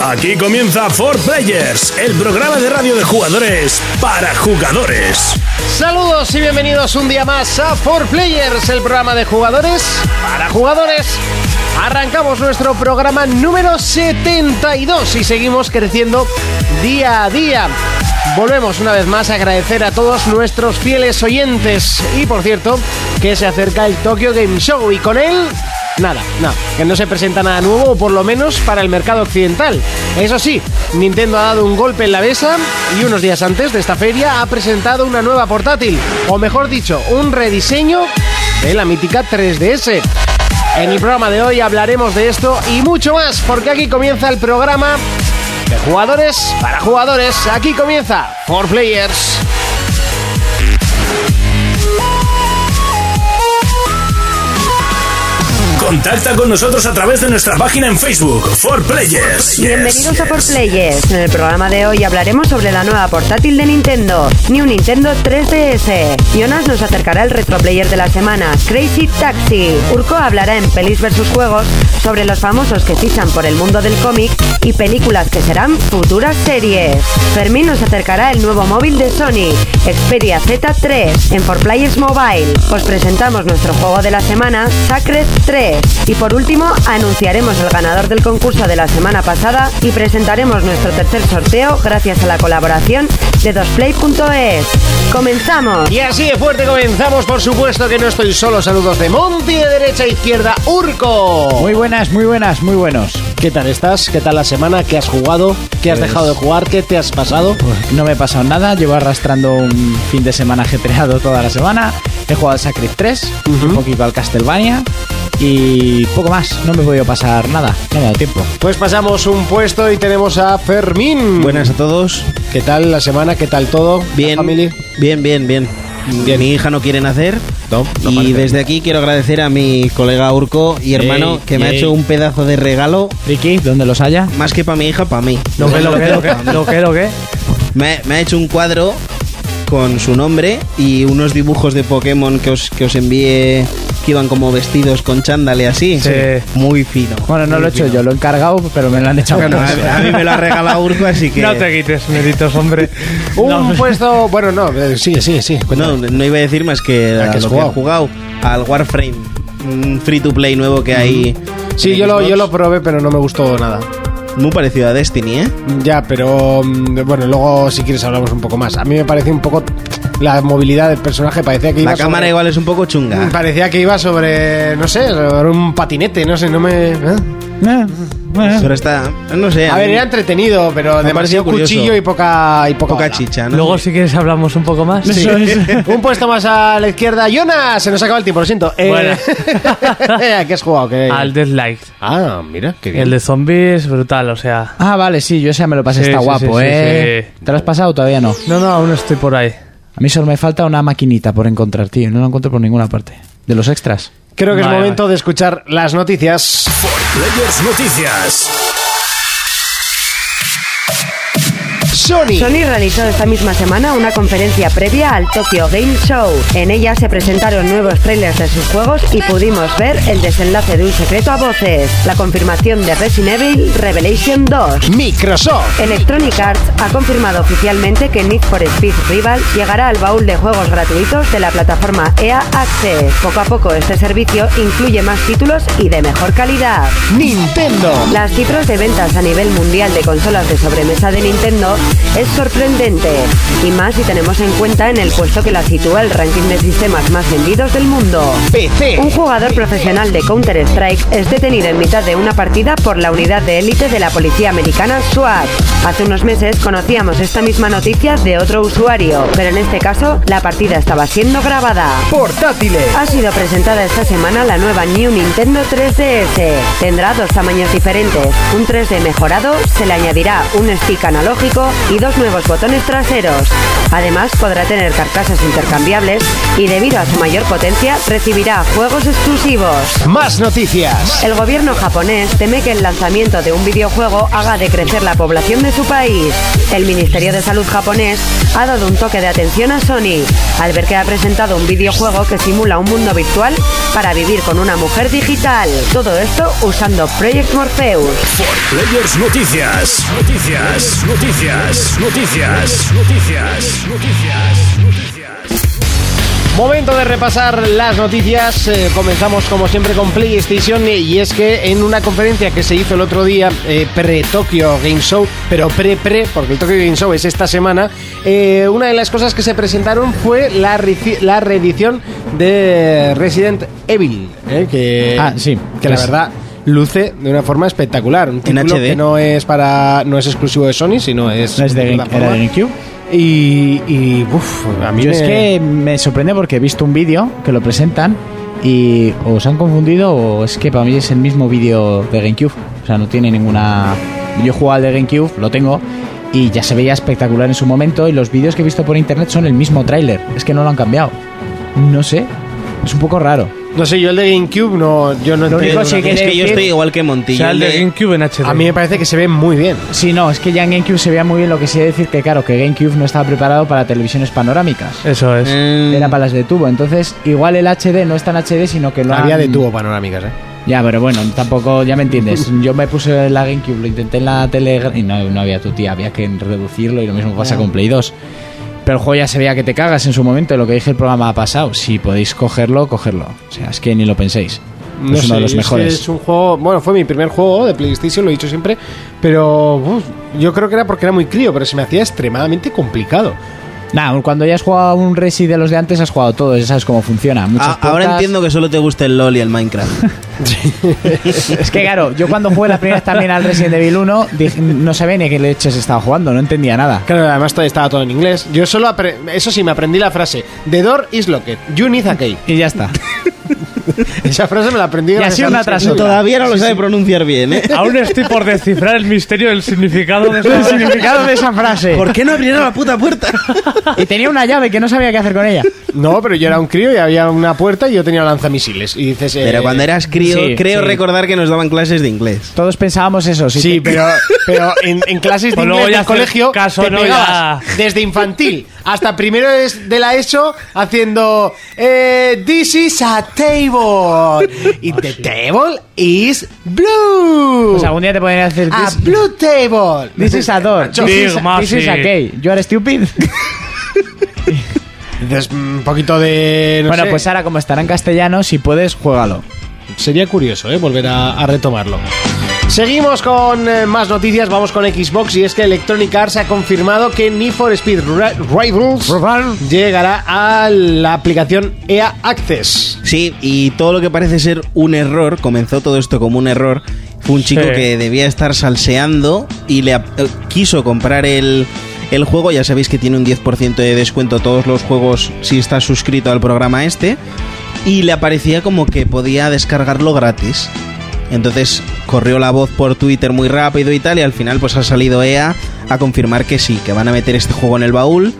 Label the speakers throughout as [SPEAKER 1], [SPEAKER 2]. [SPEAKER 1] Aquí comienza For Players, el programa de radio de jugadores para jugadores.
[SPEAKER 2] Saludos y bienvenidos un día más a For Players, el programa de jugadores para jugadores. Arrancamos nuestro programa número 72 y seguimos creciendo día a día. Volvemos una vez más a agradecer a todos nuestros fieles oyentes y por cierto que se acerca el Tokyo Game Show y con él Nada, nada, que no se presenta nada nuevo, o por lo menos para el mercado occidental. Eso sí, Nintendo ha dado un golpe en la mesa y unos días antes de esta feria ha presentado una nueva portátil, o mejor dicho, un rediseño de la mítica 3DS. En el programa de hoy hablaremos de esto y mucho más, porque aquí comienza el programa de jugadores para jugadores. Aquí comienza For Players.
[SPEAKER 1] Contacta con nosotros a través de nuestra página en Facebook, For Players.
[SPEAKER 3] Bienvenidos a For Players. En el programa de hoy hablaremos sobre la nueva portátil de Nintendo, New Nintendo 3DS. Jonas nos acercará el retroplayer de la semana, Crazy Taxi. Urko hablará en Pelis vs Juegos sobre los famosos que fichan por el mundo del cómic y películas que serán futuras series. Fermín nos acercará el nuevo móvil de Sony, Xperia Z3, en For Players Mobile. Os presentamos nuestro juego de la semana, Sacred 3. Y por último, anunciaremos el ganador del concurso de la semana pasada y presentaremos nuestro tercer sorteo gracias a la colaboración de dosplay.es. ¡Comenzamos!
[SPEAKER 2] Y así de fuerte comenzamos, por supuesto que no estoy solo. Saludos de Monty, de derecha a izquierda, Urco.
[SPEAKER 4] Muy buenas, muy buenas, muy buenos.
[SPEAKER 2] ¿Qué tal estás? ¿Qué tal la semana? ¿Qué has jugado? ¿Qué has
[SPEAKER 4] Pues-
[SPEAKER 2] dejado de jugar? ¿Qué te has pasado?
[SPEAKER 4] No me he pasado nada, llevo arrastrando un fin de semana ajetreado toda la semana. He jugado al Sacred 3, un poquito al Castlevania y poco más. No me he podido pasar nada, no me ha dado tiempo.
[SPEAKER 2] Pues pasamos un puesto y tenemos a Fermín.
[SPEAKER 5] Buenas a todos.
[SPEAKER 2] ¿Qué tal la semana? ¿Qué tal todo?
[SPEAKER 5] Bien,
[SPEAKER 2] ¿La familia?
[SPEAKER 5] bien, bien, bien.
[SPEAKER 2] Bien.
[SPEAKER 5] Mi hija no quiere nacer. y desde aquí quiero agradecer a mi colega Urco y hermano que me ha
[SPEAKER 4] yay.
[SPEAKER 5] hecho un pedazo de regalo,
[SPEAKER 4] Ricky, ¿dónde los haya?
[SPEAKER 5] más que para mi hija, para mí.
[SPEAKER 6] Lo que, lo que, lo que, lo que, lo que.
[SPEAKER 5] Me, me ha hecho un cuadro con su nombre y unos dibujos de Pokémon que os, que os envié que iban como vestidos con chándale así.
[SPEAKER 6] Sí.
[SPEAKER 5] Muy fino.
[SPEAKER 4] Bueno, no lo he hecho yo, lo he encargado, pero me lo han echado.
[SPEAKER 5] Bueno,
[SPEAKER 4] por eso.
[SPEAKER 5] a, a mí me lo ha regalado Urco, así que...
[SPEAKER 6] No te quites, méritos, hombre.
[SPEAKER 2] Un
[SPEAKER 6] No,
[SPEAKER 2] puesto. Bueno, no, eh, sigue, sigue, sigue.
[SPEAKER 5] No, no iba a decir más que
[SPEAKER 2] ¿A
[SPEAKER 5] a
[SPEAKER 2] qué Ah, has
[SPEAKER 5] lo que he jugado al Warframe, un free to play nuevo que hay.
[SPEAKER 2] Mm. Sí,
[SPEAKER 5] en
[SPEAKER 2] yo lo,
[SPEAKER 5] Xbox.
[SPEAKER 2] yo lo probé, pero no me gustó nada.
[SPEAKER 5] Muy parecido a Destiny, ¿eh?
[SPEAKER 2] Ya, pero mm, bueno, luego si quieres hablamos un poco más. A mí me parece un poco la movilidad del personaje, parecía que iba
[SPEAKER 5] La cámara
[SPEAKER 2] sobre-
[SPEAKER 5] igual es un poco chunga.
[SPEAKER 2] Mm, Parecía que iba sobre, no sé, sobre un patinete, no sé, no me... ¿eh?
[SPEAKER 4] Eh, eh.
[SPEAKER 5] Pero está, no sé.
[SPEAKER 2] A ver, era entretenido, pero
[SPEAKER 5] Me ha
[SPEAKER 2] demasiado
[SPEAKER 5] parecido curioso.
[SPEAKER 2] cuchillo y poca... Y poca
[SPEAKER 5] poca
[SPEAKER 2] bala.
[SPEAKER 5] chicha, ¿no?
[SPEAKER 6] Luego, si quieres, hablamos un poco más.
[SPEAKER 4] Eso es.
[SPEAKER 2] Un puesto más a la izquierda. Jonas, se nos acaba el tiempo, lo siento. Eh,
[SPEAKER 6] Bueno.
[SPEAKER 2] ¿Qué has jugado? ¿Qué-
[SPEAKER 6] Al Deadlight.
[SPEAKER 2] Ah, mira, qué bien.
[SPEAKER 6] El de zombies, brutal, o sea.
[SPEAKER 4] Ah, vale, sí, yo ese me lo pasé,
[SPEAKER 6] Sí,
[SPEAKER 4] está
[SPEAKER 6] sí,
[SPEAKER 4] guapo,
[SPEAKER 6] sí, sí,
[SPEAKER 4] ¿eh?
[SPEAKER 6] sí.
[SPEAKER 4] ¿Te lo has pasado o todavía no?
[SPEAKER 6] No, no, aún estoy por ahí.
[SPEAKER 4] A mí solo me falta una maquinita por encontrar, tío, no la encuentro por ninguna parte. De los extras.
[SPEAKER 2] Creo que es
[SPEAKER 6] Vale,
[SPEAKER 2] momento de escuchar las noticias.
[SPEAKER 1] Players Noticias.
[SPEAKER 2] Sony.
[SPEAKER 3] Sony realizó esta misma semana una conferencia previa al Tokyo Game Show. En ella se presentaron nuevos trailers de sus juegos y pudimos ver el desenlace de un secreto a voces, la confirmación de Resident Evil Revelation 2.
[SPEAKER 2] Microsoft.
[SPEAKER 3] Electronic Arts ha confirmado oficialmente que Need for Speed Rival llegará al baúl de juegos gratuitos de la plataforma EA Access. Poco a poco este servicio incluye más títulos y de mejor calidad.
[SPEAKER 2] Nintendo.
[SPEAKER 3] Las cifras de ventas a nivel mundial de consolas de sobremesa de Nintendo es sorprendente, y más si tenemos en cuenta en el puesto que la sitúa el ranking de sistemas más vendidos del mundo.
[SPEAKER 2] PC.
[SPEAKER 3] Un jugador profesional de Counter-Strike es detenido en mitad de una partida por la unidad de élite de la policía americana SWAT. Hace unos meses conocíamos esta misma noticia de otro usuario, pero en este caso la partida estaba siendo grabada.
[SPEAKER 2] Portátiles.
[SPEAKER 3] Ha sido presentada esta semana la nueva New Nintendo 3DS. Tendrá dos tamaños diferentes, un 3D mejorado, se le añadirá un stick analógico y dos nuevos botones traseros. Además, podrá tener carcasas intercambiables y debido a su mayor potencia recibirá juegos exclusivos.
[SPEAKER 2] Más noticias.
[SPEAKER 3] El gobierno japonés teme que el lanzamiento de un videojuego haga decrecer la población de su país. El Ministerio de Salud japonés ha dado un toque de atención a Sony al ver que ha presentado un videojuego que simula un mundo virtual para vivir con una mujer digital. Todo esto usando Project Morpheus.
[SPEAKER 1] Players Noticias. Noticias. Noticias. Noticias. Noticias. Noticias.
[SPEAKER 2] Momento de repasar las noticias. Eh, comenzamos como siempre con PlayStation eh, y es que en una conferencia que se hizo el otro día eh, pre-Tokyo Game Show, pero pre-pre, porque el Tokyo Game Show es esta semana, eh, una de las cosas que se presentaron fue la, reci- la reedición de Resident Evil. eh, que,
[SPEAKER 4] Ah, sí.
[SPEAKER 2] Que la
[SPEAKER 4] Pues-
[SPEAKER 2] verdad luce de una forma espectacular. Un título
[SPEAKER 5] HD.
[SPEAKER 2] que no es para no es exclusivo de Sony, sino es,
[SPEAKER 4] No es de, Game-
[SPEAKER 2] plataforma.
[SPEAKER 4] era de GameCube.
[SPEAKER 2] Y, y uf, a mí
[SPEAKER 4] Yo
[SPEAKER 2] me-
[SPEAKER 4] es que me sorprende porque he visto un vídeo que lo presentan y o se han confundido o es que para mí es el mismo vídeo de GameCube. O sea, no tiene ninguna... Yo jugaba al de GameCube, lo tengo, y ya se veía espectacular en su momento y los vídeos que he visto por internet son el mismo tráiler. Es que no lo han cambiado. No sé. Es un poco raro.
[SPEAKER 2] No sé, yo el de GameCube no, yo no
[SPEAKER 4] Lo
[SPEAKER 2] entré
[SPEAKER 4] único
[SPEAKER 2] en
[SPEAKER 4] sí
[SPEAKER 2] una-
[SPEAKER 4] que-
[SPEAKER 5] Es que yo
[SPEAKER 4] decir-
[SPEAKER 5] estoy igual que
[SPEAKER 7] O
[SPEAKER 5] Montillo.
[SPEAKER 7] sea, el
[SPEAKER 5] el
[SPEAKER 7] de
[SPEAKER 5] de-
[SPEAKER 7] GameCube en HD.
[SPEAKER 2] A mí me parece que se ve muy bien.
[SPEAKER 4] Sí, no, es que ya en GameCube se veía muy bien lo que sí he de decir que claro, que GameCube no estaba preparado para televisiones panorámicas.
[SPEAKER 7] Eso es.
[SPEAKER 2] Mm.
[SPEAKER 5] Eh,
[SPEAKER 4] Era para las de tubo, entonces igual el HD no es tan HD, sino que lo
[SPEAKER 2] Había
[SPEAKER 4] han-
[SPEAKER 2] de tubo panorámicas, ¿eh?
[SPEAKER 4] Ya, pero bueno, tampoco, ya me entiendes. Yo me puse la GameCube, lo intenté en la tele gra- y no, no había tu tía, había que reducirlo y lo mismo pasa con Play 2. Pero el juego ya se veía que te cagas en su momento, lo que dije el programa pasado. Si podéis cogerlo, cogerlo. O sea, es que ni lo penséis.
[SPEAKER 2] No
[SPEAKER 4] es uno
[SPEAKER 2] sé,
[SPEAKER 4] de los
[SPEAKER 2] que
[SPEAKER 4] mejores.
[SPEAKER 2] Es un juego, bueno, fue mi primer juego de PlayStation, lo he dicho siempre, pero uf, yo creo que era porque era muy crío, pero se me hacía extremadamente complicado.
[SPEAKER 4] Nah, cuando ya has jugado un Resi de los de antes, has jugado todos, ya sabes cómo funciona. Muchas
[SPEAKER 2] Ah,
[SPEAKER 5] a- ahora
[SPEAKER 4] puertas.
[SPEAKER 5] entiendo que solo te gusta el LOL y el Minecraft.
[SPEAKER 4] Es que claro, yo cuando jugué las primeras también al Resident Evil 1, dije- no sabía ni a qué leches estaba jugando, no entendía nada.
[SPEAKER 2] Claro, además todavía estaba todo en inglés. Yo solo, apre- eso sí, me aprendí la frase, The door is locked, you need a key.
[SPEAKER 4] Y ya está.
[SPEAKER 2] Esa frase me la aprendí. gracias
[SPEAKER 4] así
[SPEAKER 2] a
[SPEAKER 4] una
[SPEAKER 2] los
[SPEAKER 4] tras
[SPEAKER 2] Simpsons.
[SPEAKER 4] otra.
[SPEAKER 5] Todavía no lo sabe pronunciar bien, ¿eh?
[SPEAKER 7] Aún estoy por descifrar el misterio del significado de
[SPEAKER 4] El
[SPEAKER 7] esa-
[SPEAKER 4] significado de esa frase.
[SPEAKER 5] ¿Por qué no abrieron la puta puerta?
[SPEAKER 4] Y tenía una llave que no sabía qué hacer con ella.
[SPEAKER 2] No, pero yo era un crío y había una puerta y yo tenía lanzamisiles. Y dices, eh,
[SPEAKER 5] Pero cuando eras crío,
[SPEAKER 4] sí,
[SPEAKER 5] creo
[SPEAKER 4] sí.
[SPEAKER 5] recordar que nos daban clases de inglés.
[SPEAKER 4] Todos pensábamos eso, sí.
[SPEAKER 2] Sí, pero, pero en, en clases de
[SPEAKER 7] Pues luego
[SPEAKER 2] inglés
[SPEAKER 7] ya
[SPEAKER 2] del
[SPEAKER 7] haces
[SPEAKER 2] colegio
[SPEAKER 7] caso,
[SPEAKER 2] te
[SPEAKER 7] ¿no?
[SPEAKER 2] pegabas
[SPEAKER 7] Ya.
[SPEAKER 2] desde infantil hasta primero es- de la ESO haciendo eh, This is a table y the table is blue.
[SPEAKER 4] Pues algún día te podrían hacer
[SPEAKER 2] a
[SPEAKER 4] this,
[SPEAKER 2] Ah, blue table.
[SPEAKER 4] this is a door. This, is,
[SPEAKER 7] Big
[SPEAKER 4] this is a
[SPEAKER 7] Massive.
[SPEAKER 4] gay. You are stupid.
[SPEAKER 2] Dices, mm, un poquito de no
[SPEAKER 4] bueno,
[SPEAKER 2] sé.
[SPEAKER 4] pues ahora como estará en castellano, si puedes, juégalo.
[SPEAKER 2] Sería curioso, ¿eh? Volver a, a retomarlo. Seguimos con eh, más noticias, vamos con Xbox y es que Electronic Arts ha confirmado que Need for Speed Ra- Rivals llegará a la aplicación EA Access.
[SPEAKER 5] Sí, y todo lo que parece ser un error, comenzó todo esto como un error. Fue un chico
[SPEAKER 7] Sí.
[SPEAKER 5] que debía estar salseando y le ap- eh, quiso comprar el, el juego. Ya sabéis que tiene un 10% de descuento todos los juegos si estás suscrito al programa este. Y le aparecía como que podía descargarlo gratis. Entonces corrió la voz por Twitter muy rápido y tal, y al final pues ha salido EA a confirmar que sí, que van a meter este juego en el baúl.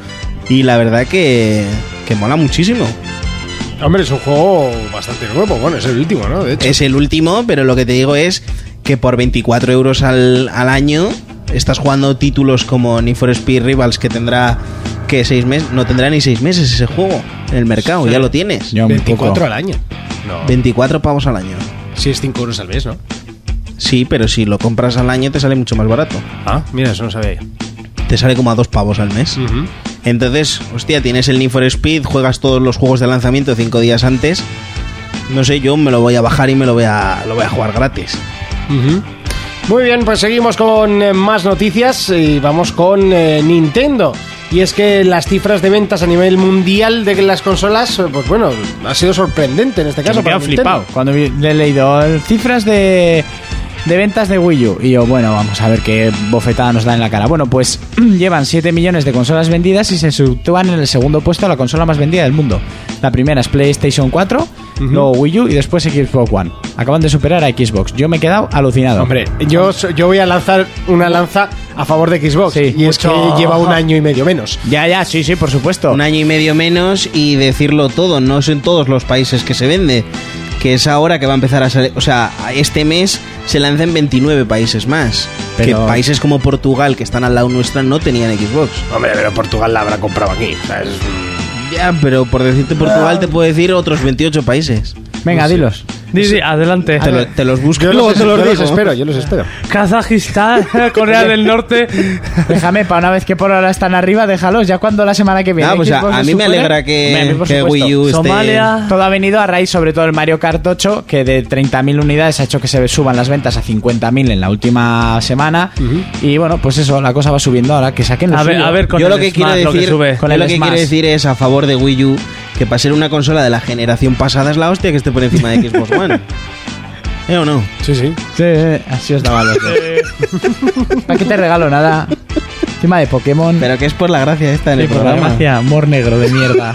[SPEAKER 5] Y la verdad que, que mola muchísimo.
[SPEAKER 2] Hombre, es un juego bastante nuevo, bueno, es el último, ¿no? De hecho.
[SPEAKER 5] es el último, pero lo que te digo es que por 24 euros al, al año estás jugando títulos como Need for Speed Rivals que tendrá que seis meses, no tendrá ni seis meses ese juego en el mercado, ya lo tienes.
[SPEAKER 4] Yo un
[SPEAKER 2] 24
[SPEAKER 4] poco.
[SPEAKER 2] al año. No.
[SPEAKER 5] 24 pavos al año.
[SPEAKER 2] Si es 5 euros al mes, ¿no?
[SPEAKER 5] Sí, pero si lo compras al año te sale mucho más barato.
[SPEAKER 2] Ah, mira, eso no sabía yo.
[SPEAKER 5] Te sale como a dos pavos al mes. Entonces, hostia, tienes el Need for Speed, juegas todos los juegos de lanzamiento cinco días antes. No sé, yo me lo voy a bajar y me lo voy a, lo voy a jugar gratis.
[SPEAKER 2] Muy bien, pues seguimos con eh, más noticias y vamos con eh, Nintendo. Y es que las cifras de ventas a nivel mundial de las consolas, eh, pues bueno, ha sido sorprendente en este
[SPEAKER 4] Yo
[SPEAKER 2] caso.
[SPEAKER 4] me quedo
[SPEAKER 2] para Nintendo.
[SPEAKER 4] flipado cuando vi- le he leído eh, cifras de, de ventas de Wii U. Y yo, bueno, vamos a ver qué bofetada nos da en la cara. Bueno, pues llevan 7 millones de consolas vendidas y se sitúan en el segundo puesto a la consola más vendida del mundo. La primera es PlayStation 4, luego Wii U y después Xbox One. Acaban de superar a Xbox. Yo me he quedado alucinado.
[SPEAKER 2] Hombre, yo, so- yo voy a lanzar una lanza a favor de Xbox.
[SPEAKER 4] Sí,
[SPEAKER 2] y es que
[SPEAKER 4] mucho.
[SPEAKER 2] lleva un año y medio menos.
[SPEAKER 4] Ya, ya, sí, sí, por supuesto.
[SPEAKER 2] Oh.
[SPEAKER 5] Un año y medio menos y decirlo todo, no es en todos los países que se vende, que es ahora que va a empezar a salir, o sea, este mes se lanza en 29 países más,
[SPEAKER 4] Pero-
[SPEAKER 5] que países como Portugal, que están al lado nuestra, no tenían Xbox.
[SPEAKER 2] Hombre, pero Portugal la habrá comprado aquí.
[SPEAKER 5] Ya, pero por decirte Portugal te puedo decir otros 28 países.
[SPEAKER 4] Venga, dilos.
[SPEAKER 7] Di, di, adelante.
[SPEAKER 5] Te, lo- te los busco.
[SPEAKER 2] Pues Yo, los,
[SPEAKER 5] Luego te los
[SPEAKER 2] yo los
[SPEAKER 5] digo.
[SPEAKER 2] espero, yo los espero.
[SPEAKER 7] Kazajistán, Corea del Norte.
[SPEAKER 4] Déjame, para una vez que por ahora están arriba, déjalos. Ya cuando la semana que viene.
[SPEAKER 5] Ah, pues a-
[SPEAKER 4] Xbox
[SPEAKER 5] a
[SPEAKER 4] se
[SPEAKER 5] mí me
[SPEAKER 4] supone-
[SPEAKER 5] alegra que-
[SPEAKER 4] Hombre, a mí, por
[SPEAKER 5] que
[SPEAKER 4] supuesto.
[SPEAKER 5] Wii U esté-
[SPEAKER 7] Somalia.
[SPEAKER 4] Todo ha venido a raíz, sobre todo, el Mario Kart 8, que de 30.000 unidades ha hecho que se suban las ventas a 50.000 en la última semana. Y bueno, pues eso, la cosa va subiendo ahora que saquen los
[SPEAKER 7] A ver,
[SPEAKER 4] suyos.
[SPEAKER 7] a ver con
[SPEAKER 5] yo
[SPEAKER 7] el
[SPEAKER 5] lo que
[SPEAKER 7] Smash,
[SPEAKER 5] quiero
[SPEAKER 7] lo que
[SPEAKER 5] decir,
[SPEAKER 7] sube.
[SPEAKER 4] Con
[SPEAKER 5] yo
[SPEAKER 4] el
[SPEAKER 5] lo que
[SPEAKER 4] Smash.
[SPEAKER 5] quiero decir es a favor de Wii U que para ser una consola de la generación pasada es la hostia que esté por encima de Xbox One. ¿Eh o no?
[SPEAKER 2] Sí, sí.
[SPEAKER 4] Sí, sí, así os daba los dos. ¿Para qué te regalo nada? Encima de Pokémon.
[SPEAKER 5] Pero que es por la gracia esta en
[SPEAKER 4] Sí,
[SPEAKER 5] el
[SPEAKER 4] por la
[SPEAKER 5] programa.
[SPEAKER 4] gracia, amor negro de mierda.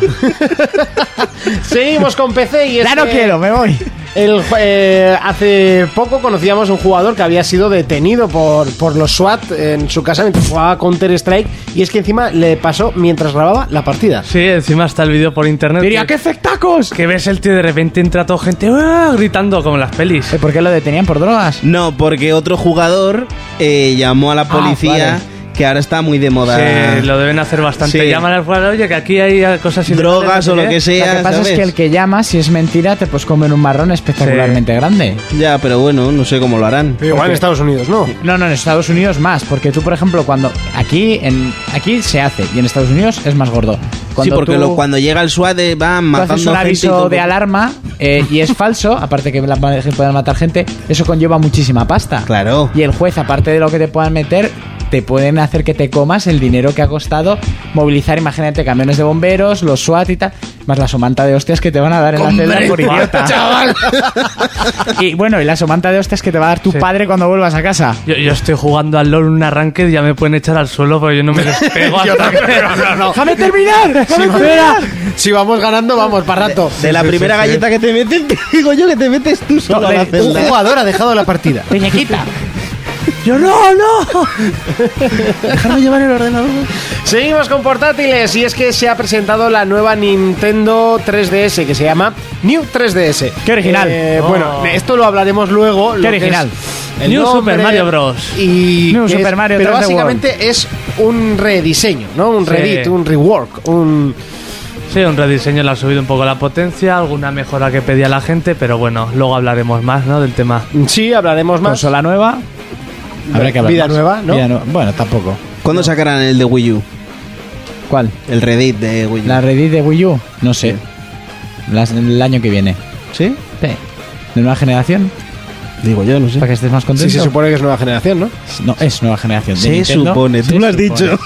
[SPEAKER 2] Seguimos con PC y es
[SPEAKER 4] ya no
[SPEAKER 2] que
[SPEAKER 4] quiero, me voy.
[SPEAKER 2] el ju- eh, hace poco conocíamos un jugador que había sido detenido por, por los SWAT en su casa mientras jugaba Counter Strike y es que encima le pasó mientras grababa la partida.
[SPEAKER 7] Sí, encima está el vídeo por internet.
[SPEAKER 4] Diría,
[SPEAKER 7] que,
[SPEAKER 4] ¡qué espectáculos!
[SPEAKER 7] que ves el tío y de repente entra toda gente ¡ah! gritando como en las pelis.
[SPEAKER 4] ¿Por qué lo detenían por drogas?
[SPEAKER 5] No, porque otro jugador eh, llamó a la policía,
[SPEAKER 4] Ah, vale.
[SPEAKER 5] que ahora está muy de moda.
[SPEAKER 7] Sí, lo deben hacer bastante.
[SPEAKER 5] Sí.
[SPEAKER 7] Llaman al jugador, oye, que aquí hay cosas ilegales,
[SPEAKER 5] Drogas
[SPEAKER 7] no
[SPEAKER 5] o lo
[SPEAKER 7] sé qué".
[SPEAKER 5] que
[SPEAKER 4] Lo
[SPEAKER 5] sea.
[SPEAKER 4] que pasa
[SPEAKER 5] ¿sabes?
[SPEAKER 4] es que el que llama, si es mentira, te puedes comer un marrón espectacularmente grande.
[SPEAKER 5] Ya, pero bueno, no sé cómo lo harán.
[SPEAKER 2] Igual en Estados Unidos, ¿no?
[SPEAKER 4] No, no, en Estados Unidos más, porque tú, por ejemplo, cuando aquí en aquí se hace y en Estados Unidos es más gordo.
[SPEAKER 5] sí, porque
[SPEAKER 4] tú-
[SPEAKER 5] lo- cuando llega el SWAT eh, van
[SPEAKER 4] tú
[SPEAKER 5] matando
[SPEAKER 4] haces un
[SPEAKER 5] gente y todo.
[SPEAKER 4] aviso de alarma eh, y es falso, aparte que la- puedan matar gente, eso conlleva muchísima pasta.
[SPEAKER 5] Claro.
[SPEAKER 4] Y el juez, aparte de lo que te puedan meter, te pueden hacer que te comas el dinero que ha costado movilizar, imagínate, camiones de bomberos, los SWAT y tal, más la somanta de hostias que te van a dar en la celda por idiota. Y bueno, y la somanta de hostias que te va a dar tu
[SPEAKER 7] Sí.
[SPEAKER 4] padre cuando vuelvas a casa.
[SPEAKER 7] Yo, yo estoy jugando al LOL un arranque y ya me pueden echar al suelo porque yo no me despego hasta que...
[SPEAKER 4] ¡Déjame terminar! ¡Déjame terminar!
[SPEAKER 2] Si vamos ganando, vamos, para rato.
[SPEAKER 5] De la primera galleta que te meten, te digo yo que te metes tú solo a la
[SPEAKER 4] de-
[SPEAKER 2] Un
[SPEAKER 5] celda.
[SPEAKER 2] jugador ha dejado la partida.
[SPEAKER 4] ¡Muñequita!
[SPEAKER 7] ¡Yo no, no!
[SPEAKER 2] Seguimos con portátiles y es que se ha presentado la nueva Nintendo 3DS que se llama New 3DS.
[SPEAKER 4] Qué original.
[SPEAKER 2] Eh,
[SPEAKER 7] Oh.
[SPEAKER 2] Bueno, esto lo hablaremos luego. lo que
[SPEAKER 4] original.
[SPEAKER 2] es el
[SPEAKER 7] New
[SPEAKER 2] nombre
[SPEAKER 7] Super Mario Bros.
[SPEAKER 2] Y
[SPEAKER 4] New
[SPEAKER 2] qué
[SPEAKER 4] Super Mario
[SPEAKER 2] Pero
[SPEAKER 4] 3D World.
[SPEAKER 2] básicamente es un rediseño, ¿no? Un
[SPEAKER 7] Sí.
[SPEAKER 2] redit, un rework, un...
[SPEAKER 7] Sí, un rediseño le ha subido un poco la potencia, alguna mejora que pedía la gente, pero bueno, luego hablaremos más, ¿no? Del tema.
[SPEAKER 2] Sí, hablaremos más.
[SPEAKER 4] Consola nueva. Habrá que hablar
[SPEAKER 2] Vida
[SPEAKER 4] más.
[SPEAKER 2] nueva, ¿no?
[SPEAKER 4] Vida Bueno, tampoco.
[SPEAKER 5] ¿Cuándo sacarán el de Wii U?
[SPEAKER 4] ¿Cuál?
[SPEAKER 5] El Reddit de Wii U.
[SPEAKER 4] ¿La Reddit de Wii U? No sé. Las- el año que viene.
[SPEAKER 5] ¿Sí?
[SPEAKER 4] Sí. ¿De nueva generación?
[SPEAKER 5] Digo yo, no sé.
[SPEAKER 4] ¿Para que estés más
[SPEAKER 2] Sí,
[SPEAKER 4] contento?
[SPEAKER 2] se supone que es nueva generación, ¿no?
[SPEAKER 4] No, es nueva generación. de
[SPEAKER 5] Se
[SPEAKER 4] Nintendo.
[SPEAKER 5] supone, tú
[SPEAKER 4] Se
[SPEAKER 5] lo has
[SPEAKER 4] supone.
[SPEAKER 5] dicho.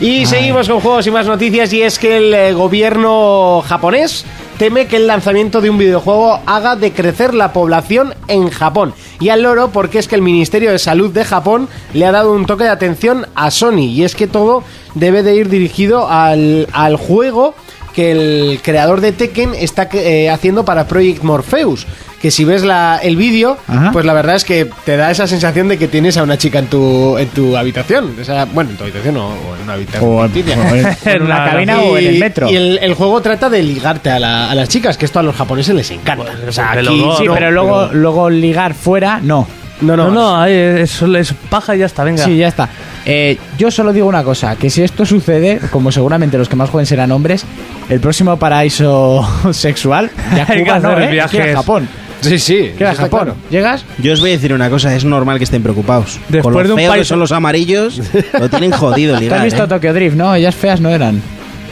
[SPEAKER 2] Y seguimos con juegos y más noticias y es que el eh, gobierno japonés teme que el lanzamiento de un videojuego haga decrecer la población en Japón. Y al loro porque es que el Ministerio de Salud de Japón le ha dado un toque de atención a Sony y es que todo debe de ir dirigido al, al juego que el creador de Tekken está eh, haciendo para Project Morpheus. Que si ves la- el vídeo,
[SPEAKER 4] Ajá.
[SPEAKER 2] pues la verdad es que te da esa sensación de que tienes a una chica en tu, en tu habitación. O sea, bueno, en tu habitación o, o en una habitación.
[SPEAKER 4] O en,
[SPEAKER 2] ficticia.
[SPEAKER 4] o en- o en una
[SPEAKER 7] Claro.
[SPEAKER 4] cabina o en el metro.
[SPEAKER 2] Y el, el juego trata de ligarte a, la- a las chicas, que esto a los japoneses les encanta.
[SPEAKER 7] Pues,
[SPEAKER 2] O sea,
[SPEAKER 7] porque
[SPEAKER 2] aquí
[SPEAKER 7] luego-
[SPEAKER 4] Sí,
[SPEAKER 7] no,
[SPEAKER 4] pero luego,
[SPEAKER 2] pero-
[SPEAKER 4] luego ligar fuera, no.
[SPEAKER 2] No, no,
[SPEAKER 7] No, no, ahí es, solo es paja y ya está, venga.
[SPEAKER 4] Sí, ya está. Eh, yo solo digo una cosa, que si esto sucede, como seguramente los que más jueguen serán hombres, el próximo paraíso sexual ya
[SPEAKER 7] Hay que
[SPEAKER 4] Cuba no,
[SPEAKER 7] hacer
[SPEAKER 4] ¿eh? Aquí
[SPEAKER 7] viajes.
[SPEAKER 4] a Japón.
[SPEAKER 2] Sí, sí.
[SPEAKER 4] ¿Qué
[SPEAKER 2] eso
[SPEAKER 4] era
[SPEAKER 2] está
[SPEAKER 4] Japón?
[SPEAKER 2] claro.
[SPEAKER 5] Pues
[SPEAKER 4] ¿Llegas?
[SPEAKER 5] Yo os voy a decir una cosa, es normal que estén preocupados.
[SPEAKER 7] Después
[SPEAKER 5] Con lo
[SPEAKER 7] de un
[SPEAKER 5] feo que
[SPEAKER 7] país-
[SPEAKER 5] son los amarillos, lo tienen jodido
[SPEAKER 4] ¿Tú has
[SPEAKER 5] ligar,
[SPEAKER 4] visto
[SPEAKER 5] ¿eh?
[SPEAKER 4] Tokyo Drift? No, ellas feas no eran.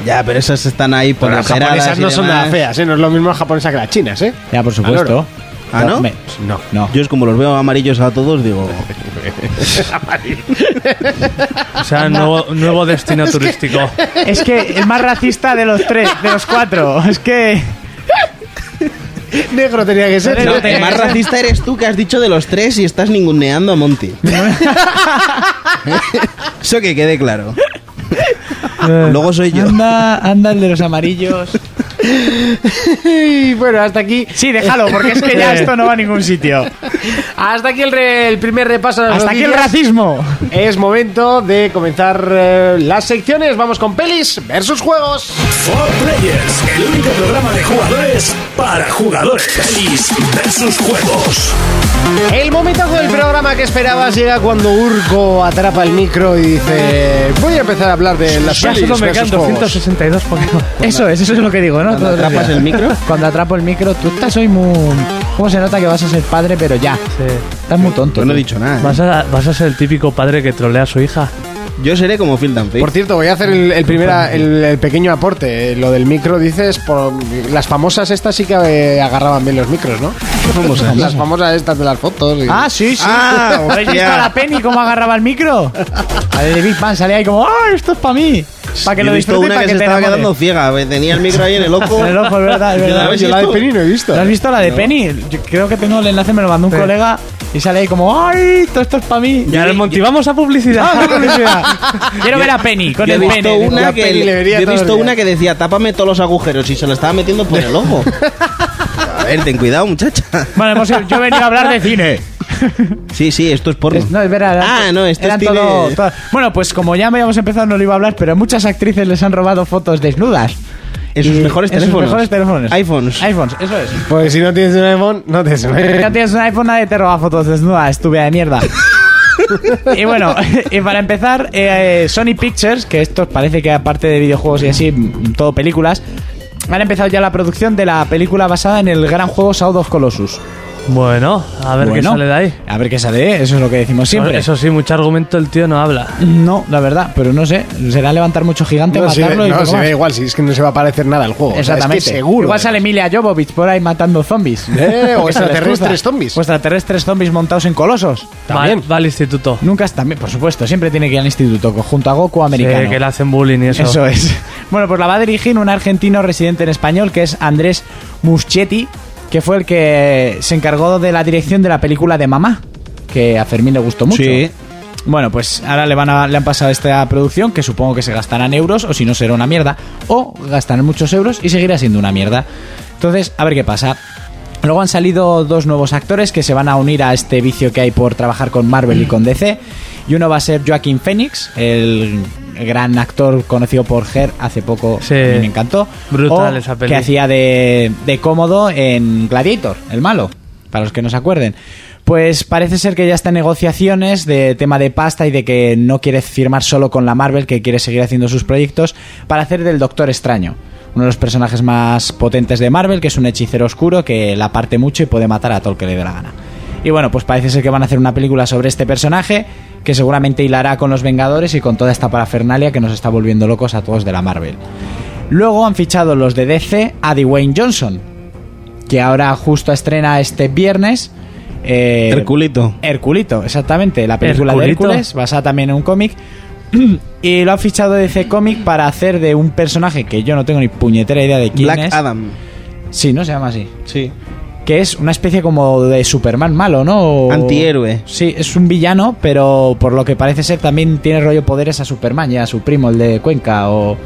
[SPEAKER 5] Ya, pero esas están ahí por
[SPEAKER 2] Pero las japonesas
[SPEAKER 5] exageradas y
[SPEAKER 2] no son
[SPEAKER 5] demás.
[SPEAKER 2] nada feas, ¿eh? No es lo mismo las japonesas que las chinas, ¿eh?
[SPEAKER 4] Ya, por supuesto.
[SPEAKER 5] ¿Ah, no?
[SPEAKER 4] Me-
[SPEAKER 2] No.
[SPEAKER 4] No.
[SPEAKER 5] Yo es como los veo amarillos a todos, digo...
[SPEAKER 7] O sea, nuevo, nuevo destino turístico.
[SPEAKER 4] Es que el más racista de los tres, de los cuatro. Es que...
[SPEAKER 2] Negro tenía que ser.
[SPEAKER 4] Pero
[SPEAKER 5] No,
[SPEAKER 4] te-
[SPEAKER 5] el más racista eres tú que has dicho de los tres y estás ninguneando a Monty. Eso que quede claro. Luego soy yo.
[SPEAKER 4] Anda, anda el de los amarillos.
[SPEAKER 2] Y bueno, hasta aquí.
[SPEAKER 4] Sí, déjalo, porque es que ya esto no va a ningún sitio.
[SPEAKER 8] Hasta aquí el, re- el primer repaso. de las
[SPEAKER 4] Hasta aquí el
[SPEAKER 8] noticias.
[SPEAKER 4] racismo.
[SPEAKER 8] Es momento de comenzar eh, las secciones. Vamos con pelis versus juegos.
[SPEAKER 1] For Players, el único programa de jugadores para jugadores. Pelis versus juegos.
[SPEAKER 8] El momentazo del programa que esperabas llega cuando Urco atrapa el micro y dice: Voy a empezar a hablar de las
[SPEAKER 7] Ya
[SPEAKER 8] pelis
[SPEAKER 7] solo me
[SPEAKER 8] versus
[SPEAKER 7] quedan
[SPEAKER 8] juegos.
[SPEAKER 7] 262 Pokémon.
[SPEAKER 4] Eso es, eso es lo que digo, ¿no?
[SPEAKER 5] Cuando
[SPEAKER 4] Todos los
[SPEAKER 5] atrapas
[SPEAKER 4] días.
[SPEAKER 5] el micro.
[SPEAKER 4] Cuando atrapo el micro, tú estás hoy muy. ¿Cómo se nota que vas a ser padre, pero ya?
[SPEAKER 7] Sí.
[SPEAKER 4] Estás muy tonto.
[SPEAKER 5] Yo no he
[SPEAKER 4] tú.
[SPEAKER 5] dicho nada. ¿eh?
[SPEAKER 7] ¿Vas, a, vas a ser el típico padre que trolea a su hija.
[SPEAKER 5] Yo seré como Phil Dunphy.
[SPEAKER 8] Por cierto, voy a hacer el, el primera- el- el pequeño aporte. Lo del micro, dices, por las famosas estas sí que eh, agarraban bien los micros, ¿no? Las famosas estas de las fotos. y-
[SPEAKER 4] Ah, sí, sí.
[SPEAKER 5] Ah,
[SPEAKER 4] ¿Habéis visto
[SPEAKER 5] hostia.
[SPEAKER 4] a la Penny cómo agarraba el micro? A ver, Big Bang salía ahí como, ¡ah, esto es para mí! Para que
[SPEAKER 5] Yo
[SPEAKER 4] lo
[SPEAKER 5] he visto
[SPEAKER 4] disfrutes,
[SPEAKER 5] una
[SPEAKER 4] para
[SPEAKER 5] que
[SPEAKER 4] que,
[SPEAKER 5] se
[SPEAKER 4] te
[SPEAKER 5] estaba
[SPEAKER 4] enamores.
[SPEAKER 5] quedando ciega. Tenía el micro ahí en el ojo.
[SPEAKER 4] En el ojo, es verdad, es
[SPEAKER 5] Yo la
[SPEAKER 4] verdad.
[SPEAKER 5] veo-
[SPEAKER 8] Yo la de Penny no he visto.
[SPEAKER 4] ¿Lo has visto la de
[SPEAKER 5] No.
[SPEAKER 4] Penny? Yo creo que tengo el enlace, me lo mandó un colega y sale ahí como, ¡ay, todo esto es para mí!
[SPEAKER 7] Ya nos motivamos a publicidad.
[SPEAKER 4] ¡Ah, qué publicidad! Quiero ver a Penny con
[SPEAKER 5] Yo he
[SPEAKER 4] el
[SPEAKER 5] visto
[SPEAKER 4] pene.
[SPEAKER 5] una,
[SPEAKER 8] la
[SPEAKER 5] que,
[SPEAKER 8] peli le vería
[SPEAKER 5] yo he
[SPEAKER 8] todos
[SPEAKER 5] visto
[SPEAKER 8] los
[SPEAKER 5] una que decía, tápame todos los agujeros y se lo estaba metiendo por el ojo. A ver, ten cuidado, muchacha.
[SPEAKER 4] Bueno, hemos ido- pues, yo he venido a hablar de cine.
[SPEAKER 5] Sí, sí, esto es porno.
[SPEAKER 4] Es- no, es verdad.
[SPEAKER 5] Ah, no, esto
[SPEAKER 4] eran
[SPEAKER 5] es cine.
[SPEAKER 4] todo- todo- Bueno, pues como ya habíamos empezado, no lo iba a hablar, pero muchas actrices les han robado fotos desnudas.
[SPEAKER 5] En sus
[SPEAKER 4] Y-
[SPEAKER 5] mejores
[SPEAKER 4] en sus
[SPEAKER 5] teléfonos.
[SPEAKER 4] mejores teléfonos.
[SPEAKER 5] iPhones.
[SPEAKER 4] iPhones, eso es.
[SPEAKER 8] Pues si no tienes un iPhone, no te
[SPEAKER 4] Ya tienes un iPhone, nadie te roba fotos desnudas, estúpida de mierda. y bueno, y para empezar, eh, Sony Pictures, que esto parece que aparte de videojuegos y así, mm, todo películas, han empezado ya la producción de la película basada en el gran juego South of Colossus.
[SPEAKER 7] Bueno, a ver qué
[SPEAKER 4] Bueno,
[SPEAKER 7] sale de ahí.
[SPEAKER 4] A ver qué sale, ¿eh? eso es lo que decimos siempre.
[SPEAKER 7] Eso sí, mucho argumento el tío no habla.
[SPEAKER 4] No, la verdad, pero no sé. Será levantar mucho gigante,
[SPEAKER 8] No, sí,
[SPEAKER 4] matarlo y
[SPEAKER 8] no,
[SPEAKER 4] poco
[SPEAKER 8] sí,
[SPEAKER 4] más.
[SPEAKER 8] da igual, si es que no se va a parecer nada al juego. O sea, es que
[SPEAKER 4] Exactamente.
[SPEAKER 8] seguro.
[SPEAKER 4] Igual sale Emilia Jovovich por ahí matando zombies.
[SPEAKER 8] Eh, o
[SPEAKER 4] Porque se les
[SPEAKER 8] extraterrestres
[SPEAKER 4] gusta.
[SPEAKER 8] zombies.
[SPEAKER 4] O extraterrestres zombies montados en colosos.
[SPEAKER 8] También.
[SPEAKER 7] Va, va al instituto.
[SPEAKER 4] Nunca está, por supuesto, siempre tiene que ir al instituto co- junto a Goku
[SPEAKER 7] Sí,
[SPEAKER 4] americano.
[SPEAKER 7] que le hacen bullying y eso.
[SPEAKER 4] eso es. Bueno, pues la va a dirigir un argentino residente en español que es Andrés Muschietti, que fue el que se encargó de la dirección de la película de Mamá, que a Fermín le gustó mucho.
[SPEAKER 5] Sí.
[SPEAKER 4] Bueno, pues ahora le, van a- le han pasado esta producción que supongo que se gastarán euros o si no será una mierda. O gastarán muchos euros y seguirá siendo una mierda. Entonces, a ver qué pasa. Luego han salido dos nuevos actores que se van a unir a este vicio que hay por trabajar con Marvel y con DC. Y uno va a ser Joaquín Phoenix, el gran actor conocido por Her hace poco,
[SPEAKER 7] Sí.
[SPEAKER 4] a mí me encantó.
[SPEAKER 7] Brutal
[SPEAKER 4] O
[SPEAKER 7] esa peli.
[SPEAKER 4] Que hacía de, de cómodo en Gladiator, el malo, para los que no se acuerden. Pues parece ser que ya está en negociaciones de tema de pasta y de que no quiere firmar solo con la Marvel, que quiere seguir haciendo sus proyectos, para hacer del Doctor Extraño. Uno de los personajes más potentes de Marvel, que es un hechicero oscuro que la parte mucho y puede matar a todo el que le dé la gana. Y bueno, pues parece ser que van a hacer una película sobre este personaje, que seguramente hilará con los Vengadores y con toda esta parafernalia que nos está volviendo locos a todos de la Marvel. Luego han fichado los de DC a Dwayne Johnson, que ahora justo estrena este viernes. eh,
[SPEAKER 5] Herculito.
[SPEAKER 4] Herculito, exactamente. La película
[SPEAKER 7] Herculito.
[SPEAKER 4] de Hércules, basada también en un cómic. y lo han fichado DC Comic para hacer de un personaje que yo no tengo ni puñetera idea de quién
[SPEAKER 5] Black
[SPEAKER 4] es.
[SPEAKER 5] Adam.
[SPEAKER 4] Sí, ¿no? Se llama así.
[SPEAKER 5] Sí.
[SPEAKER 4] Que es una especie como de Superman malo, ¿no? O-
[SPEAKER 5] Antihéroe.
[SPEAKER 4] Sí, es un villano, pero por lo que parece ser también tiene rollo poderes a Superman y a su primo, el de Cuenca, o...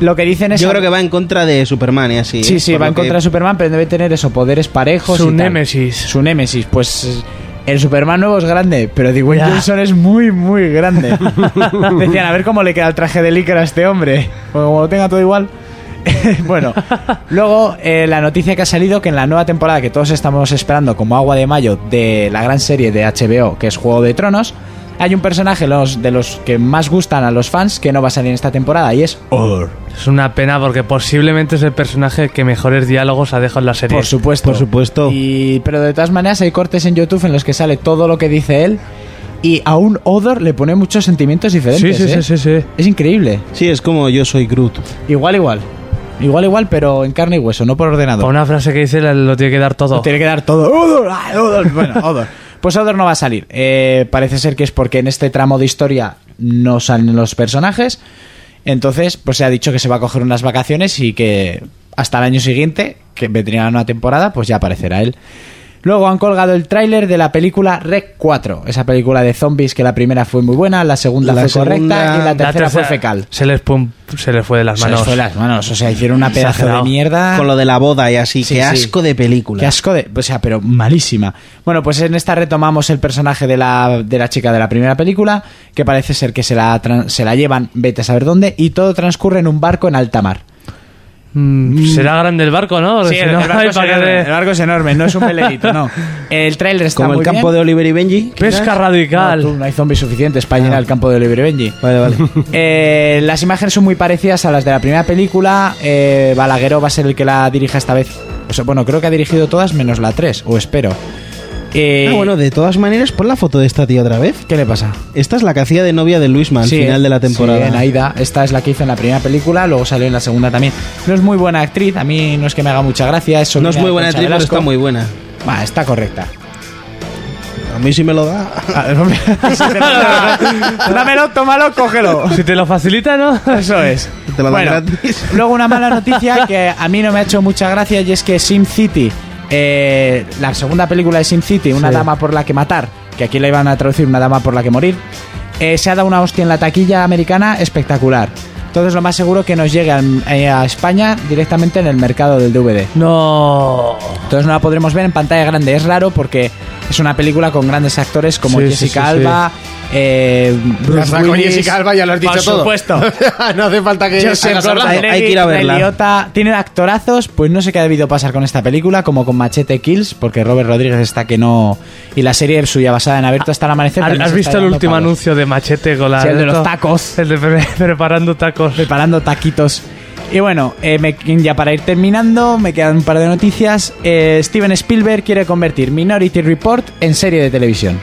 [SPEAKER 4] Lo que dicen es...
[SPEAKER 5] Yo creo que va en contra de Superman y así. ¿eh?
[SPEAKER 4] Sí, sí,
[SPEAKER 5] por
[SPEAKER 4] va
[SPEAKER 5] lo
[SPEAKER 4] en
[SPEAKER 5] que-
[SPEAKER 4] contra de Superman, pero debe tener eso, poderes parejos.
[SPEAKER 7] Su
[SPEAKER 4] y tal.
[SPEAKER 7] némesis.
[SPEAKER 4] Su némesis, pues el Superman nuevo es grande, pero Dwayne
[SPEAKER 7] Ya.
[SPEAKER 4] Johnson es muy, muy grande. Decían, a ver cómo le queda el traje de licra a este hombre. Porque como lo tenga todo igual. bueno, luego eh, la noticia que ha salido que en la nueva temporada que todos estamos esperando como agua de mayo de la gran serie de HBO que es Juego de Tronos, hay un personaje los, de los que más gustan a los fans que no va a salir en esta temporada y es Odor.
[SPEAKER 7] Es una pena porque posiblemente es el personaje que mejores diálogos ha dejado en la serie.
[SPEAKER 4] Por supuesto.
[SPEAKER 5] Por supuesto.
[SPEAKER 4] Y- pero de todas maneras hay cortes en YouTube en los que sale todo lo que dice él y a un Odor le pone muchos sentimientos
[SPEAKER 7] sí,
[SPEAKER 4] diferentes.
[SPEAKER 7] sí,
[SPEAKER 4] ¿eh?
[SPEAKER 7] sí, sí, sí.
[SPEAKER 4] Es increíble.
[SPEAKER 5] Sí, es como yo soy Groot.
[SPEAKER 4] Igual, igual. Igual, igual, pero en carne y hueso, no por
[SPEAKER 7] Para
[SPEAKER 4] ordenador.
[SPEAKER 7] una frase que dice la- lo tiene que dar todo.
[SPEAKER 4] Tiene que dar todo. Odor, ah, Odor. Bueno, Odor. Pues Odor no va a salir. Eh, parece ser que es porque en este tramo de historia no salen los personajes. Entonces, pues se ha dicho que se va a coger unas vacaciones y que hasta el año siguiente, que vendría una temporada, pues ya aparecerá él. Luego han colgado el tráiler de la película Rec 4, esa película de zombies que la primera fue muy buena, la segunda
[SPEAKER 5] La
[SPEAKER 4] fue
[SPEAKER 5] segunda-
[SPEAKER 4] correcta y la
[SPEAKER 5] la
[SPEAKER 4] tercera, fue fecal.
[SPEAKER 7] Se les, pum- se les fue de las
[SPEAKER 4] Se les
[SPEAKER 7] manos.
[SPEAKER 4] fue las manos, o sea, hicieron una pedazo
[SPEAKER 7] Exagerado.
[SPEAKER 4] de mierda.
[SPEAKER 5] Con lo de la boda y así,
[SPEAKER 4] Sí,
[SPEAKER 5] qué
[SPEAKER 4] sí.
[SPEAKER 5] asco de película.
[SPEAKER 4] Qué asco de. O sea, pero malísima. Bueno, pues en esta retomamos el personaje de la, de la chica de la primera película, que parece ser que se la, tran- se la llevan, vete a saber dónde, y todo transcurre en un barco en alta mar.
[SPEAKER 7] Mm, Será grande el barco, ¿no? Porque
[SPEAKER 4] Sí,
[SPEAKER 7] si
[SPEAKER 4] el,
[SPEAKER 7] no,
[SPEAKER 4] el barco
[SPEAKER 7] hay
[SPEAKER 4] es
[SPEAKER 7] para que
[SPEAKER 4] enorme,
[SPEAKER 7] de-
[SPEAKER 4] el barco es enorme, no es un peleito, no. El trailer está
[SPEAKER 5] Como el
[SPEAKER 4] muy
[SPEAKER 5] campo
[SPEAKER 4] bien.
[SPEAKER 5] de Oliver y Benji. Ah,
[SPEAKER 7] Pesca
[SPEAKER 4] No,
[SPEAKER 7] radical.
[SPEAKER 4] tú, no hay zombies suficientes para llenar el campo de Oliver y Benji.
[SPEAKER 5] Vale, vale.
[SPEAKER 4] Eh, las imágenes son muy parecidas a las de la primera película. Eh, Balagueró va a ser el que la dirija esta vez. O sea, bueno, creo que ha dirigido todas menos la 3, o espero. Eh,
[SPEAKER 5] Ah, bueno, de todas maneras, pon la foto de esta tía otra vez.
[SPEAKER 4] ¿Qué le pasa?
[SPEAKER 5] Esta es la que hacía de novia de Luisma al
[SPEAKER 4] Sí,
[SPEAKER 5] final de la
[SPEAKER 4] sí,
[SPEAKER 5] temporada.
[SPEAKER 4] en Aida. Esta es la que hizo en la primera película, luego salió en la segunda también. No es muy buena actriz, a mí no es que me haga mucha gracia. Es
[SPEAKER 5] no es
[SPEAKER 4] Solina
[SPEAKER 5] muy buena
[SPEAKER 4] Concha
[SPEAKER 5] actriz, pero
[SPEAKER 4] Velasco.
[SPEAKER 5] está muy buena.
[SPEAKER 4] Bah, está correcta.
[SPEAKER 5] A mí sí me lo da.
[SPEAKER 4] Dámelo, tómalo, cógelo.
[SPEAKER 7] Si te lo facilita, ¿no?
[SPEAKER 4] Eso es.
[SPEAKER 5] Te lo dan gratis.
[SPEAKER 4] Luego una mala noticia que a mí no me ha hecho mucha gracia y es que Sim City, eh, la segunda película de Sim City, una
[SPEAKER 7] Sí.
[SPEAKER 4] dama por la que matar, que aquí la iban a traducir una dama por la que morir, eh, se ha dado una hostia en la taquilla americana espectacular. Entonces lo más seguro que nos llegue al- eh, a España directamente en el mercado del DVD.
[SPEAKER 7] No.
[SPEAKER 4] Entonces no la podremos ver en pantalla grande. Es raro porque es una película con grandes actores como
[SPEAKER 7] Sí, sí,
[SPEAKER 4] Jessica
[SPEAKER 7] sí, sí.
[SPEAKER 4] Alba, eh, Bruce
[SPEAKER 8] Hasta con
[SPEAKER 4] Willis,
[SPEAKER 8] Jessica Alba ya lo has dicho
[SPEAKER 7] Por
[SPEAKER 8] todo.
[SPEAKER 7] supuesto.
[SPEAKER 8] no hace falta que
[SPEAKER 4] Joseph
[SPEAKER 8] hagas hablar.
[SPEAKER 5] Gordon-Levitt, hay que ir a verla.
[SPEAKER 4] Ray Liotta. tiene actorazos, pues no sé qué ha debido pasar con esta película, como con Machete Kills, porque Robert Rodríguez está que no. Y la serie suya basada en Abierto hasta el amanecer.
[SPEAKER 7] ¿Has,
[SPEAKER 4] también
[SPEAKER 7] has
[SPEAKER 4] se está
[SPEAKER 7] visto el
[SPEAKER 4] llevando
[SPEAKER 7] último
[SPEAKER 4] palos.
[SPEAKER 7] anuncio de Machete con la.
[SPEAKER 4] Sí, el de los tacos.
[SPEAKER 7] El de pre- preparando tacos.
[SPEAKER 4] Preparando taquitos. Y bueno, eh, me- ya para ir terminando, me quedan un par de noticias. Eh, Steven Spielberg quiere convertir Minority Report en serie de televisión.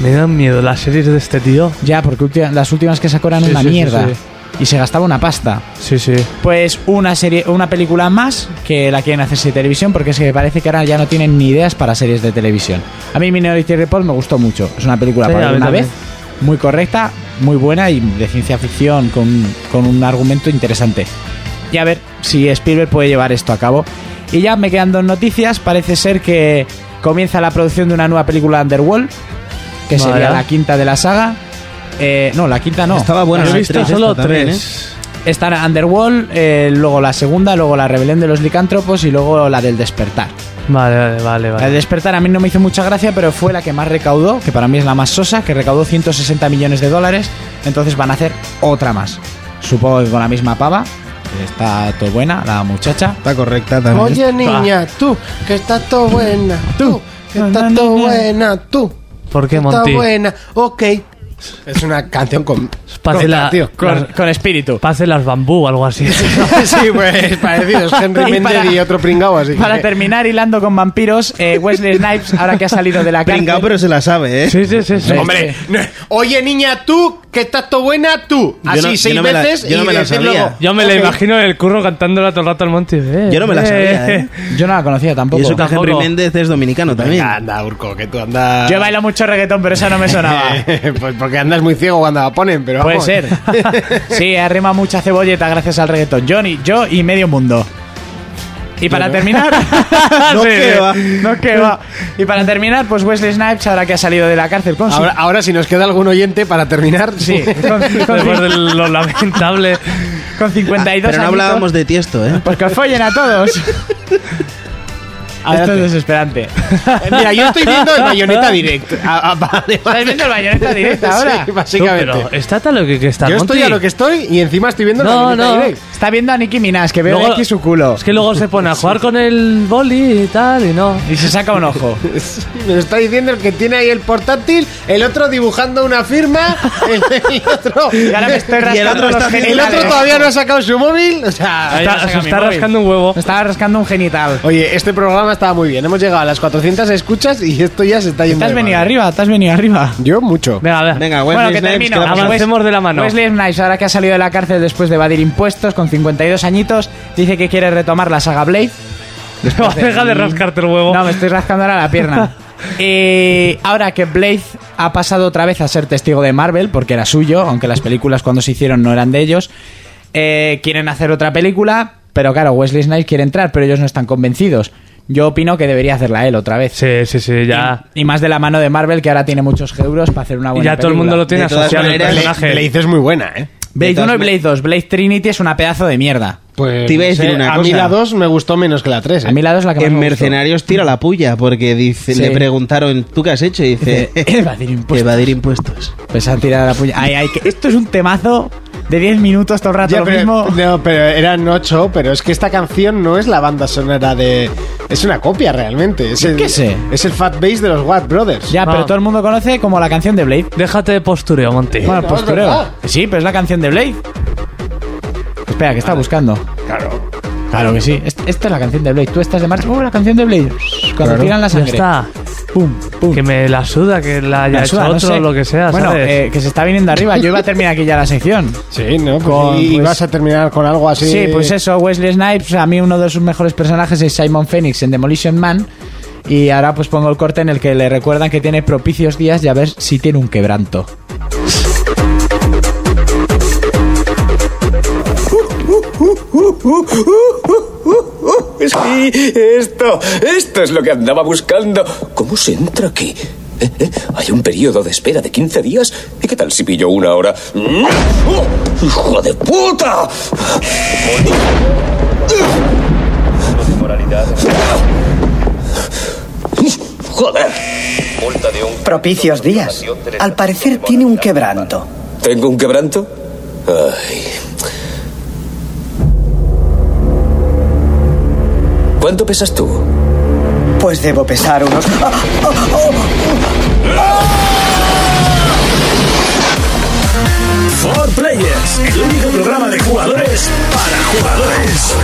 [SPEAKER 7] Me dan miedo las series de este tío.
[SPEAKER 4] Ya, porque ulti- las últimas que sacó eran
[SPEAKER 7] Sí,
[SPEAKER 4] una
[SPEAKER 7] sí, sí,
[SPEAKER 4] mierda.
[SPEAKER 7] sí.
[SPEAKER 4] Y se gastaba una pasta.
[SPEAKER 7] Sí, sí.
[SPEAKER 4] Pues una serie, una película más que la quieren hacerse de televisión porque se parece que ahora ya no tienen ni ideas para series de televisión. A mí Minority Report me gustó mucho. Es una película
[SPEAKER 7] Sí,
[SPEAKER 4] para
[SPEAKER 7] a
[SPEAKER 4] ver
[SPEAKER 7] mí
[SPEAKER 4] una
[SPEAKER 7] también.
[SPEAKER 4] vez, muy correcta, muy buena y de ciencia ficción con, con un argumento interesante. Y a ver si Spielberg puede llevar esto a cabo. Y ya me quedan dos noticias. Parece ser que comienza la producción de una nueva película Underworld, que sería
[SPEAKER 7] Vaya.
[SPEAKER 4] la quinta de la saga. Eh, no, la quinta no.
[SPEAKER 5] Estaba buena.
[SPEAKER 4] La
[SPEAKER 5] la
[SPEAKER 7] He visto
[SPEAKER 5] actriz
[SPEAKER 7] solo
[SPEAKER 5] esta también, ¿eh?
[SPEAKER 7] tres.
[SPEAKER 4] Están Underworld, eh, luego la segunda, luego la rebelión de los licántropos y luego la del despertar.
[SPEAKER 7] Vale, vale, vale.
[SPEAKER 4] La del
[SPEAKER 7] vale.
[SPEAKER 4] despertar a mí no me hizo mucha gracia, pero fue la que más recaudó, que para mí es la más sosa, que recaudó 160 millones de dólares. Entonces van a hacer otra más. Supongo que con la misma pava. que Está todo buena la muchacha.
[SPEAKER 5] Está correcta también.
[SPEAKER 8] Oye, niña, tú, que estás todo buena. Tú, que estás todo buena. Tú.
[SPEAKER 7] ¿Por qué,
[SPEAKER 8] que estás
[SPEAKER 7] Monty?
[SPEAKER 8] buena. Ok. Es una canción con.
[SPEAKER 7] Pase
[SPEAKER 8] con-
[SPEAKER 7] la-
[SPEAKER 8] tío.
[SPEAKER 4] Con, con espíritu.
[SPEAKER 7] Pase las bambú o algo así.
[SPEAKER 8] sí, pues parecido. Es Henry
[SPEAKER 4] Y para-
[SPEAKER 8] Mendel y otro pringao así.
[SPEAKER 4] Para
[SPEAKER 8] que- eh,
[SPEAKER 4] terminar hilando con vampiros, eh, Wesley Snipes, ahora que ha salido de la cárcel...
[SPEAKER 5] Pringao, pero se la sabe, ¿eh?
[SPEAKER 7] sí, sí, sí. sí.
[SPEAKER 8] Hombre, eh, no- oye niña, tú, que estás todo buena, tú.
[SPEAKER 5] Yo
[SPEAKER 8] Así
[SPEAKER 5] no- yo
[SPEAKER 8] seis
[SPEAKER 5] no me la-
[SPEAKER 8] veces
[SPEAKER 5] yo no
[SPEAKER 8] y
[SPEAKER 5] me la
[SPEAKER 8] decir
[SPEAKER 5] sabía.
[SPEAKER 8] luego,
[SPEAKER 7] Yo me la
[SPEAKER 8] ok.
[SPEAKER 7] imagino en el curro cantándola todo el rato al Monty. Eh,
[SPEAKER 5] Yo no me la
[SPEAKER 7] eh,
[SPEAKER 5] sabía, ¿eh?
[SPEAKER 4] Yo no la conocía tampoco.
[SPEAKER 5] Y eso que
[SPEAKER 7] Tampoco.
[SPEAKER 5] Henry Méndez es dominicano también.
[SPEAKER 8] Venga, anda, Urco, que tú andas.
[SPEAKER 4] Yo bailo mucho reggaetón, pero esa no me sonaba.
[SPEAKER 8] pues porque andas muy ciego cuando la ponen, pero
[SPEAKER 4] Puede
[SPEAKER 8] vamos.
[SPEAKER 4] ser. Sí, arrima mucha cebolleta gracias al reggaetón. Johnny, yo y medio mundo. Y para terminar,
[SPEAKER 5] No,
[SPEAKER 4] Sí,
[SPEAKER 5] que
[SPEAKER 4] sí.
[SPEAKER 5] va.
[SPEAKER 4] no que va. Y para terminar, pues Wesley Snipes ahora que ha salido de la cárcel con su-
[SPEAKER 8] Ahora, ahora si nos queda algún oyente para terminar,
[SPEAKER 4] sí, con, con-
[SPEAKER 7] Después de lo lamentable.
[SPEAKER 4] con 52
[SPEAKER 5] Pero no
[SPEAKER 4] añitos,
[SPEAKER 5] hablábamos de tiesto, ¿eh?
[SPEAKER 4] pues que os follen a todos. Esto es desesperante.
[SPEAKER 8] Eh, Mira, yo estoy viendo el bayoneta directo. A- a- vale,
[SPEAKER 4] ¿Estáis viendo el bayoneta directa ahora?
[SPEAKER 8] Sí,
[SPEAKER 7] Tú,
[SPEAKER 8] básicamente.
[SPEAKER 7] pero está tal lo que, que está
[SPEAKER 8] yo
[SPEAKER 7] Monty.
[SPEAKER 8] estoy a lo que estoy y encima estoy viendo
[SPEAKER 7] No,
[SPEAKER 8] el bayoneta
[SPEAKER 7] no.
[SPEAKER 8] direct.
[SPEAKER 4] Está viendo a Nicki Minaj, que veo
[SPEAKER 7] Luego-
[SPEAKER 4] aquí su culo.
[SPEAKER 7] Es que luego se pone a jugar con el boli y tal, y no.
[SPEAKER 4] Y se saca un ojo.
[SPEAKER 8] Me lo está diciendo el que tiene ahí el portátil, el otro dibujando una firma, el, el otro.
[SPEAKER 4] Y ahora me estoy
[SPEAKER 5] Y el
[SPEAKER 4] rascando
[SPEAKER 5] otro
[SPEAKER 4] los
[SPEAKER 5] está haciendo-
[SPEAKER 8] El otro
[SPEAKER 4] genitales.
[SPEAKER 8] todavía no ha sacado su móvil. O sea,
[SPEAKER 4] Ahí
[SPEAKER 7] Está-
[SPEAKER 4] no saca
[SPEAKER 7] se
[SPEAKER 4] mi
[SPEAKER 7] está
[SPEAKER 4] móvil.
[SPEAKER 7] rascando un huevo.
[SPEAKER 4] Me estaba rascando un genital.
[SPEAKER 8] Oye, este programa estaba muy bien. Hemos llegado a las 400 escuchas y esto ya se está yendo.
[SPEAKER 4] Te has
[SPEAKER 8] de
[SPEAKER 4] venido
[SPEAKER 8] madre.
[SPEAKER 4] arriba, te has venido arriba.
[SPEAKER 8] Yo mucho.
[SPEAKER 7] Venga, a ver.
[SPEAKER 5] Venga,
[SPEAKER 4] Bueno,
[SPEAKER 5] Wesley
[SPEAKER 4] que
[SPEAKER 7] Pues
[SPEAKER 4] Pues
[SPEAKER 5] Snipes,
[SPEAKER 4] termino.
[SPEAKER 7] Ah,
[SPEAKER 5] ¿qué le ha pasado?
[SPEAKER 7] Avancemos de la mano.
[SPEAKER 4] Wesley Snipes, ahora que ha salido de la cárcel después de evadir impuestos con 52 añitos, dice que quiere retomar la saga Blade.
[SPEAKER 7] Deja de rascarte el huevo.
[SPEAKER 4] No, me estoy rascando ahora la pierna. Y ahora que Blade ha pasado otra vez a ser testigo de Marvel, porque era suyo, aunque las películas cuando se hicieron no eran de ellos, eh, quieren hacer otra película, pero claro, Wesley Snipes quiere entrar, pero ellos no están convencidos. Yo opino que debería hacerla él otra vez.
[SPEAKER 7] Sí, sí, sí, ya.
[SPEAKER 4] Y más de la mano de Marvel, que ahora tiene muchos euros para hacer una
[SPEAKER 7] Y
[SPEAKER 4] buena
[SPEAKER 7] ya todo el mundo lo tiene
[SPEAKER 5] De todas
[SPEAKER 7] asociado al
[SPEAKER 5] maneras,
[SPEAKER 7] personaje.
[SPEAKER 2] Blade es muy buena, ¿eh?
[SPEAKER 5] De
[SPEAKER 4] Blade
[SPEAKER 5] todas
[SPEAKER 4] 1 y Blade 2. Blade Trinity es una pedazo de mierda.
[SPEAKER 7] Eh,
[SPEAKER 2] Pues,
[SPEAKER 5] Te iba a
[SPEAKER 2] no
[SPEAKER 5] decir
[SPEAKER 2] sé,
[SPEAKER 5] una
[SPEAKER 2] a mí
[SPEAKER 5] cosa.
[SPEAKER 2] la 2 me gustó menos que la ¿eh? 3.
[SPEAKER 4] A mí la 2 es la que más
[SPEAKER 5] En
[SPEAKER 4] me gustó.
[SPEAKER 5] Mercenarios tira la pulla porque dice,
[SPEAKER 4] Sí. Pues
[SPEAKER 5] le preguntaron, ¿tú qué has hecho? Y dice,
[SPEAKER 4] Dice, evadir impuestos.
[SPEAKER 5] evadir impuestos.
[SPEAKER 4] Pues a tirar la puña. Ay, ay, que esto es un temazo de 10 minutos todo el rato lo
[SPEAKER 2] pero,
[SPEAKER 4] mismo.
[SPEAKER 2] no, pero eran 8, pero es que esta canción no es la banda sonora de... Es una copia realmente. Es el,
[SPEAKER 4] qué sé.
[SPEAKER 2] Es el Fat Bass de los Watt Brothers.
[SPEAKER 4] Ya, pero
[SPEAKER 7] No.
[SPEAKER 4] todo el mundo conoce como la canción de Blade.
[SPEAKER 7] Déjate de postureo, Monty.
[SPEAKER 4] Bueno,
[SPEAKER 2] no,
[SPEAKER 4] pues
[SPEAKER 2] es
[SPEAKER 4] creo.
[SPEAKER 2] verdad.
[SPEAKER 4] Sí, pero es la canción de Blade. Espera, que está buscando.
[SPEAKER 2] Claro.
[SPEAKER 4] Claro que sí. Est- esta es la canción de Blade. Tú estás de marcha. ¡Oh, la canción de Blade! Cuando tiran la
[SPEAKER 7] Ya
[SPEAKER 4] sangre.
[SPEAKER 7] está.
[SPEAKER 4] Pum, pum.
[SPEAKER 7] Que me la suda que la
[SPEAKER 4] Me
[SPEAKER 7] haya hecho
[SPEAKER 4] suda, no
[SPEAKER 7] otro
[SPEAKER 4] sé.
[SPEAKER 7] o lo que sea,
[SPEAKER 4] Bueno,
[SPEAKER 7] ¿sabes?
[SPEAKER 4] eh, que se está viniendo arriba. Yo iba a terminar aquí ya la sección.
[SPEAKER 2] Sí, ¿no? Pues
[SPEAKER 4] Con,
[SPEAKER 2] y
[SPEAKER 4] pues-
[SPEAKER 2] vas a terminar con algo así.
[SPEAKER 4] Sí, pues eso, Wesley Snipes, a mí uno de sus mejores personajes es Simon Phoenix en Demolition Man. Y ahora pues pongo el corte en el que le recuerdan que tiene propicios días y a ver si tiene un quebranto.
[SPEAKER 9] Sí, esto, esto es lo que andaba buscando. ¿Cómo se entra aquí? Eh, eh, Hay un periodo de espera de 15 días. ¿Y qué tal si pillo una hora? ¡No! ¡Oh! ¡Hijo de puta! ¡Joder!
[SPEAKER 10] Propicios días. Al parecer tiene un quebranto.
[SPEAKER 9] ¿Tengo un quebranto? Ay. ¿Cuánto pesas tú?
[SPEAKER 10] Pues debo pesar unos...
[SPEAKER 1] For Players, el único programa de jugadores para jugadores.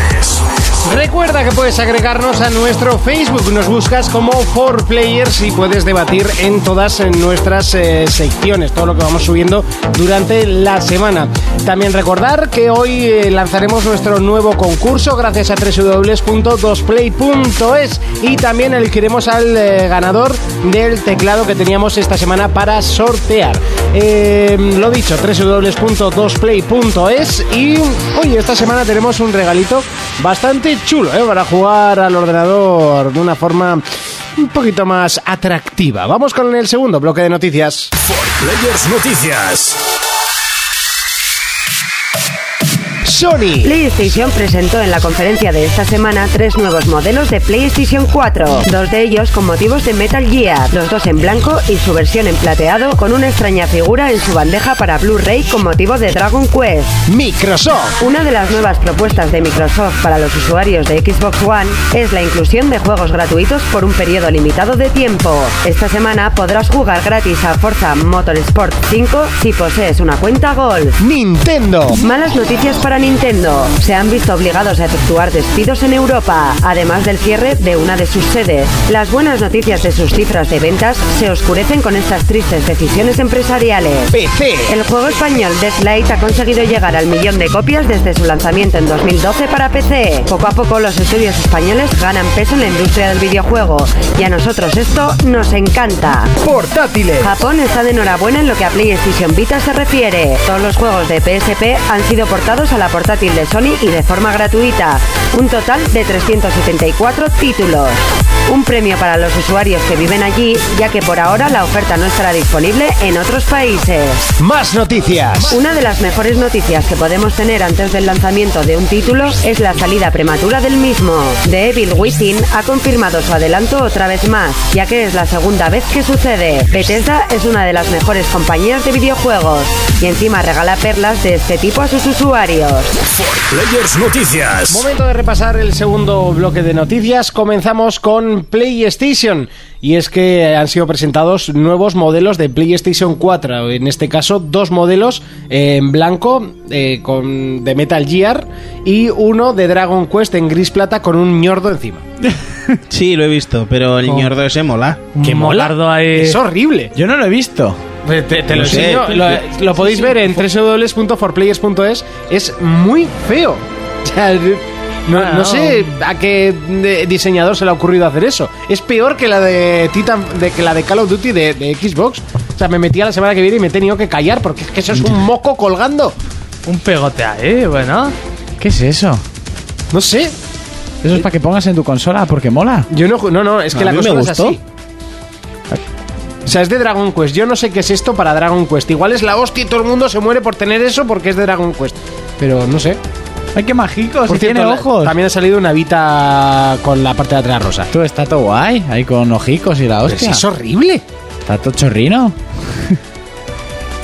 [SPEAKER 2] Recuerda que puedes agregarnos a nuestro Facebook, nos buscas como 4Players y puedes debatir en todas nuestras eh, secciones, todo lo que vamos subiendo durante la semana. También recordar que hoy eh, lanzaremos nuestro nuevo concurso gracias a www.dosplay.es y también elegiremos al eh, ganador del teclado que teníamos esta semana para sortear. Eh, lo dicho, www.dosplay.es y hoy esta semana tenemos un regalito bastante chulo ¿eh? para jugar al ordenador de una forma un poquito más atractiva. Vamos con el segundo bloque de noticias.
[SPEAKER 1] Players Noticias.
[SPEAKER 2] Sony.
[SPEAKER 3] PlayStation presentó en la conferencia de esta semana tres nuevos modelos de PlayStation 4, dos de ellos con motivos de Metal Gear, los dos en blanco y su versión en plateado con una extraña figura en su bandeja para Blu-ray con motivo de Dragon Quest.
[SPEAKER 2] Microsoft.
[SPEAKER 3] Una de las nuevas propuestas de Microsoft para los usuarios de Xbox One es la inclusión de juegos gratuitos por un periodo limitado de tiempo. Esta semana podrás jugar gratis a Forza Motorsport 5 si posees una cuenta Gold.
[SPEAKER 2] Nintendo.
[SPEAKER 3] Malas noticias para Nintendo. Se han visto obligados a efectuar despidos en Europa, además del cierre de una de sus sedes. Las buenas noticias de sus cifras de ventas se oscurecen con estas tristes decisiones empresariales.
[SPEAKER 2] PC.
[SPEAKER 3] El juego español Death Light ha conseguido llegar al millón de copias desde su lanzamiento en 2012 para PC. Poco a poco los estudios españoles ganan peso en la industria del videojuego y a nosotros esto nos encanta.
[SPEAKER 2] Portátiles.
[SPEAKER 3] Japón está de enhorabuena en lo que a PlayStation Vita se refiere. Todos los juegos de PSP han sido portados a la portátil de Sony y de forma gratuita. Un total de 374 títulos. Un premio para los usuarios que viven allí, ya que por ahora la oferta no estará disponible en otros países.
[SPEAKER 2] Más noticias.
[SPEAKER 3] Una de las mejores noticias que podemos tener antes del lanzamiento de un título es la salida prematura del mismo. The Evil Within ha confirmado su adelanto otra vez más, ya que es la segunda vez que sucede. Bethesda es una de las mejores compañías de videojuegos y encima regala perlas de este tipo a sus usuarios.
[SPEAKER 1] Players Noticias.
[SPEAKER 2] Momento de repasar el segundo bloque de noticias. Comenzamos con PlayStation. Y es que han sido presentados nuevos modelos de PlayStation 4. En este caso, dos modelos eh, en blanco eh, con, de Metal Gear y uno de Dragon Quest en gris plata con un ñordo encima.
[SPEAKER 5] Sí, lo he visto, pero el ñordo se mola.
[SPEAKER 7] que molardo ahí.
[SPEAKER 2] Es horrible.
[SPEAKER 4] Yo no lo he visto.
[SPEAKER 2] Te, te lo
[SPEAKER 5] No sé,
[SPEAKER 2] enseño.
[SPEAKER 5] te-
[SPEAKER 2] Lo,
[SPEAKER 5] te-
[SPEAKER 2] lo podéis ver en www.forplayers.es. Es muy feo. O sea, no,
[SPEAKER 5] Ah,
[SPEAKER 2] no sé a qué eh, diseñador se le ha ocurrido hacer eso. Es peor que la de Titan, de que la de Call of Duty de, de Xbox. O sea, me metía la semana que viene y me he tenido que callar porque es que eso es un moco colgando.
[SPEAKER 7] Un pegote ahí, bueno.
[SPEAKER 4] ¿Qué es eso?
[SPEAKER 2] No sé.
[SPEAKER 4] Eso es para que pongas en tu consola porque mola.
[SPEAKER 2] Yo no, ju- no, no, es que
[SPEAKER 5] A
[SPEAKER 2] la
[SPEAKER 5] mí me
[SPEAKER 2] consola es
[SPEAKER 5] gustó.
[SPEAKER 2] así. O sea, es de Dragon Quest. Yo no sé qué es esto para Dragon Quest. Igual es la hostia y todo el mundo se muere por tener eso porque es de Dragon Quest. Pero no sé.
[SPEAKER 4] ¡Ay, qué mágico!
[SPEAKER 2] Por
[SPEAKER 4] si
[SPEAKER 2] cierto,
[SPEAKER 4] tiene
[SPEAKER 2] la-
[SPEAKER 4] ojos.
[SPEAKER 2] también ha salido una Vita con la parte de atrás rosa.
[SPEAKER 4] Tú está todo guay, ahí con ojicos y la
[SPEAKER 2] Pero si
[SPEAKER 4] hostia.
[SPEAKER 2] es horrible.
[SPEAKER 4] Está todo chorrino.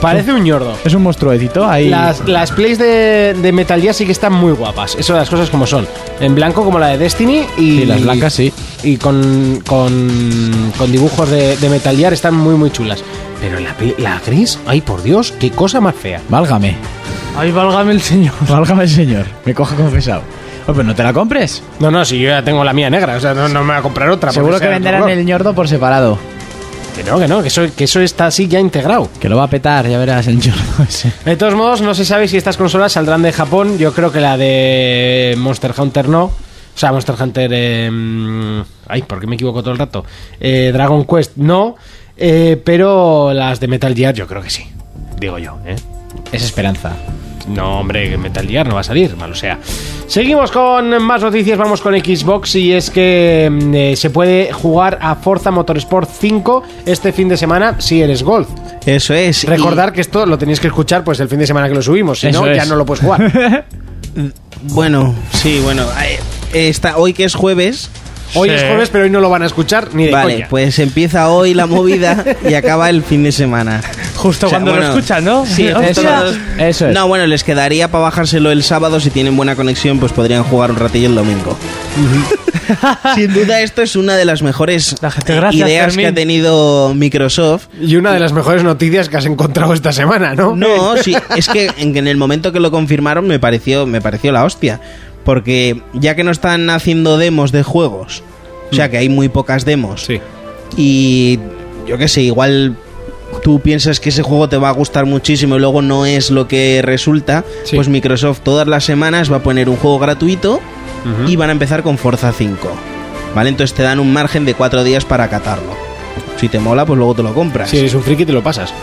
[SPEAKER 2] Parece un ñordo.
[SPEAKER 4] Es un monstruecito ahí.
[SPEAKER 2] Las, las plays de, de Metal Gear sí que están muy guapas. Eso las cosas como son. En blanco como la de Destiny y...
[SPEAKER 4] Sí, las blancas sí.
[SPEAKER 2] Y con, con, con dibujos de, de Metal Gear están muy muy chulas. Pero la, pe- la gris, ay por Dios, qué cosa más fea.
[SPEAKER 4] Válgame.
[SPEAKER 7] Ay, válgame el señor.
[SPEAKER 4] Válgame el señor. Me coja confesado. Oye, pues no te la compres.
[SPEAKER 2] No, no, si yo ya tengo la mía negra, o sea, no, no me voy a comprar otra. porque
[SPEAKER 4] Seguro que
[SPEAKER 2] sea de otro
[SPEAKER 4] venderán
[SPEAKER 2] color.
[SPEAKER 4] el ñordo por separado.
[SPEAKER 2] Que no, que no, que eso, que eso está así ya integrado.
[SPEAKER 4] Que lo va a petar, ya verás el ñordo ese.
[SPEAKER 2] De todos modos, no se sabe si estas consolas saldrán de Japón. Yo creo que la de Monster Hunter no. O sea, Monster Hunter... eh, ay, ¿por qué me equivoco todo el rato? Eh, Dragon Quest no. Eh, pero las de Metal Gear yo creo que sí. Digo yo, ¿eh?
[SPEAKER 4] Es esperanza.
[SPEAKER 2] No, hombre, que Metal Gear no va a salir, malo sea. Seguimos con más noticias, vamos con Xbox y es que mm, eh, se puede jugar a Forza Motorsport 5 este fin de semana si eres golf.
[SPEAKER 5] Eso es. y
[SPEAKER 2] Recordar que esto lo tenéis que escuchar pues el fin de semana que lo subimos, si
[SPEAKER 4] Eso
[SPEAKER 2] no, ya
[SPEAKER 4] es.
[SPEAKER 2] no lo puedes jugar.
[SPEAKER 5] bueno, sí, bueno. eh, Está, hoy que es jueves,
[SPEAKER 2] Hoy
[SPEAKER 7] Sí.
[SPEAKER 2] es jueves, pero hoy no lo van a escuchar ni de
[SPEAKER 5] vale,
[SPEAKER 2] coña.
[SPEAKER 5] pues empieza hoy la movida y acaba el fin de semana.
[SPEAKER 7] Justo
[SPEAKER 5] O sea,
[SPEAKER 7] cuando
[SPEAKER 5] bueno,
[SPEAKER 7] lo escuchan, ¿no?
[SPEAKER 5] Sí,
[SPEAKER 7] Hostia.
[SPEAKER 5] justo cuando-
[SPEAKER 4] eso es.
[SPEAKER 5] No, bueno, les quedaría para bajárselo el sábado. Si tienen buena conexión, pues podrían jugar un ratillo el domingo. Sin duda, esto es una de las mejores
[SPEAKER 7] La gente, gracias,
[SPEAKER 5] ideas
[SPEAKER 7] Fermín.
[SPEAKER 5] que ha tenido Microsoft.
[SPEAKER 2] Y una de las mejores noticias que has encontrado esta semana, ¿no?
[SPEAKER 5] No, sí, es que en, en el momento que lo confirmaron me pareció, me pareció la hostia. Porque ya que no están haciendo demos de juegos, o sea que hay muy pocas demos,
[SPEAKER 2] Mm. Sí.
[SPEAKER 5] y yo qué sé, igual tú piensas que ese juego te va a gustar muchísimo y luego no es lo que resulta,
[SPEAKER 2] Sí.
[SPEAKER 5] pues Microsoft todas las semanas va a poner un juego gratuito y van a empezar con Forza 5. ¿Vale? Entonces te dan un margen de cuatro días para catarlo. Si te mola, pues luego te lo compras.
[SPEAKER 2] Si eres un friki te lo pasas.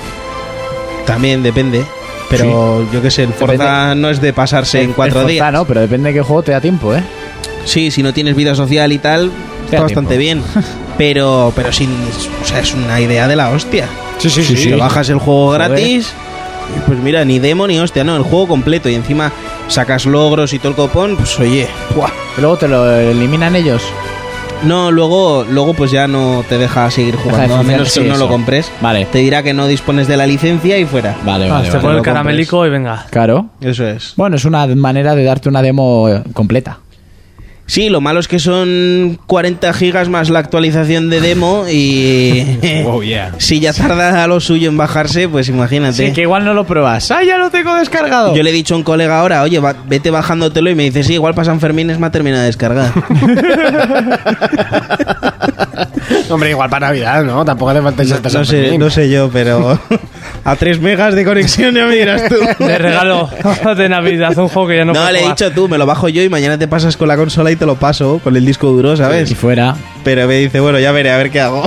[SPEAKER 5] También depende. Pero yo qué sé, el Forza no es de pasarse en cuatro
[SPEAKER 4] Es Forza,
[SPEAKER 5] días.
[SPEAKER 4] ¿no? Pero depende de qué juego te da tiempo, ¿eh?
[SPEAKER 5] Sí, si no tienes vida social y tal,
[SPEAKER 4] Te da
[SPEAKER 5] está bastante bien. Pero, pero sí, o sea, es una idea de la hostia.
[SPEAKER 2] Sí, sí,
[SPEAKER 5] si lo bajas el juego gratis, pues mira, ni demo ni hostia, no, el juego completo. Y encima sacas logros y todo el copón, pues oye, ¡buah!
[SPEAKER 4] Y Luego te lo eliminan ellos.
[SPEAKER 5] No, luego, luego pues ya no te deja seguir jugando, a
[SPEAKER 4] funcionar,
[SPEAKER 5] menos que
[SPEAKER 4] sí,
[SPEAKER 5] no
[SPEAKER 4] eso.
[SPEAKER 5] lo compres.
[SPEAKER 4] Vale.
[SPEAKER 5] Te dirá que no dispones de la licencia y fuera.
[SPEAKER 4] Vale,
[SPEAKER 7] Ah,
[SPEAKER 4] vale, vale.
[SPEAKER 7] se pone
[SPEAKER 5] lo
[SPEAKER 7] el
[SPEAKER 5] compres.
[SPEAKER 7] caramelico y venga.
[SPEAKER 4] este Claro.
[SPEAKER 5] Eso es.
[SPEAKER 4] Bueno, es una manera de darte una demo eh, completa.
[SPEAKER 5] Sí, lo malo es que son 40 gigas más la actualización de demo y...
[SPEAKER 2] Oh, yeah.
[SPEAKER 5] si ya tarda a lo suyo en bajarse, pues imagínate.
[SPEAKER 4] Sí, que igual no lo pruebas. ¡Ah, ya lo tengo descargado!
[SPEAKER 5] Yo le he dicho a un colega ahora, oye, va- vete bajándotelo y me dice, sí, igual para San Fermín es más terminado de descargar.
[SPEAKER 2] Hombre, igual para Navidad, ¿no? Tampoco hace falta irse hasta
[SPEAKER 5] no,
[SPEAKER 2] San
[SPEAKER 5] sé,
[SPEAKER 2] Fermín.
[SPEAKER 5] no sé yo, pero a 3 megas de conexión ya me dirás tú.
[SPEAKER 7] De regalo de Navidad, un juego que ya no
[SPEAKER 5] No,
[SPEAKER 7] puedo
[SPEAKER 5] le he
[SPEAKER 7] jugar.
[SPEAKER 5] dicho tú, me lo bajo yo y mañana te pasas con la consola y te lo paso con el disco duro, ¿sabes?
[SPEAKER 4] Si fuera.
[SPEAKER 5] Pero me dice, bueno, ya veré, a ver qué hago.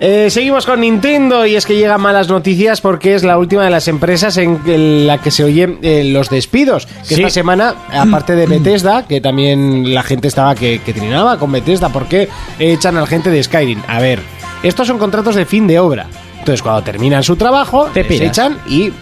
[SPEAKER 2] Eh, seguimos con Nintendo y es que llegan malas noticias porque es la última de las empresas en en la que se oyen eh, los despidos. Que esta semana, aparte de Bethesda, que también la gente estaba que, que trinaba con Bethesda porque echan a la gente de Skyrim. A ver, estos son contratos de fin de obra. Entonces, cuando terminan su trabajo,
[SPEAKER 4] Te
[SPEAKER 2] les
[SPEAKER 4] piras.
[SPEAKER 2] echan y eh,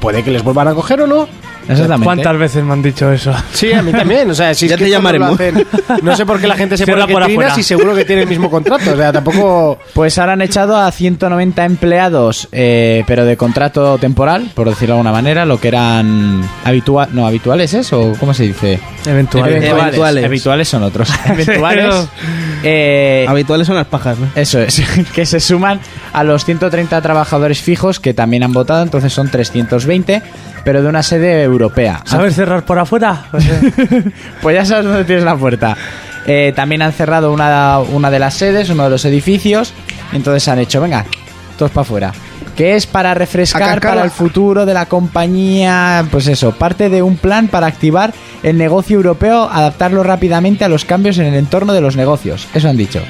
[SPEAKER 2] puede que les vuelvan a coger o no.
[SPEAKER 4] Exactamente.
[SPEAKER 7] ¿Cuántas veces me han dicho eso?
[SPEAKER 2] Sí, a mí también. O sea, si es
[SPEAKER 5] Ya
[SPEAKER 2] que
[SPEAKER 5] te
[SPEAKER 2] esto no lo
[SPEAKER 5] llamaremos.
[SPEAKER 2] hacen- No sé por qué la gente se
[SPEAKER 7] Cierra
[SPEAKER 2] pone que
[SPEAKER 7] por
[SPEAKER 2] trina
[SPEAKER 7] afuera.
[SPEAKER 2] si seguro que tiene el mismo contrato. O sea, tampoco.
[SPEAKER 4] Pues ahora han echado a 190 empleados, eh, pero de contrato temporal, por decirlo de alguna manera, lo que eran habitual, no habituales, ¿es? ¿O cómo se dice?
[SPEAKER 7] Eventualmente.
[SPEAKER 5] Eventuales.
[SPEAKER 4] Eh, Habituales son otros. Eventuales. eh,
[SPEAKER 5] Habituales son las pajas, ¿no?
[SPEAKER 4] eso es, que se suman a los 130 trabajadores fijos que también han votado, entonces son 320, pero de una sede europea.
[SPEAKER 7] ¿Sabes cerrar por afuera? Pues, eh,
[SPEAKER 4] Pues ya sabes dónde tienes la puerta. Eh, también han cerrado una, una de las sedes, uno de los edificios. Entonces han hecho, venga, todos para afuera. Que es para
[SPEAKER 5] A
[SPEAKER 4] refrescar
[SPEAKER 5] cascarla.
[SPEAKER 4] para el futuro de la compañía, pues eso, parte de un plan para activar el negocio europeo, adaptarlo rápidamente a los cambios en el entorno de los negocios. Eso han dicho.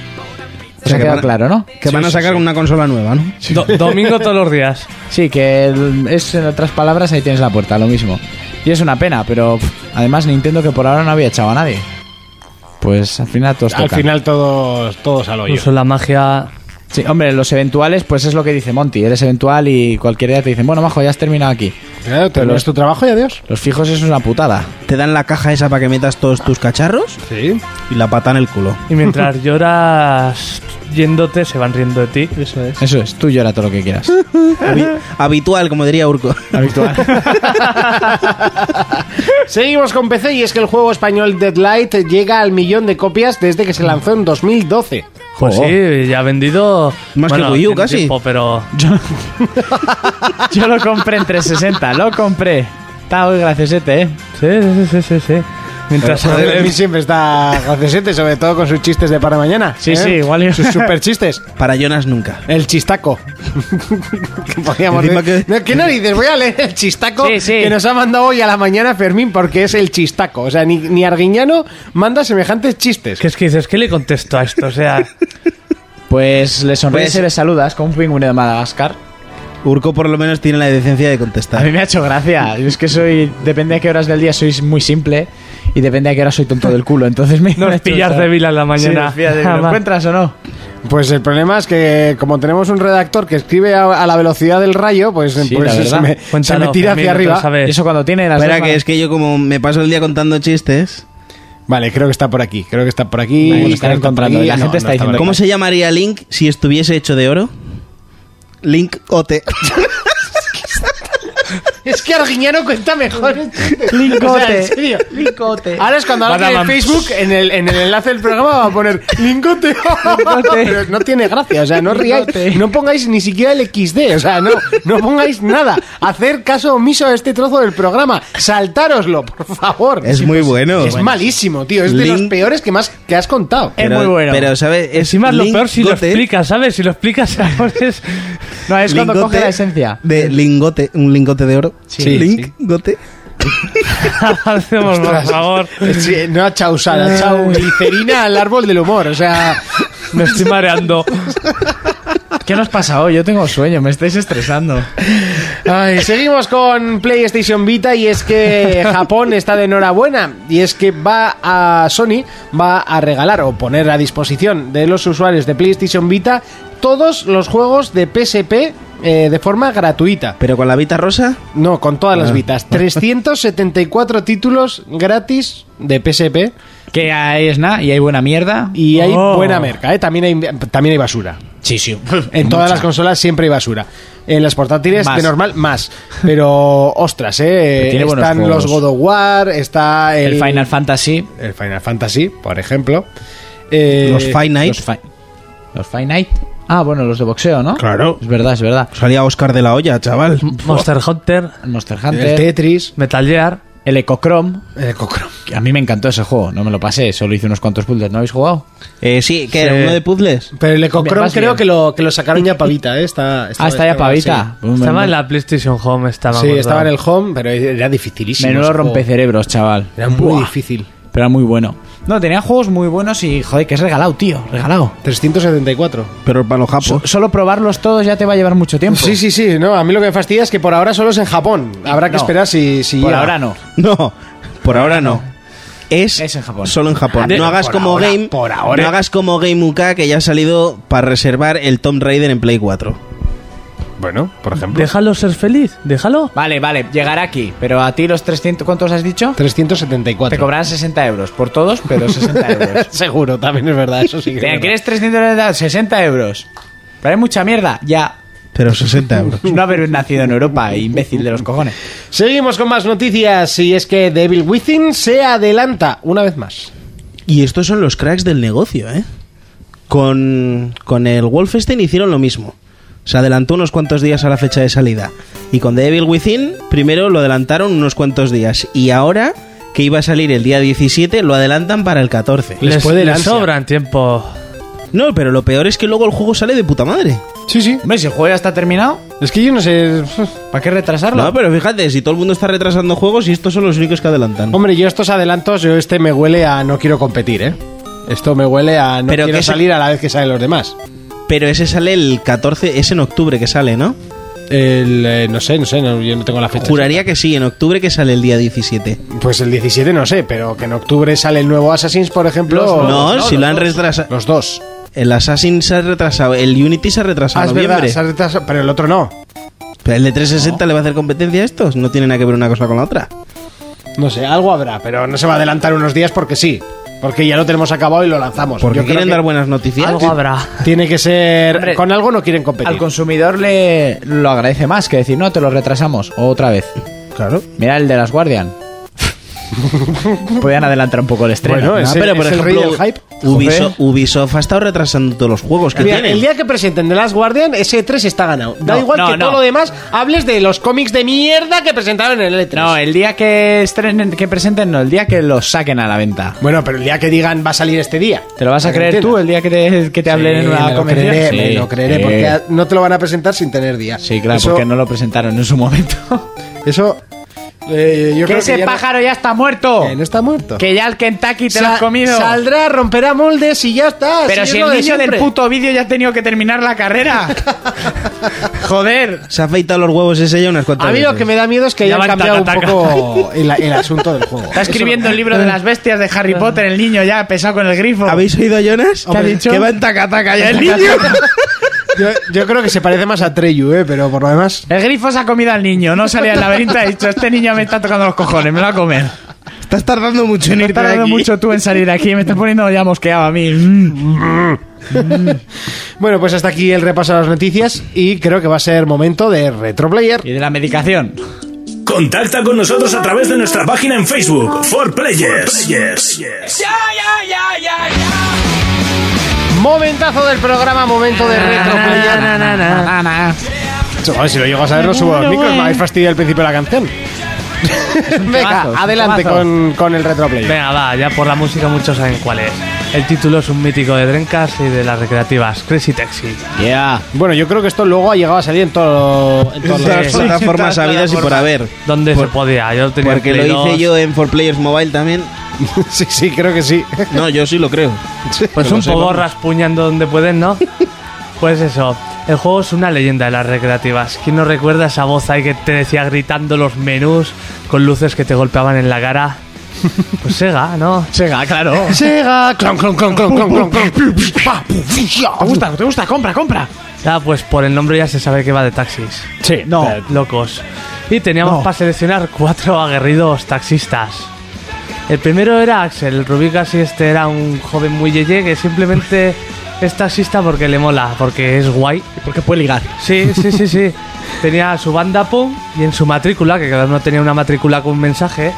[SPEAKER 4] Pues ha
[SPEAKER 5] que
[SPEAKER 4] quedado
[SPEAKER 5] van a-
[SPEAKER 4] claro, ¿no?
[SPEAKER 5] Que van a sacar una consola nueva, ¿no?
[SPEAKER 7] do- domingo todos los días.
[SPEAKER 4] Sí, que el- es en otras palabras, ahí tienes la puerta, lo mismo. Y es una pena, pero pff, además Nintendo que por ahora no había echado a nadie. pues al final todos
[SPEAKER 2] Al
[SPEAKER 4] tocan.
[SPEAKER 2] final todos, todos al hoyo.
[SPEAKER 7] Incluso la magia
[SPEAKER 4] Sí, hombre, los eventuales, pues es lo que dice Monty. Eres eventual y cualquier día te dicen, bueno, majo, ya has terminado aquí.
[SPEAKER 2] Claro, terminas tu trabajo y adiós.
[SPEAKER 4] Los fijos es una putada.
[SPEAKER 5] Te dan la caja esa para que metas todos tus cacharros
[SPEAKER 2] Sí.
[SPEAKER 5] y la pata en el culo.
[SPEAKER 7] y mientras lloras yéndote se van riendo de ti. Eso es.
[SPEAKER 4] Eso es, tú llora todo lo que quieras.
[SPEAKER 5] Habi- habitual, como diría Urco.
[SPEAKER 4] Habitual.
[SPEAKER 8] Seguimos con PC y es que el juego español Deadlight llega al millón de copias desde que se lanzó en 2012.
[SPEAKER 7] Pues sí, ya ha vendido
[SPEAKER 5] Más que
[SPEAKER 7] bueno,
[SPEAKER 5] Wii U,
[SPEAKER 7] tiene
[SPEAKER 5] casi.
[SPEAKER 7] tiempo, pero
[SPEAKER 4] Yo lo compré en 360, lo compré. Está muy graciosete, ¿eh?
[SPEAKER 7] sí, sí, sí, sí, sí. Mientras
[SPEAKER 2] A mí siempre está graciosete, sobre todo con sus chistes de para mañana. ¿eh?
[SPEAKER 4] Sí, sí, igual yo-
[SPEAKER 2] Sus super chistes.
[SPEAKER 5] Para Jonas nunca.
[SPEAKER 2] El chistaco. que podíamos
[SPEAKER 5] Encima
[SPEAKER 2] decir.
[SPEAKER 5] que-
[SPEAKER 2] No, ¿Qué narices? Voy a leer el chistaco
[SPEAKER 8] Sí, sí.
[SPEAKER 2] que nos ha mandado hoy a la mañana Fermín porque es el chistaco. O sea, ni, ni Arguiñano manda semejantes chistes.
[SPEAKER 7] ¿Qué es que dices? ¿Qué le contesto a esto? O sea,
[SPEAKER 4] Pues le sonríes
[SPEAKER 5] Pues-
[SPEAKER 4] y le saludas como un pingüino de Madagascar.
[SPEAKER 5] Urco por lo menos tiene la decencia de
[SPEAKER 4] A mí
[SPEAKER 5] contestar.
[SPEAKER 4] me ha hecho gracia. Yo Es que soy. Depende a qué horas del día sois muy simple y depende a qué hora soy tonto del culo. Entonces me.
[SPEAKER 7] Nos
[SPEAKER 4] me ha hecho
[SPEAKER 7] pillas
[SPEAKER 4] gracia.
[SPEAKER 7] de vila en la
[SPEAKER 4] Sí,
[SPEAKER 7] mañana.
[SPEAKER 4] nos pillas de vila. ¿Lo
[SPEAKER 7] Jamás.
[SPEAKER 4] encuentras o no?
[SPEAKER 2] Pues el problema es que como tenemos un redactor que escribe a, a la velocidad del rayo, pues,
[SPEAKER 4] Sí,
[SPEAKER 2] pues
[SPEAKER 4] la
[SPEAKER 2] se,
[SPEAKER 4] verdad.
[SPEAKER 2] me,
[SPEAKER 7] Cuéntalo,
[SPEAKER 2] se me tira hacia
[SPEAKER 7] Fermín,
[SPEAKER 2] arriba.
[SPEAKER 7] entonces, a ver.
[SPEAKER 4] Eso cuando tiene las.
[SPEAKER 5] Espera,
[SPEAKER 4] dos
[SPEAKER 5] que
[SPEAKER 4] manos-
[SPEAKER 5] es que yo como me paso el día contando chistes.
[SPEAKER 2] Vale, creo que está por aquí. Creo que está por aquí.
[SPEAKER 4] Vamos a
[SPEAKER 2] creo
[SPEAKER 4] estar
[SPEAKER 2] que está por
[SPEAKER 4] encontrando,
[SPEAKER 2] aquí.
[SPEAKER 4] la
[SPEAKER 2] Ah,
[SPEAKER 4] gente está
[SPEAKER 2] por
[SPEAKER 4] diciendo,
[SPEAKER 2] aquí.
[SPEAKER 5] ¿Cómo se llamaría Link si estuviese hecho de oro? Link OT.
[SPEAKER 8] Es que Arguiñano cuenta mejor.
[SPEAKER 2] O sea, en serio. Ahora es cuando alguien en
[SPEAKER 7] Badabam.
[SPEAKER 2] Facebook, en el, en el enlace del programa, va a poner lingote. Pero no tiene gracia, o sea, no
[SPEAKER 4] Lingote.
[SPEAKER 2] ríais. No pongáis ni siquiera el XD, o sea, no, no pongáis nada. Hacer caso omiso a este trozo del programa. Saltároslo, por favor.
[SPEAKER 5] Es muy bueno.
[SPEAKER 2] Es malísimo, tío. Es de los
[SPEAKER 5] Link-
[SPEAKER 2] peores que más que has contado.
[SPEAKER 4] Es muy bueno.
[SPEAKER 5] Pero, ¿sabes? Es
[SPEAKER 7] encima es lo
[SPEAKER 5] Link
[SPEAKER 7] peor si lo
[SPEAKER 5] Gote,
[SPEAKER 7] explicas, ¿sabes? Si lo explicas ahora es...
[SPEAKER 4] No, es cuando
[SPEAKER 5] lingote
[SPEAKER 4] coge la esencia.
[SPEAKER 5] De lingote, un lingote de oro.
[SPEAKER 2] Sí,
[SPEAKER 5] Link Gote.
[SPEAKER 7] Hacemos, por favor.
[SPEAKER 2] Sí, no a chausar, a chau glicerina al árbol del humor, o sea.
[SPEAKER 7] Me estoy mareando.
[SPEAKER 4] ¿Qué nos pasa hoy? Yo tengo sueño, me estáis estresando.
[SPEAKER 8] Ay, seguimos con PlayStation Vita y es que Japón está de enhorabuena y es que va a Sony va a regalar o poner a disposición de los usuarios de PlayStation Vita todos los juegos de PSP eh, de forma gratuita.
[SPEAKER 5] Pero con la vita rosa.
[SPEAKER 8] No, con todas las Vitas. 374 títulos gratis de PSP
[SPEAKER 4] Que ahí es nada y hay buena mierda.
[SPEAKER 8] y hay
[SPEAKER 7] Oh.
[SPEAKER 8] buena merca, ¿eh? también hay también hay basura.
[SPEAKER 4] Sí, sí.
[SPEAKER 8] En todas las consolas siempre hay basura. En las portátiles,
[SPEAKER 4] Más.
[SPEAKER 8] de normal, más. Pero, ostras, ¿eh?
[SPEAKER 4] Pero tiene buenos
[SPEAKER 8] Están
[SPEAKER 4] juegos.
[SPEAKER 8] los God of War, está el,
[SPEAKER 4] El Final Fantasy.
[SPEAKER 8] el Final Fantasy, por ejemplo. Eh,
[SPEAKER 5] Los Finite.
[SPEAKER 4] Los, fi- los Finite. Ah, bueno, los de boxeo, ¿no?
[SPEAKER 5] Claro.
[SPEAKER 4] Es verdad, es verdad.
[SPEAKER 5] Salía Oscar de la olla, chaval.
[SPEAKER 7] Mm. Monster Hunter,
[SPEAKER 4] El Monster
[SPEAKER 8] el
[SPEAKER 4] Hunter.
[SPEAKER 8] Tetris,
[SPEAKER 7] Metal Gear.
[SPEAKER 4] El Ecochrome.
[SPEAKER 8] el Cocro.
[SPEAKER 4] que A mí me encantó ese juego. No me lo pasé. Solo hice unos cuantos puzzles. ¿No habéis jugado?
[SPEAKER 5] Eh, sí, que era
[SPEAKER 7] Sí.
[SPEAKER 5] uno de puzzles.
[SPEAKER 8] Pero el Ecocron
[SPEAKER 4] Vas bien.
[SPEAKER 8] creo que lo, que lo sacaron ya pavita, ¿eh? Está,
[SPEAKER 4] ah, está ya pavita. Pues,
[SPEAKER 7] Estaba
[SPEAKER 4] men-
[SPEAKER 7] en la PlayStation Home, estaba.
[SPEAKER 8] Sí,
[SPEAKER 7] gordo.
[SPEAKER 8] estaba en el home, pero era dificilísimo.
[SPEAKER 4] Menudo
[SPEAKER 8] ese juego.
[SPEAKER 4] rompecerebros, chaval.
[SPEAKER 8] Era muy
[SPEAKER 4] Buah,
[SPEAKER 8] difícil.
[SPEAKER 4] Pero era muy bueno. No, tenía juegos muy buenos y, joder, que es regalado, tío. Regalado.
[SPEAKER 8] 374.
[SPEAKER 5] Pero para los
[SPEAKER 4] So-
[SPEAKER 5] japos.
[SPEAKER 4] solo probarlos todos ya te va a llevar mucho tiempo.
[SPEAKER 8] Sí, sí, sí. No, a mí lo que me fastidia es que por ahora solo es en Japón. Habrá que
[SPEAKER 4] No.
[SPEAKER 8] esperar si, si
[SPEAKER 4] Por
[SPEAKER 8] llega.
[SPEAKER 4] ahora no.
[SPEAKER 5] No, por ahora no. Es,
[SPEAKER 4] Es en Japón.
[SPEAKER 5] solo en Japón.
[SPEAKER 7] De-
[SPEAKER 5] no hagas
[SPEAKER 7] Ah, por
[SPEAKER 5] como
[SPEAKER 7] ahora,
[SPEAKER 5] Game.
[SPEAKER 7] por ahora.
[SPEAKER 5] No hagas como Game UK que ya ha salido para reservar el Tomb Raider en Play 4.
[SPEAKER 2] Bueno, por ejemplo.
[SPEAKER 7] Déjalo ser feliz, déjalo.
[SPEAKER 4] Vale, vale, llegará aquí. Pero a ti los 300, ¿cuántos has dicho? Te
[SPEAKER 2] 374.
[SPEAKER 4] cobrarán 60 euros por todos, pero 60 euros.
[SPEAKER 2] Seguro, también es verdad, eso sí. que es
[SPEAKER 4] Te
[SPEAKER 2] verdad.
[SPEAKER 4] ¿Quieres 360 60 euros? Pero hay mucha mierda. Ya.
[SPEAKER 5] Pero 60 euros.
[SPEAKER 4] No haber nacido en Europa, imbécil de los cojones.
[SPEAKER 8] Seguimos con más noticias y es que Devil Within se adelanta una vez más.
[SPEAKER 5] Y estos son los cracks del negocio, ¿eh? Con, con el Wolfenstein hicieron lo mismo. Se adelantó unos cuantos días a la fecha de salida. Y con The Devil Within, primero lo adelantaron unos cuantos días. Y ahora, que iba a salir el día 17, lo adelantan para el 14.
[SPEAKER 7] Les,
[SPEAKER 8] puede el
[SPEAKER 7] les
[SPEAKER 8] ansia.
[SPEAKER 7] sobran tiempo.
[SPEAKER 5] No, pero lo peor es que luego el juego sale de puta madre.
[SPEAKER 2] Sí, sí.
[SPEAKER 4] Hombre, si el juego ya está terminado,
[SPEAKER 2] Es que yo no sé.
[SPEAKER 4] ¿para qué retrasarlo?
[SPEAKER 5] No, pero fíjate, si todo el mundo está retrasando juegos y estos son los únicos que adelantan.
[SPEAKER 2] Hombre, yo estos adelantos, yo este me huele a no quiero competir, ¿eh? Esto me huele a no
[SPEAKER 5] Pero
[SPEAKER 2] quiero
[SPEAKER 5] que se-
[SPEAKER 2] salir a la vez que salen los demás.
[SPEAKER 5] Pero ese sale el 14, es en octubre que sale, ¿no?
[SPEAKER 2] El, eh, no sé, no sé, no- yo no tengo la fecha.
[SPEAKER 5] Juraría que sí, en octubre que sale el día 17.
[SPEAKER 2] Pues el 17 no sé, pero que en octubre sale el nuevo Assassin's, por ejemplo.
[SPEAKER 5] No, si lo han retrasado.
[SPEAKER 2] Los dos.
[SPEAKER 5] El Assassin se ha retrasado, el Unity se ha retrasado
[SPEAKER 2] Ah,
[SPEAKER 5] a
[SPEAKER 2] es verdad,
[SPEAKER 5] noviembre.
[SPEAKER 2] se ha retrasado, pero el otro no.
[SPEAKER 5] ¿Pero el de 360 le va a hacer competencia a estos? No tiene nada que ver una cosa con la otra.
[SPEAKER 2] No sé, algo habrá, pero no se va a adelantar unos días porque sí. Porque ya lo tenemos acabado y lo lanzamos.
[SPEAKER 5] Porque
[SPEAKER 2] Yo creo
[SPEAKER 5] quieren
[SPEAKER 2] que
[SPEAKER 5] dar buenas noticias.
[SPEAKER 7] Algo habrá.
[SPEAKER 2] Tiene que ser.
[SPEAKER 4] Hombre,
[SPEAKER 2] con algo no quieren competir.
[SPEAKER 4] Al consumidor le lo agradece más que decir, no, te lo retrasamos otra vez.
[SPEAKER 2] Claro.
[SPEAKER 4] Mira el de las Guardian. Podían adelantar un poco el estreno.
[SPEAKER 2] Bueno,
[SPEAKER 4] ¿no?
[SPEAKER 2] ese-
[SPEAKER 4] pero
[SPEAKER 2] es
[SPEAKER 4] por
[SPEAKER 2] el rey
[SPEAKER 4] ejemplo,
[SPEAKER 2] del hype.
[SPEAKER 5] Ubisoft, Ubisoft ha estado retrasando todos los juegos que
[SPEAKER 2] Mira,
[SPEAKER 5] tienen.
[SPEAKER 2] el día que presenten The Last Guardian, ese 3 está ganado. Da
[SPEAKER 4] No,
[SPEAKER 2] igual
[SPEAKER 4] no,
[SPEAKER 2] que
[SPEAKER 4] no.
[SPEAKER 2] todo lo demás hables de los cómics de mierda que presentaron en el E E3.
[SPEAKER 4] No, el día que estrenen, que presenten, no, el día que los saquen a la venta.
[SPEAKER 2] Bueno, pero el día que digan va a salir este día.
[SPEAKER 4] ¿Te lo vas a creer tú el día que te, que te hablen en
[SPEAKER 2] me
[SPEAKER 4] una
[SPEAKER 2] lo
[SPEAKER 4] convención?
[SPEAKER 2] creeré, me
[SPEAKER 4] Sí,
[SPEAKER 2] lo creeré,
[SPEAKER 4] sí.
[SPEAKER 2] porque a- no te lo van a presentar sin tener día.
[SPEAKER 4] Sí, claro,
[SPEAKER 2] eso,
[SPEAKER 4] porque no lo presentaron en su momento.
[SPEAKER 2] Eso. eh, yo creo que ya no-
[SPEAKER 4] ya está muerto!
[SPEAKER 2] que no está muerto.
[SPEAKER 4] ¡Que ya el Kentucky
[SPEAKER 2] Sa- Saldrá, romperá moldes y ya está. es lo de siempre.
[SPEAKER 4] vídeo ya ha tenido que terminar la carrera. ¡Joder!
[SPEAKER 5] Se ha afeitado los huevos ese ya unas cuantas
[SPEAKER 2] A mí lo
[SPEAKER 5] veces.
[SPEAKER 2] que me da miedo es que
[SPEAKER 7] Ya
[SPEAKER 2] hayan
[SPEAKER 7] van,
[SPEAKER 2] cambiado
[SPEAKER 7] taca,
[SPEAKER 2] un poco el, el asunto del juego.
[SPEAKER 4] Está escribiendo el libro de las bestias de Harry Potter, el niño ya pesado con el grifo.
[SPEAKER 5] ¿Habéis oído a Jonas?
[SPEAKER 4] ha dicho?
[SPEAKER 5] Que va en taca taca ya el niño.
[SPEAKER 2] Yo, yo creo que se parece más a Treyu, ¿eh? pero por lo demás.
[SPEAKER 4] El grifo se ha comido al niño, no salía del laberinto y ha dicho, este niño me está tocando los cojones, me lo va a comer.
[SPEAKER 5] Estás tardando mucho en
[SPEAKER 4] Me
[SPEAKER 5] irte
[SPEAKER 4] está
[SPEAKER 5] de
[SPEAKER 4] tardando
[SPEAKER 5] aquí.
[SPEAKER 4] mucho tú en salir de aquí, me estás poniendo ya mosqueado a mí. Mm.
[SPEAKER 2] Bueno, pues hasta aquí el repaso de las noticias y creo que va a ser momento de Retroplayer.
[SPEAKER 4] ¿Y de la medicación?
[SPEAKER 1] Contacta con nosotros a través de nuestra página en Facebook, For Players.
[SPEAKER 2] Momentazo del programa, momento de
[SPEAKER 4] pues
[SPEAKER 2] Retroplayer. Joder, si lo llego a saber, no subo los micros. Me habéis fastidiado el principio de la canción.
[SPEAKER 4] temazo, es
[SPEAKER 2] Venga,
[SPEAKER 4] un
[SPEAKER 2] adelante
[SPEAKER 4] temazo.
[SPEAKER 2] con, con el Retroplayer.
[SPEAKER 7] Venga, va, ya por la música muchos saben cuál es. El título es un mítico de Drencas y de las recreativas, Crazy Taxi.
[SPEAKER 4] Yeah.
[SPEAKER 2] Bueno, yo creo que esto luego ha llegado a salir en todo. En todos
[SPEAKER 5] Todas
[SPEAKER 2] los-
[SPEAKER 5] las plataformas habidas y por haber.
[SPEAKER 7] ¿Dónde se podía? Yo tenía
[SPEAKER 5] Porque
[SPEAKER 7] Play
[SPEAKER 5] lo
[SPEAKER 7] 2.
[SPEAKER 5] hice yo en 4Players Mobile también.
[SPEAKER 2] sí, sí, creo que sí.
[SPEAKER 5] No, yo sí lo creo.
[SPEAKER 7] Pues
[SPEAKER 5] Que lo
[SPEAKER 7] un poco
[SPEAKER 5] sepan.
[SPEAKER 7] raspuñando donde pueden, ¿no? Pues eso, el juego es una leyenda de las recreativas. ¿Quién no recuerda esa voz ahí que te decía gritando los menús con luces que te golpeaban en la cara? Pues Sega, ¿no?
[SPEAKER 4] Sega, claro.
[SPEAKER 2] Sega, clon, clon, clon, clon, clon, clon, clon. Pa, pu, fu, ya.
[SPEAKER 4] ¿Te gusta? ¿Te gusta? Compra, compra.
[SPEAKER 7] Ya, pues por el nombre ya se sabe que va de taxis. Eh,
[SPEAKER 4] Sí, no.
[SPEAKER 7] Locos. Y teníamos
[SPEAKER 4] No.
[SPEAKER 7] para seleccionar cuatro aguerridos taxistas. El primero era Axel, el Rubicas y este era un joven muy yeye que simplemente es taxista porque le mola, porque es guay
[SPEAKER 4] Porque puede ligar.
[SPEAKER 7] Sí, sí, sí, sí. Tenía su banda pum y en su matrícula, que cada uno tenía una matrícula con un mensaje,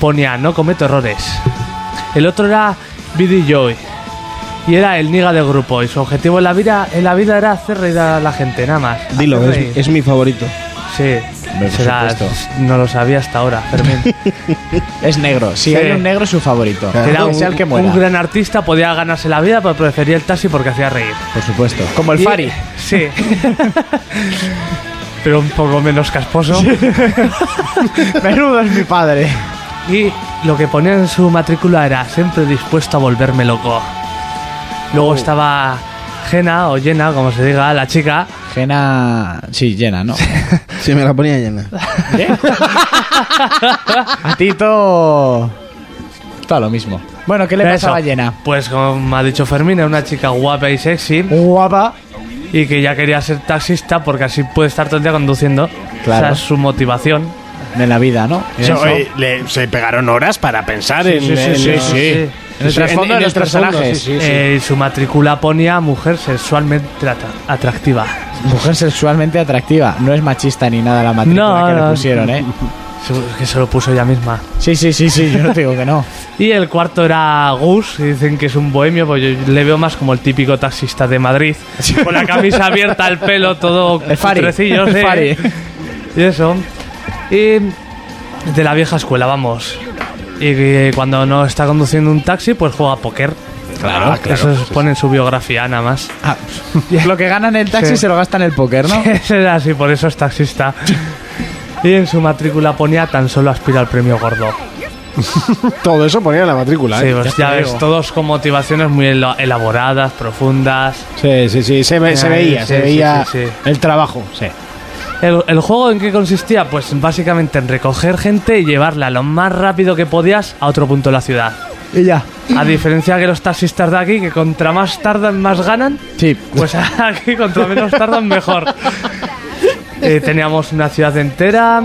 [SPEAKER 7] ponía no cometo errores. El otro era Biddy Joy y era el niga del grupo y su objetivo en la vida, en la vida era hacer reír a la gente, nada más.
[SPEAKER 5] Dilo,
[SPEAKER 7] Hacer
[SPEAKER 5] es,
[SPEAKER 7] reír.
[SPEAKER 5] es mi favorito.
[SPEAKER 7] Sí,
[SPEAKER 4] Hombre, por
[SPEAKER 7] Será-
[SPEAKER 4] supuesto.
[SPEAKER 7] no lo sabía hasta ahora, Fermín.
[SPEAKER 4] Es negro. Si
[SPEAKER 7] Sí.
[SPEAKER 4] hay un negro, es su favorito.
[SPEAKER 7] Era
[SPEAKER 4] pues Sea
[SPEAKER 7] un,
[SPEAKER 4] el que
[SPEAKER 7] un
[SPEAKER 4] muera.
[SPEAKER 7] gran artista, podía ganarse la vida, pero prefería el taxi porque hacía reír.
[SPEAKER 4] Por supuesto. Como el
[SPEAKER 7] Y-
[SPEAKER 4] Fari.
[SPEAKER 7] Sí. pero un poco menos casposo.
[SPEAKER 4] Menudo es mi padre.
[SPEAKER 7] Y lo que ponía en su matrícula era siempre dispuesto a volverme loco. Luego estaba Jena o Jena, como se diga, la chica.
[SPEAKER 4] Jena. Sí, llena, ¿no?
[SPEAKER 5] Si me la ponía llena.
[SPEAKER 4] A Tito. Está lo mismo. Bueno, ¿qué le pasaba a
[SPEAKER 7] Eso.
[SPEAKER 4] llena?
[SPEAKER 7] Pues como ha dicho Fermín, era una chica guapa y sexy
[SPEAKER 4] Guapa.
[SPEAKER 7] y que ya quería ser taxista porque así puede estar todo el día conduciendo.
[SPEAKER 4] Claro.
[SPEAKER 7] Esa es su motivación.
[SPEAKER 4] De la vida, ¿no?
[SPEAKER 2] Eso,
[SPEAKER 4] Eso.
[SPEAKER 2] eh, le- se pegaron horas para pensar en, en- en-
[SPEAKER 4] En el trasfondo de los personajes.
[SPEAKER 2] sí, sí, sí.
[SPEAKER 7] Eh, y su matrícula ponía mujer sexualmente atra- atractiva.
[SPEAKER 4] Mujer sexualmente atractiva. No es machista ni nada la matrícula
[SPEAKER 7] No,
[SPEAKER 4] que le
[SPEAKER 7] no.
[SPEAKER 4] pusieron, ¿eh?
[SPEAKER 7] Su- Que se lo puso ella misma.
[SPEAKER 4] Sí, sí, sí, sí. Yo no te digo que no.
[SPEAKER 7] Y el cuarto era Gus, y dicen que es un bohemio, pues yo le veo más como el típico taxista de Madrid, con la camisa abierta, el pelo todo
[SPEAKER 4] El Fari.
[SPEAKER 7] cutrecillo,
[SPEAKER 4] El
[SPEAKER 7] sí.
[SPEAKER 4] Fari.
[SPEAKER 7] Y eso. Y de la vieja escuela, vamos. Y que cuando no está conduciendo un taxi, pues juega a póker.
[SPEAKER 4] Claro, Ah,
[SPEAKER 2] Ah,
[SPEAKER 4] claro,
[SPEAKER 7] Eso se pone en su biografía nada más.
[SPEAKER 4] Ah, lo que ganan el taxi
[SPEAKER 7] Sí.
[SPEAKER 4] se lo gastan en el póker, ¿no?
[SPEAKER 7] Será así, por eso es taxista. Y en su matrícula ponía tan solo aspira al premio gordo.
[SPEAKER 2] Todo eso ponía en la matrícula.
[SPEAKER 7] Sí,
[SPEAKER 2] ¿eh?
[SPEAKER 7] pues ya ves, todos con motivaciones muy elo- elaboradas, profundas.
[SPEAKER 2] Sí, sí, sí, se, ve- se
[SPEAKER 7] Ahí,
[SPEAKER 2] veía,
[SPEAKER 7] sí,
[SPEAKER 2] se
[SPEAKER 7] sí,
[SPEAKER 2] veía
[SPEAKER 7] sí, sí.
[SPEAKER 2] el trabajo. Sí.
[SPEAKER 7] El, el juego en qué consistía? Pues básicamente en recoger gente y llevarla lo más rápido que podías a otro punto de la ciudad.
[SPEAKER 4] Y ya.
[SPEAKER 7] A diferencia que los taxistas de aquí, que contra más tardan, más ganan.
[SPEAKER 4] Sí.
[SPEAKER 7] Pues aquí contra menos tardan mejor. Eh, teníamos una ciudad entera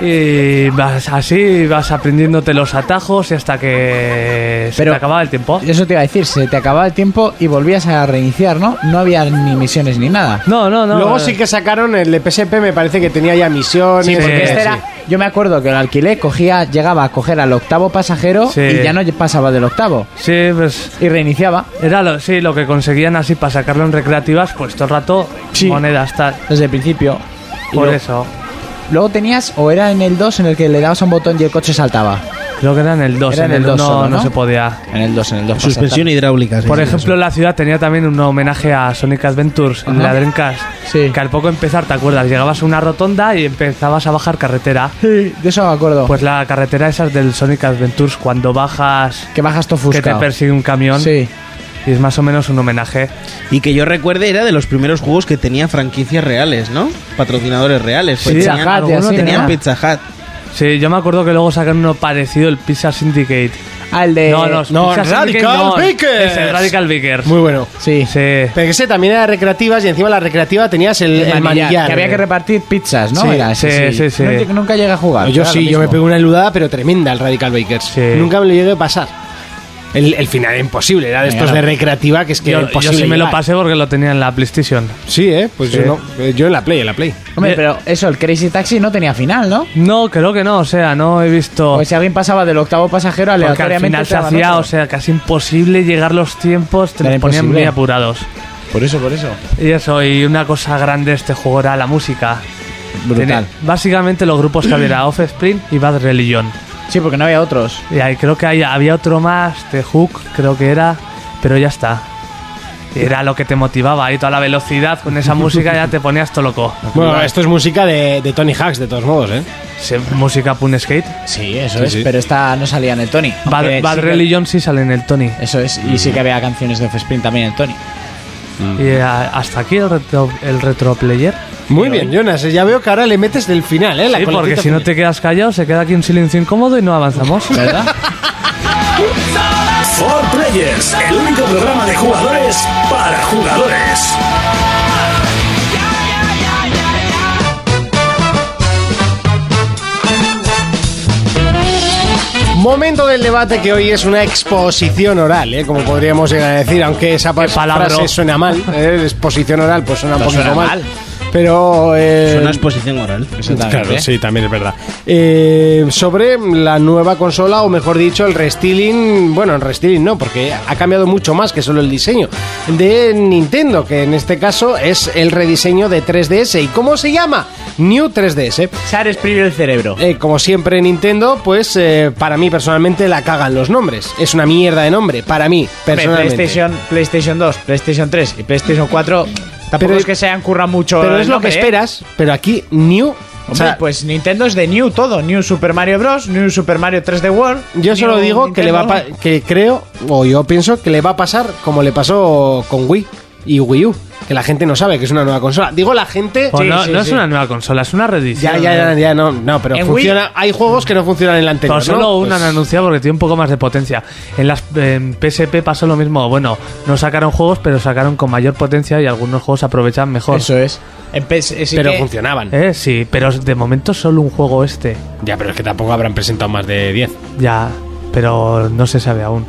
[SPEAKER 7] y vas así, vas aprendiéndote los atajos y hasta que se
[SPEAKER 4] Pero-
[SPEAKER 7] te acababa el tiempo.
[SPEAKER 4] Eso te iba a decir, se te acababa el tiempo y volvías a reiniciar, ¿no? No había ni misiones ni nada.
[SPEAKER 7] No, no, no.
[SPEAKER 2] Luego sí que sacaron el de PSP, me parece que tenía ya misiones.
[SPEAKER 7] Sí,
[SPEAKER 4] Porque
[SPEAKER 2] porque
[SPEAKER 4] este
[SPEAKER 2] sí.
[SPEAKER 4] era, yo me acuerdo que lo alquilé, cogía, llegaba a coger al octavo pasajero
[SPEAKER 7] Sí.
[SPEAKER 4] y ya no pasaba del octavo.
[SPEAKER 7] Sí, pues
[SPEAKER 4] Y reiniciaba.
[SPEAKER 7] era lo, sí, lo que conseguían así para sacarlo en recreativas, pues todo el rato
[SPEAKER 4] Sí.
[SPEAKER 7] monedas, tal.
[SPEAKER 4] Desde el principio. Y
[SPEAKER 7] Por
[SPEAKER 4] lo-
[SPEAKER 7] eso.
[SPEAKER 4] Luego tenías, o era en el 2 en el que le dabas a un botón y el coche saltaba.
[SPEAKER 7] Creo que era en el 2,
[SPEAKER 4] Era
[SPEAKER 7] en
[SPEAKER 4] en
[SPEAKER 7] el
[SPEAKER 4] el
[SPEAKER 7] 1
[SPEAKER 4] dos solo,
[SPEAKER 7] no,
[SPEAKER 4] ¿no?
[SPEAKER 7] se podía.
[SPEAKER 4] En el 2, en el 2.
[SPEAKER 5] Suspensión hidráulica. sí,
[SPEAKER 7] Por
[SPEAKER 5] sí,
[SPEAKER 7] ejemplo, la ciudad tenía también un homenaje a Sonic Adventures, en la Dreamcast.
[SPEAKER 4] Sí.
[SPEAKER 7] Que al poco empezar, ¿te acuerdas? Llegabas a una rotonda y empezabas a bajar carretera.
[SPEAKER 4] Sí, de eso me acuerdo.
[SPEAKER 7] Pues la carretera esa es del Sonic Adventures, cuando bajas,
[SPEAKER 4] que bajas todo
[SPEAKER 7] que te
[SPEAKER 4] ofuscado.
[SPEAKER 7] persigue un camión.
[SPEAKER 4] Sí.
[SPEAKER 7] Y es más o menos un homenaje.
[SPEAKER 5] Y que yo recuerde era de los primeros juegos que tenía franquicias reales, ¿no? Patrocinadores reales.
[SPEAKER 7] Sí,
[SPEAKER 5] Pues
[SPEAKER 4] Pizza
[SPEAKER 5] tenían,
[SPEAKER 4] Hut y así,
[SPEAKER 5] tenían
[SPEAKER 4] ¿no?
[SPEAKER 5] Pizza Hut.
[SPEAKER 7] Sí, yo me acuerdo que luego sacaron uno parecido, el Pizza Syndicate.
[SPEAKER 4] Ah, el de...
[SPEAKER 7] no, no, es Pizza Syndicate,
[SPEAKER 2] Radical
[SPEAKER 7] no,
[SPEAKER 2] Bakers.
[SPEAKER 7] Es el Radical Bakers.
[SPEAKER 2] Muy bueno.
[SPEAKER 4] Sí.
[SPEAKER 7] Sí.
[SPEAKER 2] Pero ese también era de recreativas y encima la recreativa tenías el, el manillar.
[SPEAKER 4] Que había que repartir pizzas, ¿no?
[SPEAKER 2] Sí,
[SPEAKER 4] Era ese,
[SPEAKER 7] eh. sí, sí, sí.
[SPEAKER 4] No lle- nunca llegué a jugar.
[SPEAKER 2] yo
[SPEAKER 4] era
[SPEAKER 2] sí,
[SPEAKER 4] lo
[SPEAKER 2] yo me
[SPEAKER 4] mismo.
[SPEAKER 2] pego una eludada, pero tremenda el Radical Bakers.
[SPEAKER 7] Sí.
[SPEAKER 2] Nunca me lo llegué a pasar. El, el final era imposible, era de estos de recreativa que es que era
[SPEAKER 7] Yo, yo
[SPEAKER 2] imposible.
[SPEAKER 7] sí me lo
[SPEAKER 2] llegar.
[SPEAKER 7] pasé porque lo tenía en la PlayStation.
[SPEAKER 2] Sí, eh, pues
[SPEAKER 7] Sí.
[SPEAKER 2] yo no. eh, Yo en la Play, en la Play.
[SPEAKER 4] Hombre, pero eso, el Crazy Taxi no tenía final, ¿no?
[SPEAKER 7] No, creo que no, o sea, no he visto.
[SPEAKER 4] Pues si alguien pasaba del octavo pasajero
[SPEAKER 7] Porque al
[SPEAKER 4] aleatoriamente...
[SPEAKER 7] final se
[SPEAKER 4] te daban
[SPEAKER 7] hacía,
[SPEAKER 4] otro.
[SPEAKER 7] o sea, casi imposible llegar los tiempos, te
[SPEAKER 4] Era
[SPEAKER 7] los ponían
[SPEAKER 4] imposible.
[SPEAKER 7] muy apurados.
[SPEAKER 4] Por eso, por eso.
[SPEAKER 7] Y eso, y una cosa grande de este juego era la música.
[SPEAKER 4] Brutal.
[SPEAKER 7] Tenía básicamente los grupos que había era Offspring y Bad Religion.
[SPEAKER 4] Sí, porque no había otros.
[SPEAKER 7] Y ahí creo que hay- había otro más, The Hook, creo que era, pero ya está. Era lo que te motivaba, ahí toda la velocidad con esa música ya te ponías todo loco.
[SPEAKER 2] Bueno, esto es música de, de Tony Hawks, de todos modos, ¿eh?
[SPEAKER 7] Se- música Pun Skate.
[SPEAKER 4] Sí, eso
[SPEAKER 2] Sí,
[SPEAKER 4] es.
[SPEAKER 2] sí.
[SPEAKER 4] Pero esta no salía en el Tony.
[SPEAKER 7] Bad,
[SPEAKER 4] aunque
[SPEAKER 7] Bad
[SPEAKER 4] sí que-
[SPEAKER 7] Religion sí sale en el Tony.
[SPEAKER 4] Eso es. Y sí que había canciones de Offspring también en el Tony.
[SPEAKER 7] Y eh, hasta aquí el retro, el retro player.
[SPEAKER 2] Muy bien, Jonas. eh, Ya veo que ahora le metes del final, ¿eh? La
[SPEAKER 7] Sí, porque
[SPEAKER 2] coletita
[SPEAKER 7] si no
[SPEAKER 2] final.
[SPEAKER 7] te quedas callado, se queda aquí un silencio incómodo y no avanzamos.
[SPEAKER 4] ¿Verdad?
[SPEAKER 1] For Players, el único programa de jugadores para jugadores.
[SPEAKER 2] Momento del debate que hoy es una exposición oral, ¿eh? Como podríamos llegar a decir, aunque esa pa-
[SPEAKER 7] palabra.
[SPEAKER 2] frase suena mal. ¿eh? Exposición oral, pues suena un
[SPEAKER 4] No
[SPEAKER 2] poquito
[SPEAKER 4] suena
[SPEAKER 2] mal.
[SPEAKER 4] mal.
[SPEAKER 2] Pero. eh,
[SPEAKER 5] Es una exposición oral.
[SPEAKER 2] Claro,
[SPEAKER 4] ¿eh?
[SPEAKER 2] sí, también es verdad. Eh, sobre la nueva consola, o mejor dicho, el restyling. Bueno, el restyling no, porque ha cambiado mucho más que solo el diseño de Nintendo, que en este caso es el rediseño de 3DS. ¿Y cómo se llama? New 3DS.
[SPEAKER 4] Se ha exprimido el cerebro.
[SPEAKER 2] Eh, como siempre Nintendo, pues eh, para mí personalmente la cagan los nombres. Es una mierda de nombre, para mí, personalmente.
[SPEAKER 4] PlayStation, PlayStation 2, PlayStation 3 y PlayStation 4 tampoco
[SPEAKER 2] Pero-
[SPEAKER 4] es que se hayan currado mucho.
[SPEAKER 2] pero
[SPEAKER 4] el
[SPEAKER 2] es lo que
[SPEAKER 4] nombre, ¿eh?
[SPEAKER 2] esperas, pero aquí New... o
[SPEAKER 4] Hombre,
[SPEAKER 2] sea,
[SPEAKER 4] pues Nintendo es de New todo. New Super Mario Bros. New Super Mario 3D World.
[SPEAKER 2] yo solo
[SPEAKER 4] New
[SPEAKER 2] digo que le va a
[SPEAKER 4] Nintendo.
[SPEAKER 2] pa- que creo o yo pienso que le va a pasar como le pasó con Wii y Wii U, que la gente no sabe que es una nueva consola. Digo la gente
[SPEAKER 7] O Pues no
[SPEAKER 4] sí,
[SPEAKER 7] no
[SPEAKER 4] sí.
[SPEAKER 7] es una nueva consola, es una reedición.
[SPEAKER 2] ya ya ya, ya, no, no, pero
[SPEAKER 4] En
[SPEAKER 2] funciona, hay juegos que no funcionan en la anterior,
[SPEAKER 7] Pero solo
[SPEAKER 2] ¿no?
[SPEAKER 7] una
[SPEAKER 2] Pues-
[SPEAKER 7] han anunciado porque tiene un poco más de potencia. En las en PSP pasó lo mismo. Bueno, no sacaron juegos, pero sacaron con mayor potencia y algunos juegos aprovechan mejor.
[SPEAKER 4] Eso es. En PS- sí
[SPEAKER 2] pero
[SPEAKER 4] que-
[SPEAKER 2] funcionaban.
[SPEAKER 7] Eh, sí, pero de momento solo un juego este.
[SPEAKER 2] Ya, pero es que tampoco habrán presentado más de 10,
[SPEAKER 7] Ya, pero no se sabe aún.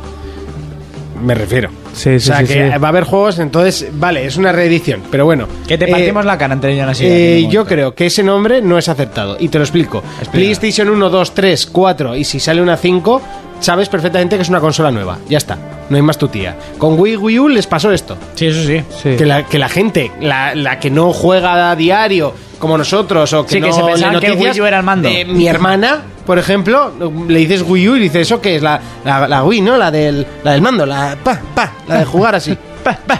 [SPEAKER 2] me refiero.
[SPEAKER 7] Sí,
[SPEAKER 2] O
[SPEAKER 7] sí,
[SPEAKER 2] sea,
[SPEAKER 7] sí.
[SPEAKER 2] que
[SPEAKER 7] sí.
[SPEAKER 2] va a haber juegos, entonces, vale, es una reedición, pero bueno.
[SPEAKER 4] Que te
[SPEAKER 2] Eh,
[SPEAKER 4] partimos la cara entre ellos así.
[SPEAKER 2] eh, yo creo que ese nombre no es aceptado, y te lo explico. PlayStation 1, 2, 3, 4, y si sale una 5, sabes perfectamente que es una consola nueva. Ya está, no hay más tu tía. Con Wii, Wii U les pasó esto.
[SPEAKER 4] Sí, eso sí.
[SPEAKER 7] Sí.
[SPEAKER 2] Que, la, que la gente, la, la que no juega a diario como nosotros o que
[SPEAKER 4] Sí, que
[SPEAKER 2] no
[SPEAKER 4] se
[SPEAKER 2] lee
[SPEAKER 4] pensaban que
[SPEAKER 2] noticias,
[SPEAKER 4] Wii U era el mando.
[SPEAKER 2] eh, mi hermana, por ejemplo, le dices Wii U y dice eso que es la, la, la Wii, ¿no? La del, la del mando, la pa, pa, la de jugar así.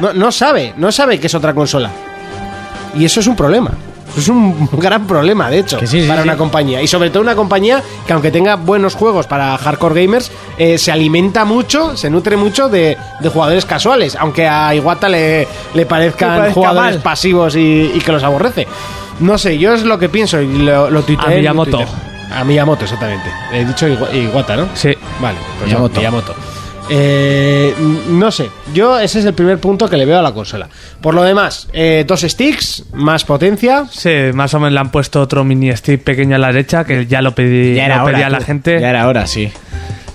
[SPEAKER 2] No, no sabe, no sabe que es otra consola. Y eso es un problema. Eso Es un gran problema, de hecho,
[SPEAKER 4] Que sí, sí,
[SPEAKER 2] para
[SPEAKER 4] sí.
[SPEAKER 2] una compañía. Y sobre todo una compañía que, aunque tenga buenos juegos para hardcore gamers, eh, se alimenta mucho, se nutre mucho de, de jugadores casuales. Aunque a Iwata le, le parezcan
[SPEAKER 4] parezca
[SPEAKER 2] jugadores
[SPEAKER 4] mal.
[SPEAKER 2] pasivos y, y que los aborrece. No sé, yo es lo que pienso y lo, lo tuiteé
[SPEAKER 7] A
[SPEAKER 2] en
[SPEAKER 7] Miyamoto.
[SPEAKER 2] Twitter. A Miyamoto, exactamente. He dicho Iwa- Iwata, ¿no?
[SPEAKER 7] Sí.
[SPEAKER 2] Vale, pues
[SPEAKER 4] Miyamoto.
[SPEAKER 2] Miyamoto. Eh, no sé, yo ese es el primer punto que le veo a la consola. Por lo demás, eh, dos sticks, más potencia.
[SPEAKER 7] Sí, más o menos le han puesto otro mini stick pequeño a la derecha que ya lo pedí, lo pedía a la
[SPEAKER 4] tú.
[SPEAKER 7] gente.
[SPEAKER 4] Ya era hora, sí.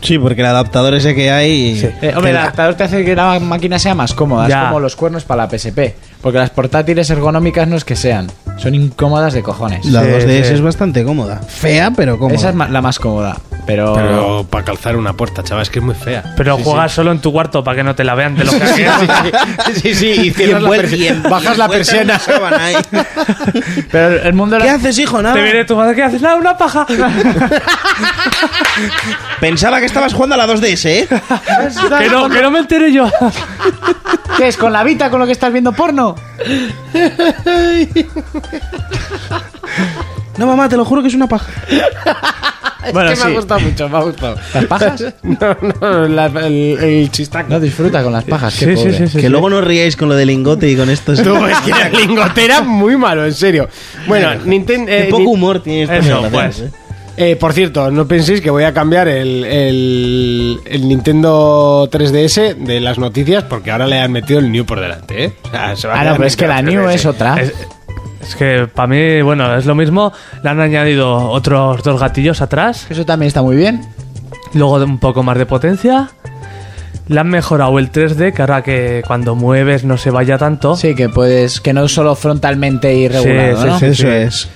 [SPEAKER 5] Sí, porque el adaptador ese que hay.
[SPEAKER 4] Eh, hombre, el adaptador te hace que la máquina sea más cómoda.
[SPEAKER 7] Ya.
[SPEAKER 4] Es como los cuernos para la PSP. Porque las portátiles ergonómicas no es que sean. Son incómodas de cojones.
[SPEAKER 5] La
[SPEAKER 7] Sí,
[SPEAKER 5] 2DS
[SPEAKER 7] sí.
[SPEAKER 5] es bastante cómoda. Fea, pero cómoda.
[SPEAKER 4] Esa es ma- la más cómoda. Pero,
[SPEAKER 2] Pero para calzar una puerta, chaval, es que es muy fea.
[SPEAKER 7] Pero juegas solo en tu cuarto para que no te la vean de lo que hacías.
[SPEAKER 2] sí, sí, y cierras la persi- bajas la persiana.
[SPEAKER 5] ¿eh?
[SPEAKER 4] pero el mundo...
[SPEAKER 5] ¿Qué
[SPEAKER 4] era-
[SPEAKER 5] haces, hijo?
[SPEAKER 7] Te
[SPEAKER 5] Nada.
[SPEAKER 7] viene tu madre, ¿qué haces? Nada, una paja.
[SPEAKER 5] Pensaba que estabas jugando a la 2DS, ¿eh?
[SPEAKER 7] que no, que no me entere yo.
[SPEAKER 4] ¿Qué es? ¿Con la Vita con lo que estás viendo porno?
[SPEAKER 5] No, mamá, te lo juro que es una paja.
[SPEAKER 4] bueno,
[SPEAKER 2] Es que me
[SPEAKER 4] sí.
[SPEAKER 2] ha gustado mucho, me ha gustado.
[SPEAKER 4] ¿Las pajas?
[SPEAKER 2] No, no, la- el, el chistaco.
[SPEAKER 4] No disfruta con las pajas, qué
[SPEAKER 7] Sí, sí,
[SPEAKER 4] pobre.
[SPEAKER 7] sí, sí.
[SPEAKER 5] Que luego no ríais con lo del lingote y con estos. ¿eh?
[SPEAKER 2] Tú, es que la lingotera muy malo, en serio. Bueno, eh, Nintendo.
[SPEAKER 5] Qué poco humor tiene esta
[SPEAKER 7] Eso,
[SPEAKER 5] generación,
[SPEAKER 7] pues.
[SPEAKER 5] ¿eh?
[SPEAKER 2] Eh, por cierto, no penséis que voy a cambiar el, el- el Nintendo 3DS de las noticias porque ahora le han metido el New por delante, ¿eh? O sea, se va a
[SPEAKER 4] Ah, no,
[SPEAKER 2] quedar
[SPEAKER 4] pero es que la
[SPEAKER 2] Nintendo
[SPEAKER 4] New
[SPEAKER 2] 3DS.
[SPEAKER 4] es otra.
[SPEAKER 7] Es, es que para mí, bueno, es lo mismo. Le han añadido otros dos gatillos atrás.
[SPEAKER 4] Eso también está muy bien.
[SPEAKER 7] Luego de un poco más de potencia. Le han mejorado el 3D, que ahora que cuando mueves no se vaya tanto.
[SPEAKER 4] Sí, que puedes... Que no solo frontalmente y regulado,
[SPEAKER 7] sí,
[SPEAKER 4] ¿no?
[SPEAKER 7] sí.
[SPEAKER 5] Eso es.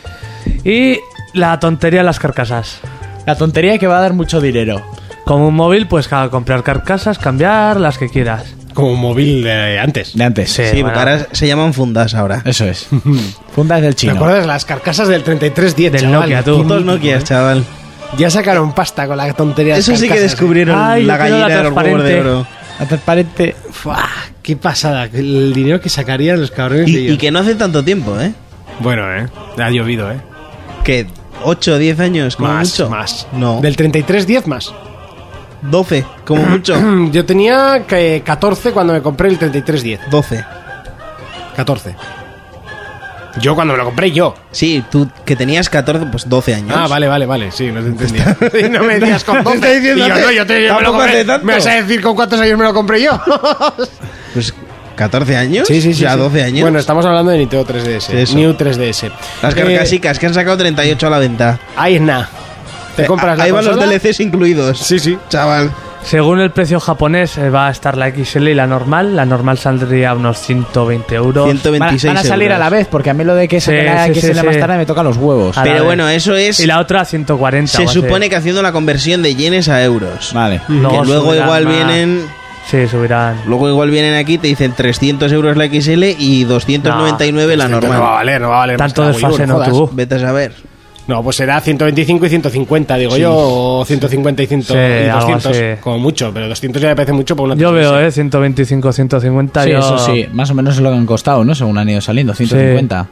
[SPEAKER 7] Y la tontería de las carcasas.
[SPEAKER 4] La tontería que va a dar mucho dinero.
[SPEAKER 7] Con un móvil, pues ca- comprar carcasas, cambiar las que quieras.
[SPEAKER 2] Como un móvil de antes.
[SPEAKER 4] De antes.
[SPEAKER 7] Sí,
[SPEAKER 5] Sí,
[SPEAKER 7] bueno.
[SPEAKER 5] porque ahora se llaman fundas ahora.
[SPEAKER 4] Eso es. Fundas del
[SPEAKER 2] ¿Te
[SPEAKER 4] chino.
[SPEAKER 2] acuerdas? Las carcasas del 3310,
[SPEAKER 7] Del
[SPEAKER 2] chaval. ¿eh?
[SPEAKER 7] Nokia, tú.
[SPEAKER 5] Putos Nokias, chaval.
[SPEAKER 2] Ya sacaron pasta con la tontería de
[SPEAKER 5] Eso sí que
[SPEAKER 2] carcasas, Ah, ¿eh?
[SPEAKER 5] descubrieron
[SPEAKER 7] Ay, yo
[SPEAKER 5] la
[SPEAKER 7] quiero la
[SPEAKER 5] gallina del huevo de
[SPEAKER 7] transparente.
[SPEAKER 5] oro.
[SPEAKER 4] La transparente...
[SPEAKER 2] Fua, qué pasada. El dinero que sacarían los cabrones de
[SPEAKER 5] Y,
[SPEAKER 2] ellos.
[SPEAKER 5] y que no hace tanto tiempo, ¿eh?
[SPEAKER 2] Bueno, ¿eh? Ha llovido, ¿eh?
[SPEAKER 5] Que 8 o 10 años, como
[SPEAKER 2] Más,
[SPEAKER 5] mucho.
[SPEAKER 2] más.
[SPEAKER 5] No,
[SPEAKER 2] Del 3310 más.
[SPEAKER 5] 12, como mucho.
[SPEAKER 2] Yo tenía que 14 cuando me compré el 3310.
[SPEAKER 5] 12.
[SPEAKER 2] 14. Yo cuando me lo compré yo.
[SPEAKER 5] Sí, tú que tenías 14, pues 12 años.
[SPEAKER 2] Ah, vale, vale, vale. Sí, no te entendía. Sí, no me digas con 12.
[SPEAKER 5] diciendo
[SPEAKER 2] Y yo,
[SPEAKER 5] hace-
[SPEAKER 2] no, yo te, yo me lo
[SPEAKER 5] tampoco
[SPEAKER 2] compré.
[SPEAKER 5] hace tanto.
[SPEAKER 2] ¿Me vas a decir con cuántos años me lo compré yo?
[SPEAKER 5] Pues 14 años.
[SPEAKER 2] Sí, sí, sí.
[SPEAKER 5] Ya
[SPEAKER 2] sí.
[SPEAKER 5] 12 años.
[SPEAKER 2] Bueno, estamos hablando de Nintendo 3DS.
[SPEAKER 5] Eso.
[SPEAKER 2] New 3DS.
[SPEAKER 5] Las
[SPEAKER 2] Eh,
[SPEAKER 5] carcasicas que han sacado 38 a la venta.
[SPEAKER 2] ahí es nada. Te
[SPEAKER 5] Eh,
[SPEAKER 2] compras la
[SPEAKER 5] Ahí van los
[SPEAKER 2] consola.
[SPEAKER 5] DLCs incluidos.
[SPEAKER 2] Sí, sí.
[SPEAKER 5] Chaval.
[SPEAKER 7] Según el precio japonés, eh, va a estar la XL y la normal. La normal saldría a unos 120 euros.
[SPEAKER 5] 126
[SPEAKER 4] Van a, van a salir
[SPEAKER 5] euros.
[SPEAKER 4] a la vez, porque a mí lo de que
[SPEAKER 7] Sí,
[SPEAKER 4] se la
[SPEAKER 7] sí,
[SPEAKER 4] que
[SPEAKER 7] sí,
[SPEAKER 4] se la más
[SPEAKER 7] sí.
[SPEAKER 4] tarde me tocan los huevos.
[SPEAKER 7] A la
[SPEAKER 5] Pero
[SPEAKER 7] vez.
[SPEAKER 5] bueno, eso es.
[SPEAKER 7] Y la otra a 140.
[SPEAKER 5] Se supone que haciendo la conversión de yenes a euros.
[SPEAKER 4] Vale.
[SPEAKER 5] que luego igual vienen.
[SPEAKER 7] Sí, subirán.
[SPEAKER 5] Luego igual vienen aquí, te dicen 300 euros la XL y 299 la
[SPEAKER 2] No va a
[SPEAKER 5] normal.
[SPEAKER 2] valer, no va a valer.
[SPEAKER 7] Tanto
[SPEAKER 2] Más que la Wii U,
[SPEAKER 7] desfase no
[SPEAKER 2] jodas.
[SPEAKER 7] tuvo.
[SPEAKER 5] Vete a saber.
[SPEAKER 2] No, pues será 125 y 150, digo yo, o 150 y, 100
[SPEAKER 7] Sí,
[SPEAKER 2] y
[SPEAKER 7] algo
[SPEAKER 2] 200,
[SPEAKER 7] así.
[SPEAKER 2] como mucho, pero 200 ya me parece mucho por una
[SPEAKER 7] Yo
[SPEAKER 2] 3DS.
[SPEAKER 7] veo, ¿eh? 125, 150.
[SPEAKER 4] Sí,
[SPEAKER 7] yo-
[SPEAKER 4] eso sí, más o menos es lo que han costado, ¿no? Según han ido saliendo, 150.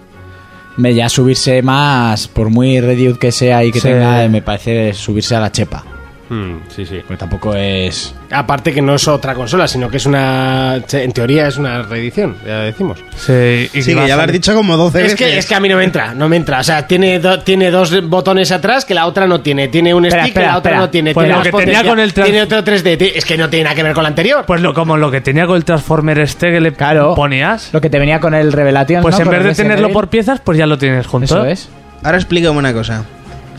[SPEAKER 4] Me ya subirse más, por muy reduce que sea y que
[SPEAKER 7] Sí.
[SPEAKER 4] tenga, eh, me parece subirse a la chepa.
[SPEAKER 7] ¿eh?
[SPEAKER 2] Mm, sí, sí.
[SPEAKER 4] Porque tampoco es.
[SPEAKER 2] Aparte que no es otra consola, sino que es una... En teoría es una reedición, ya decimos.
[SPEAKER 7] Sí, y
[SPEAKER 5] Sí,
[SPEAKER 7] va
[SPEAKER 5] que
[SPEAKER 7] a
[SPEAKER 5] ya lo has
[SPEAKER 7] salir-
[SPEAKER 5] dicho como 12
[SPEAKER 2] Es que,
[SPEAKER 5] veces.
[SPEAKER 2] es que a mí no me entra, no me entra. O sea, tiene, do- tiene dos botones atrás que la otra no tiene. Tiene un
[SPEAKER 7] Espera,
[SPEAKER 2] stick que la
[SPEAKER 7] espera,
[SPEAKER 2] otra
[SPEAKER 7] espera.
[SPEAKER 2] no tiene.
[SPEAKER 7] Pues
[SPEAKER 2] tiene
[SPEAKER 7] lo
[SPEAKER 2] más
[SPEAKER 7] que tenía
[SPEAKER 2] potencia,
[SPEAKER 7] con el trans-
[SPEAKER 2] Tiene otro 3D. ti- Es que no tiene nada que ver con la anterior.
[SPEAKER 7] Pues lo, como lo que tenía con el Transformer este que le
[SPEAKER 4] Claro.
[SPEAKER 7] ponías.
[SPEAKER 4] Lo que te venía con el Revelation.
[SPEAKER 7] Pues
[SPEAKER 4] ¿no?
[SPEAKER 7] en
[SPEAKER 4] Con
[SPEAKER 7] vez
[SPEAKER 4] el
[SPEAKER 7] de
[SPEAKER 4] Resident
[SPEAKER 7] tenerlo
[SPEAKER 4] Evil.
[SPEAKER 7] por piezas, pues ya lo tienes junto.
[SPEAKER 4] Eso es.
[SPEAKER 5] Ahora explícame una cosa.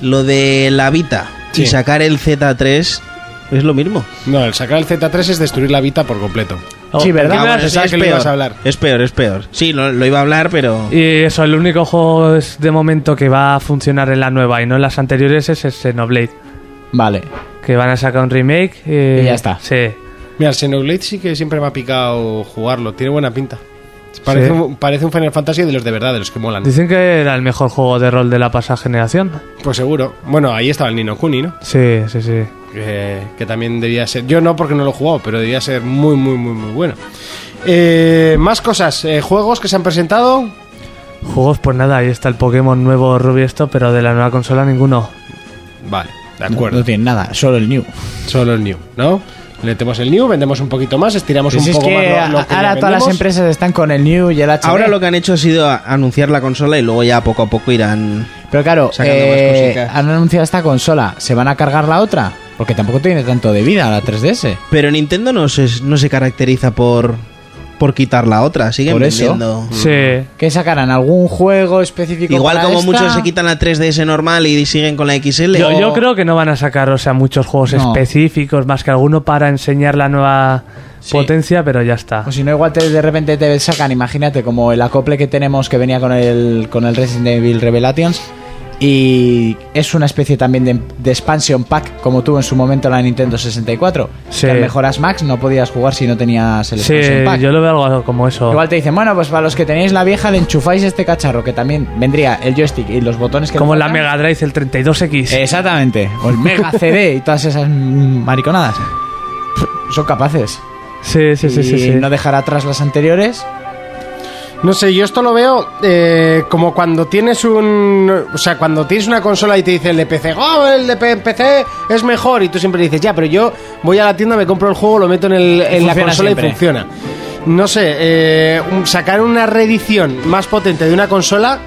[SPEAKER 5] Lo de la Vita y sacar el Z3 es lo mismo.
[SPEAKER 2] No, el sacar el Z3 es destruir la Vita por completo.
[SPEAKER 7] Oh,
[SPEAKER 4] Sí, ¿verdad?
[SPEAKER 7] ¿qué me
[SPEAKER 5] Ah, bueno,
[SPEAKER 7] vas a
[SPEAKER 2] pensaba
[SPEAKER 5] es
[SPEAKER 2] que le
[SPEAKER 5] peor.
[SPEAKER 2] ibas a hablar.
[SPEAKER 5] Es peor, es peor. Sí, lo, lo iba a hablar, pero.
[SPEAKER 7] Y eso, el único juego es de momento que va a funcionar en la nueva y no en las anteriores es el Xenoblade.
[SPEAKER 4] Vale.
[SPEAKER 7] Que van a sacar un remake. eh,
[SPEAKER 4] Y ya está.
[SPEAKER 7] Sí.
[SPEAKER 2] Mira, el Xenoblade sí que siempre me ha picado jugarlo. Tiene buena pinta. Parece,
[SPEAKER 7] Sí.
[SPEAKER 2] un, parece un Final Fantasy de los de verdad, de los que molan.
[SPEAKER 7] Dicen que era el mejor juego de rol de la pasada generación.
[SPEAKER 2] Pues seguro. Bueno, ahí estaba el Nino Kuni, ¿no?
[SPEAKER 7] Sí, sí, sí.
[SPEAKER 2] Que, que también debía ser. Yo no, porque no lo he jugado, pero debía ser muy, muy, muy, muy bueno. Eh, más cosas. eh, juegos que se han presentado.
[SPEAKER 7] Juegos, pues nada, ahí está el Pokémon nuevo Ruby esto, pero de la nueva consola ninguno.
[SPEAKER 2] Vale, de
[SPEAKER 4] No,
[SPEAKER 2] acuerdo.
[SPEAKER 4] no tiene nada, solo el New.
[SPEAKER 2] Solo el New, ¿no? Metemos el New, vendemos un poquito más, estiramos
[SPEAKER 4] Pues
[SPEAKER 2] un
[SPEAKER 4] es
[SPEAKER 2] poco
[SPEAKER 4] que
[SPEAKER 2] más lo- lo,
[SPEAKER 4] a-
[SPEAKER 2] que ya
[SPEAKER 4] ahora todas las
[SPEAKER 2] vendemos.
[SPEAKER 4] empresas están con el New y el HD.
[SPEAKER 5] Ahora lo que han hecho ha sido a- anunciar la consola y luego ya poco a poco irán.
[SPEAKER 4] Pero claro,
[SPEAKER 5] Sacando más
[SPEAKER 4] eh,
[SPEAKER 5] cositas.
[SPEAKER 4] han anunciado esta consola. ¿Se van a cargar la otra? Porque tampoco tiene tanto de vida la 3DS.
[SPEAKER 5] Pero Nintendo no se, no se caracteriza por, por quitar la otra, siguen
[SPEAKER 4] Por eso.
[SPEAKER 5] vendiendo.
[SPEAKER 7] Sí.
[SPEAKER 4] ¿Qué sacarán? ¿Algún juego específico?
[SPEAKER 5] Igual
[SPEAKER 4] para
[SPEAKER 5] como
[SPEAKER 4] esta?
[SPEAKER 5] muchos se quitan la 3DS normal y siguen con la XL.
[SPEAKER 7] Yo,
[SPEAKER 5] o-
[SPEAKER 7] yo creo que no van a sacar, o sea, muchos juegos
[SPEAKER 4] No.
[SPEAKER 7] específicos, más que alguno para enseñar la nueva
[SPEAKER 4] Sí. Pues,
[SPEAKER 7] potencia, pero ya está.
[SPEAKER 4] O si no, igual te- de repente te sacan, imagínate, como el acople que tenemos que venía con el, con el Resident Evil Revelations. Y es una especie también de, de expansion pack, como tuvo en su momento la Nintendo 64.
[SPEAKER 7] Sí.
[SPEAKER 4] Que al mejoras Max no podías jugar si no tenías el
[SPEAKER 7] Sí,
[SPEAKER 4] expansion pack.
[SPEAKER 7] yo lo veo algo como eso.
[SPEAKER 4] Igual te dicen, bueno, pues para los que tenéis la vieja le enchufáis este cacharro, que también vendría el joystick y los botones que...
[SPEAKER 7] como
[SPEAKER 4] le
[SPEAKER 7] la
[SPEAKER 4] faltan.
[SPEAKER 7] Mega Drive, el 32X.
[SPEAKER 4] Exactamente. O el Mega CD y todas esas mm, mariconadas. Son capaces.
[SPEAKER 7] sí, sí, sí, sí.
[SPEAKER 4] Y
[SPEAKER 7] sí.
[SPEAKER 4] no dejar atrás las anteriores.
[SPEAKER 2] No sé, yo esto lo veo eh, como cuando tienes un. O sea, cuando tienes una consola y te dice el de PC, oh, el de P- PC es mejor. Y tú siempre dices, ya, pero yo voy a la tienda, me compro el juego, lo meto en, el- en la
[SPEAKER 4] funciona
[SPEAKER 2] consola
[SPEAKER 4] siempre.
[SPEAKER 2] y funciona. No sé, eh, un- sacar una reedición más potente de una consola,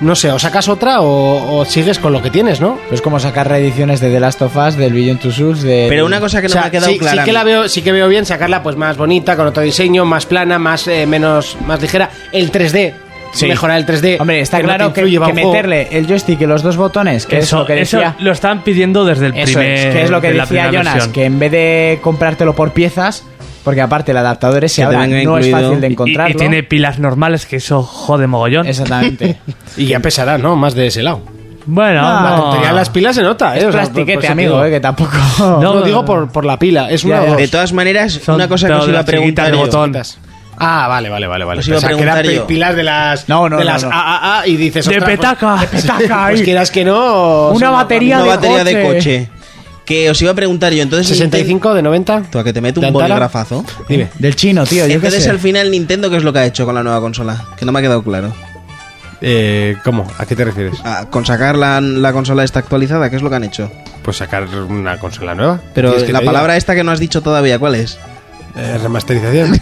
[SPEAKER 2] no sé, o sacas otra o, o sigues con lo que tienes, ¿no?
[SPEAKER 4] Pues como sacar reediciones de The Last of Us, del Billion to Souls, de...
[SPEAKER 5] Pero una cosa que
[SPEAKER 2] O
[SPEAKER 5] no
[SPEAKER 2] sea,
[SPEAKER 5] me ha quedado
[SPEAKER 2] sí,
[SPEAKER 5] clara.
[SPEAKER 2] sí que la veo, sí que veo bien sacarla pues más bonita, con otro diseño, más plana, más eh, menos, más ligera. El 3D,
[SPEAKER 4] Sí.
[SPEAKER 2] mejorar el 3D.
[SPEAKER 4] Hombre, está
[SPEAKER 2] que no te
[SPEAKER 4] claro que,
[SPEAKER 2] influye, va
[SPEAKER 4] que
[SPEAKER 2] un juego.
[SPEAKER 4] meterle el joystick y los dos botones, que es
[SPEAKER 7] eso,
[SPEAKER 4] lo que
[SPEAKER 7] eso
[SPEAKER 4] decía...
[SPEAKER 7] lo están pidiendo desde el
[SPEAKER 4] Eso
[SPEAKER 7] primer.
[SPEAKER 4] es, que es lo que
[SPEAKER 7] de la
[SPEAKER 4] decía
[SPEAKER 7] primera
[SPEAKER 4] Jonas,
[SPEAKER 7] versión.
[SPEAKER 4] que en vez de comprártelo por piezas, porque aparte el adaptador ese
[SPEAKER 5] Que te
[SPEAKER 4] ahora
[SPEAKER 5] venga
[SPEAKER 4] no es
[SPEAKER 5] incluido.
[SPEAKER 4] fácil de
[SPEAKER 5] Y- y
[SPEAKER 7] Y-
[SPEAKER 4] encontrarlo.
[SPEAKER 7] y, tiene pilas normales, que eso jode mogollón.
[SPEAKER 4] Exactamente.
[SPEAKER 2] Y ya pesará, ¿no? Más de ese lado.
[SPEAKER 7] Bueno,
[SPEAKER 4] No,
[SPEAKER 7] no.
[SPEAKER 4] la
[SPEAKER 2] Tontería, las pilas se nota, ¿eh?
[SPEAKER 4] Ah. es
[SPEAKER 2] O sea,
[SPEAKER 4] plastiquete,
[SPEAKER 2] por- por eso
[SPEAKER 4] amigo,
[SPEAKER 2] digo.
[SPEAKER 4] eh, que tampoco...
[SPEAKER 2] No,
[SPEAKER 7] No,
[SPEAKER 2] lo digo
[SPEAKER 7] no,
[SPEAKER 2] por, por la pila. Es
[SPEAKER 4] Ya,
[SPEAKER 2] una
[SPEAKER 4] ya.
[SPEAKER 2] o
[SPEAKER 5] De
[SPEAKER 2] dos.
[SPEAKER 5] todas maneras,
[SPEAKER 7] Son
[SPEAKER 5] una cosa que os
[SPEAKER 7] todas
[SPEAKER 5] iba a
[SPEAKER 7] las chiquitas
[SPEAKER 5] preguntar.
[SPEAKER 7] de
[SPEAKER 5] yo.
[SPEAKER 7] botón.
[SPEAKER 2] Ah, vale, vale, vale, vale.
[SPEAKER 5] Os Pues iba a
[SPEAKER 2] que eran
[SPEAKER 5] preguntar
[SPEAKER 2] pe-
[SPEAKER 5] yo.
[SPEAKER 2] pilas de las
[SPEAKER 4] No, no,
[SPEAKER 2] de
[SPEAKER 4] no,
[SPEAKER 2] las
[SPEAKER 4] no.
[SPEAKER 2] AAA y dices
[SPEAKER 7] De
[SPEAKER 2] "Ostras, pues-
[SPEAKER 7] petaca.
[SPEAKER 2] de petaca. Pues quieras que no.
[SPEAKER 4] eh". Una
[SPEAKER 2] son-
[SPEAKER 4] batería de
[SPEAKER 5] Una batería de
[SPEAKER 4] coche.
[SPEAKER 5] coche. Que os iba a preguntar yo, entonces.
[SPEAKER 2] 65 de 90.
[SPEAKER 5] Nintendo- Tú, a que te mete
[SPEAKER 2] ¿De
[SPEAKER 5] un
[SPEAKER 2] Antara?
[SPEAKER 5] bolígrafazo.
[SPEAKER 2] Dime.
[SPEAKER 4] Del chino, tío, yo qué
[SPEAKER 5] Entonces,
[SPEAKER 4] sé.
[SPEAKER 5] al final, Nintendo, ¿qué es lo que ha hecho con la nueva consola? Que no me ha quedado claro.
[SPEAKER 2] Eh, ¿Cómo? ¿A qué te refieres?
[SPEAKER 5] Ah, con sacar la, la consola esta actualizada, ¿qué es lo que han hecho?
[SPEAKER 2] Pues sacar una consola nueva.
[SPEAKER 5] Pero
[SPEAKER 2] ¿Quieres que
[SPEAKER 5] la
[SPEAKER 2] te diga?
[SPEAKER 5] palabra esta que no has dicho todavía, ¿cuál es?
[SPEAKER 2] Eh, remasterización.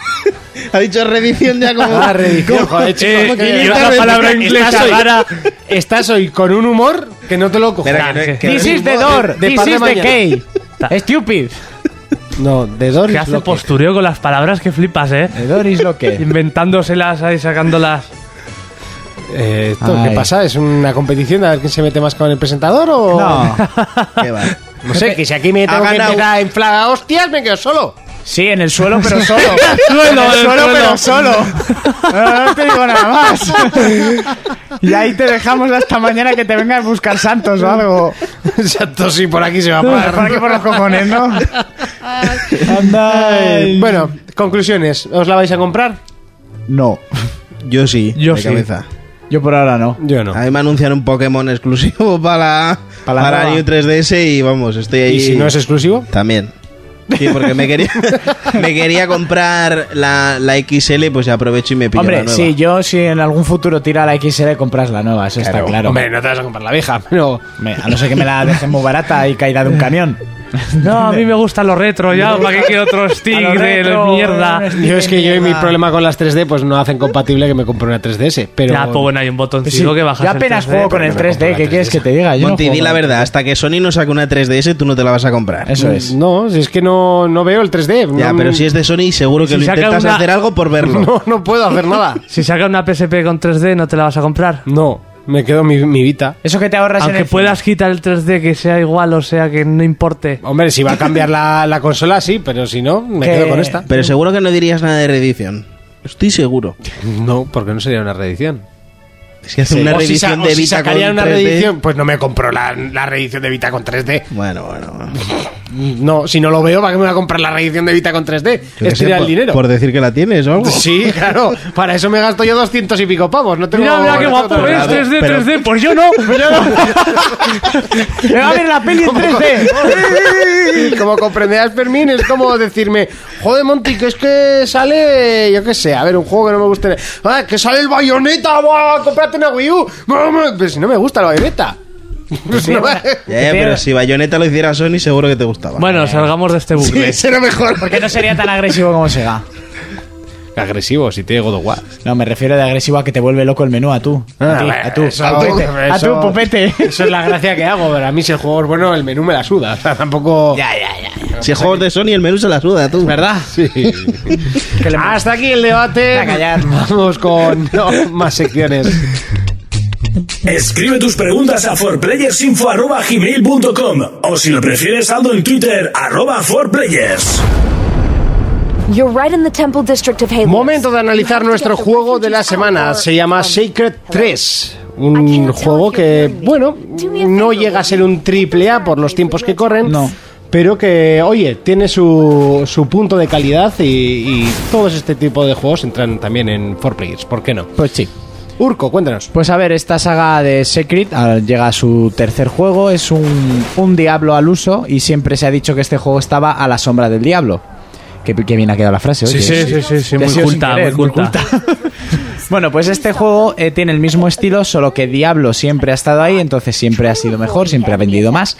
[SPEAKER 5] Ha dicho reedición ya como.
[SPEAKER 2] Ah, reedición, joder, chico,
[SPEAKER 7] Eh,
[SPEAKER 2] porque
[SPEAKER 7] eh,
[SPEAKER 2] estás-
[SPEAKER 7] una palabra
[SPEAKER 2] estás
[SPEAKER 7] inglesa
[SPEAKER 2] hoy-
[SPEAKER 7] rara.
[SPEAKER 2] Estás hoy con un humor que no te lo cojo.
[SPEAKER 5] Espera, que no- que
[SPEAKER 4] This
[SPEAKER 5] no-
[SPEAKER 4] is the door,
[SPEAKER 2] de
[SPEAKER 4] this
[SPEAKER 2] par de
[SPEAKER 4] is the
[SPEAKER 2] mañana.
[SPEAKER 4] key. Stupid.
[SPEAKER 2] No, de Doris.
[SPEAKER 7] Que hace postureo con las palabras que flipas, eh.
[SPEAKER 4] The door is lo que...
[SPEAKER 7] Inventándoselas ahí, sacándolas.
[SPEAKER 2] Eh, esto, ¿Qué
[SPEAKER 4] Ay.
[SPEAKER 2] pasa? ¿Es una competición de a ver quién se mete más con el presentador o.?
[SPEAKER 4] No.
[SPEAKER 5] Qué va.
[SPEAKER 2] No sé, que si aquí me
[SPEAKER 5] Ha
[SPEAKER 2] tengo que
[SPEAKER 5] ganado.
[SPEAKER 2] empezar a inflar a hostias, me quedo solo.
[SPEAKER 4] Sí, en el suelo, pero solo.
[SPEAKER 7] Suelo,
[SPEAKER 4] en el
[SPEAKER 7] el
[SPEAKER 4] suelo,
[SPEAKER 7] suelo.
[SPEAKER 4] pero solo. No, no te digo nada más. Y ahí te dejamos hasta mañana que te vengan a buscar santos o algo.
[SPEAKER 2] Exacto, sí, por aquí se va a parar.
[SPEAKER 4] Por aquí por los cojones, ¿no? Anda.
[SPEAKER 2] Eh, Bueno, conclusiones. ¿Os la vais a comprar?
[SPEAKER 4] No.
[SPEAKER 5] Yo sí,
[SPEAKER 7] Yo
[SPEAKER 5] de
[SPEAKER 7] sí.
[SPEAKER 5] cabeza.
[SPEAKER 4] Yo por ahora no.
[SPEAKER 2] Yo no.
[SPEAKER 5] A mí me anunciaron un Pokémon exclusivo para,
[SPEAKER 4] Para
[SPEAKER 5] para,
[SPEAKER 4] la nueva.
[SPEAKER 5] New 3DS y vamos, estoy ahí.
[SPEAKER 2] ¿Y si no es exclusivo?
[SPEAKER 5] También. Sí, porque me quería, me quería comprar la, la XL, pues ya aprovecho y me pillo la
[SPEAKER 4] Hombre,
[SPEAKER 5] nueva.
[SPEAKER 4] sí, yo si en algún futuro tira la XL compras la nueva, eso está claro.
[SPEAKER 2] Hombre, no te vas a comprar la vieja, pero.
[SPEAKER 4] Me- a no ser que me la dejen muy barata y caída de un camión.
[SPEAKER 7] No, a mí me gustan los retro ya. ¿Para qué quiero otro stick
[SPEAKER 4] los
[SPEAKER 7] de
[SPEAKER 4] retro,
[SPEAKER 7] mierda?
[SPEAKER 4] eh,
[SPEAKER 2] Yo es que yo y mi
[SPEAKER 4] Mierda.
[SPEAKER 2] problema con las 3D, pues no hacen compatible que me compre una 3DS. Pero.
[SPEAKER 7] Ya, pues bueno, hay un
[SPEAKER 4] Pues
[SPEAKER 7] botoncito
[SPEAKER 4] sí,
[SPEAKER 7] que bajas.
[SPEAKER 4] yo
[SPEAKER 7] el
[SPEAKER 4] apenas
[SPEAKER 7] 3D,
[SPEAKER 4] juego con el
[SPEAKER 7] pero me
[SPEAKER 4] 3D, ¿qué quieres que te diga? Yo no
[SPEAKER 5] Monty,
[SPEAKER 4] juego
[SPEAKER 5] di la
[SPEAKER 4] con el
[SPEAKER 5] verdad, hasta que Sony no saque una 3DS, tú no te la vas a comprar.
[SPEAKER 4] 3D. Eso es.
[SPEAKER 2] No, si es que no, no veo el 3D.
[SPEAKER 5] Ya,
[SPEAKER 2] no-
[SPEAKER 5] pero si es de Sony, seguro que
[SPEAKER 7] Si
[SPEAKER 5] lo
[SPEAKER 7] saca
[SPEAKER 5] intentas
[SPEAKER 7] una-
[SPEAKER 5] hacer algo por verlo.
[SPEAKER 2] No, no puedo hacer nada.
[SPEAKER 7] Si saca una PSP con 3D, ¿no te la vas a comprar?
[SPEAKER 2] No, me quedo mi, mi Vita.
[SPEAKER 4] Eso que te ahorras en
[SPEAKER 7] Aunque
[SPEAKER 4] el
[SPEAKER 7] puedas quitar el 3D, que sea igual, o sea, que no importe.
[SPEAKER 2] Hombre, si va a cambiar la, la consola, sí, pero si no, me
[SPEAKER 4] Que-
[SPEAKER 2] quedo con esta.
[SPEAKER 5] Pero seguro que no dirías nada de reedición. Estoy seguro.
[SPEAKER 2] No, porque no sería una reedición.
[SPEAKER 5] Si hace una
[SPEAKER 2] o si, sa-
[SPEAKER 5] reedición
[SPEAKER 2] o
[SPEAKER 5] de
[SPEAKER 2] si
[SPEAKER 5] Vita con
[SPEAKER 2] sacarían una
[SPEAKER 5] 3D.
[SPEAKER 2] reedición, pues no me compro la, la reedición de Vita con 3D.
[SPEAKER 5] Bueno, bueno, bueno.
[SPEAKER 2] No, si no lo veo, ¿para qué me voy a comprar la reedición de Vita con 3D?
[SPEAKER 5] Mm. Yo qué
[SPEAKER 2] Es tirar Este
[SPEAKER 5] sé,
[SPEAKER 2] el
[SPEAKER 5] por-
[SPEAKER 2] dinero.
[SPEAKER 5] Por decir que la tienes o algo.
[SPEAKER 2] Sí, claro. Para eso me gasto yo 200 y pico pavos. No tengo
[SPEAKER 7] Mira, mira qué
[SPEAKER 2] no
[SPEAKER 7] guapo
[SPEAKER 2] tengo
[SPEAKER 7] es,
[SPEAKER 2] nada.
[SPEAKER 7] 3D,
[SPEAKER 5] pero-
[SPEAKER 7] 3D. Pues yo no, pues yo no.
[SPEAKER 4] Me va a ver la peli en 3D.
[SPEAKER 2] Como comprenderás, Fermín, es como decirme, joder, Monty, que es que sale, yo qué sé, a ver, un juego que no me guste. Pues Ah, que sale el bayoneta, buah, cómprate una Wii U. Buah, buah, Pero si no me gusta el bayoneta.
[SPEAKER 5] Pues Ya, ya, pero si Bayonetta lo hiciera Sony, seguro que te gustaba.
[SPEAKER 7] Bueno, salgamos de este bucle.
[SPEAKER 8] Será mejor.
[SPEAKER 4] Porque no sería tan agresivo como Sega.
[SPEAKER 2] Agresivo, si tiene God of War.
[SPEAKER 4] No, me refiero de agresivo a que te vuelve loco el menú a tú.
[SPEAKER 2] Ah,
[SPEAKER 4] A ti,
[SPEAKER 2] bueno,
[SPEAKER 4] a tú,
[SPEAKER 2] eso-
[SPEAKER 4] a pupete. A
[SPEAKER 2] eso-
[SPEAKER 4] tú, pupete.
[SPEAKER 2] Eso es la gracia que hago, pero a mí si el juego es bueno, el menú me la suda. O sea, tampoco...
[SPEAKER 5] Si hay juegos de Sony, el menú se la suda, tú. ¿Verdad?
[SPEAKER 2] Sí. Hasta aquí el debate.
[SPEAKER 4] A callar.
[SPEAKER 2] Vamos con no, más secciones.
[SPEAKER 1] Escribe tus preguntas a forplayersinfo@gmail.com o si lo prefieres saldo en Twitter arroba forplayers.
[SPEAKER 11] You're right in the temple district of Halo.
[SPEAKER 2] Momento de analizar nuestro juego de la semana. Se llama Sacred 3. Un juego que, bueno, no llega a ser un triple A por los tiempos que corren.
[SPEAKER 4] No.
[SPEAKER 2] Pero que, oye, tiene su, su punto de calidad y, y todos este tipo de juegos entran también en 4Players. ¿Por qué no?
[SPEAKER 4] Pues sí.
[SPEAKER 2] Urco, cuéntanos.
[SPEAKER 4] Pues a ver, esta saga de Secret ah, llega a su tercer juego, es un, un diablo al uso y siempre se ha dicho que este juego estaba a la sombra del diablo. Qué, qué bien ha quedado la frase.
[SPEAKER 7] Sí,
[SPEAKER 4] oye.
[SPEAKER 7] sí, sí, sí, sí,
[SPEAKER 4] Te ha
[SPEAKER 7] muy
[SPEAKER 4] sido sin
[SPEAKER 7] culta,
[SPEAKER 4] querer,
[SPEAKER 7] muy culta.
[SPEAKER 4] bueno, pues este juego eh, tiene el mismo estilo, solo que Diablo siempre ha estado ahí, entonces siempre ha sido mejor, siempre ha vendido más.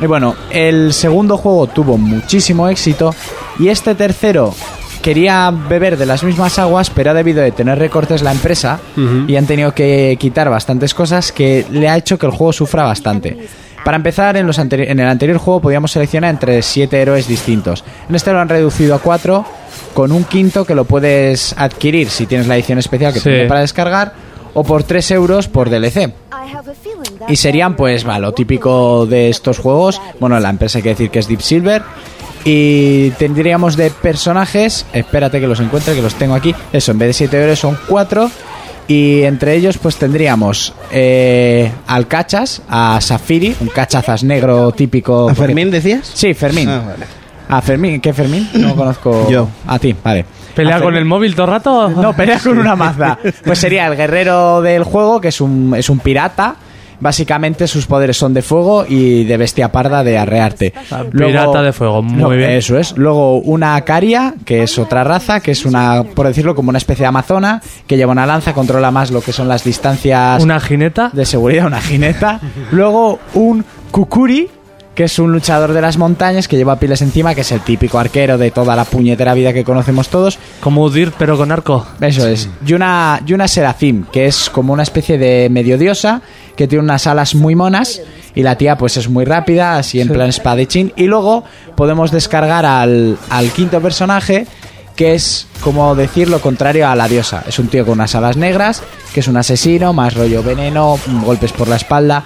[SPEAKER 4] Y bueno, el segundo juego tuvo muchísimo éxito y este tercero quería beber de las mismas aguas, pero ha debido de tener recortes la empresa y han tenido que quitar bastantes cosas que le ha hecho que el juego sufra bastante. Para empezar, en, los anteri- en el anterior juego podíamos seleccionar entre siete héroes distintos. En este lo han reducido a cuatro, con un quinto que lo puedes adquirir si tienes la edición especial que
[SPEAKER 7] Sí.
[SPEAKER 4] tiene para descargar, o por 3 euros por DLC. Y serían, pues, va, lo típico de estos juegos. Bueno, la empresa hay que decir que es Deep Silver. Y tendríamos de personajes, espérate que los encuentre, que los tengo aquí. Eso, en vez de 7 euros son 4. Y entre ellos, pues tendríamos eh, al Cachas, a Safiri, un cachazas negro típico.
[SPEAKER 5] ¿A Fermín decías?
[SPEAKER 4] Sí, Fermín.
[SPEAKER 5] Ah, vale.
[SPEAKER 4] ¿A Fermín? ¿Qué Fermín? No conozco.
[SPEAKER 5] Yo.
[SPEAKER 4] A ti, vale.
[SPEAKER 7] ¿Pelea
[SPEAKER 4] A
[SPEAKER 7] con
[SPEAKER 4] Fermín.
[SPEAKER 7] el móvil todo el rato?
[SPEAKER 4] No, pelea con una maza. Pues sería el guerrero del juego, que es un, es un pirata. Básicamente sus poderes son de fuego y de bestia parda de arrearte.
[SPEAKER 7] pirata de fuego, muy bien.
[SPEAKER 4] Eso es. Luego una Acaria, que es otra raza, que es una, por decirlo, como una especie de amazona, que lleva una lanza, controla más lo que son las distancias
[SPEAKER 7] ¿Una jineta?
[SPEAKER 4] de seguridad, una jineta. Luego un Kukuri, que es un luchador de las montañas que lleva pilas encima, que es el típico arquero de toda la puñetera vida que conocemos todos.
[SPEAKER 7] Como Udir, pero con arco.
[SPEAKER 4] Eso es. Y una, y una Serafim, que es como una especie de medio diosa, que tiene unas alas muy monas. Y la tía, pues es muy rápida, así en plan espadechín. Y luego podemos descargar al, al quinto personaje, que es como decir lo contrario a la diosa. Es un tío con unas alas negras, que es un asesino, más rollo veneno, golpes por la espalda.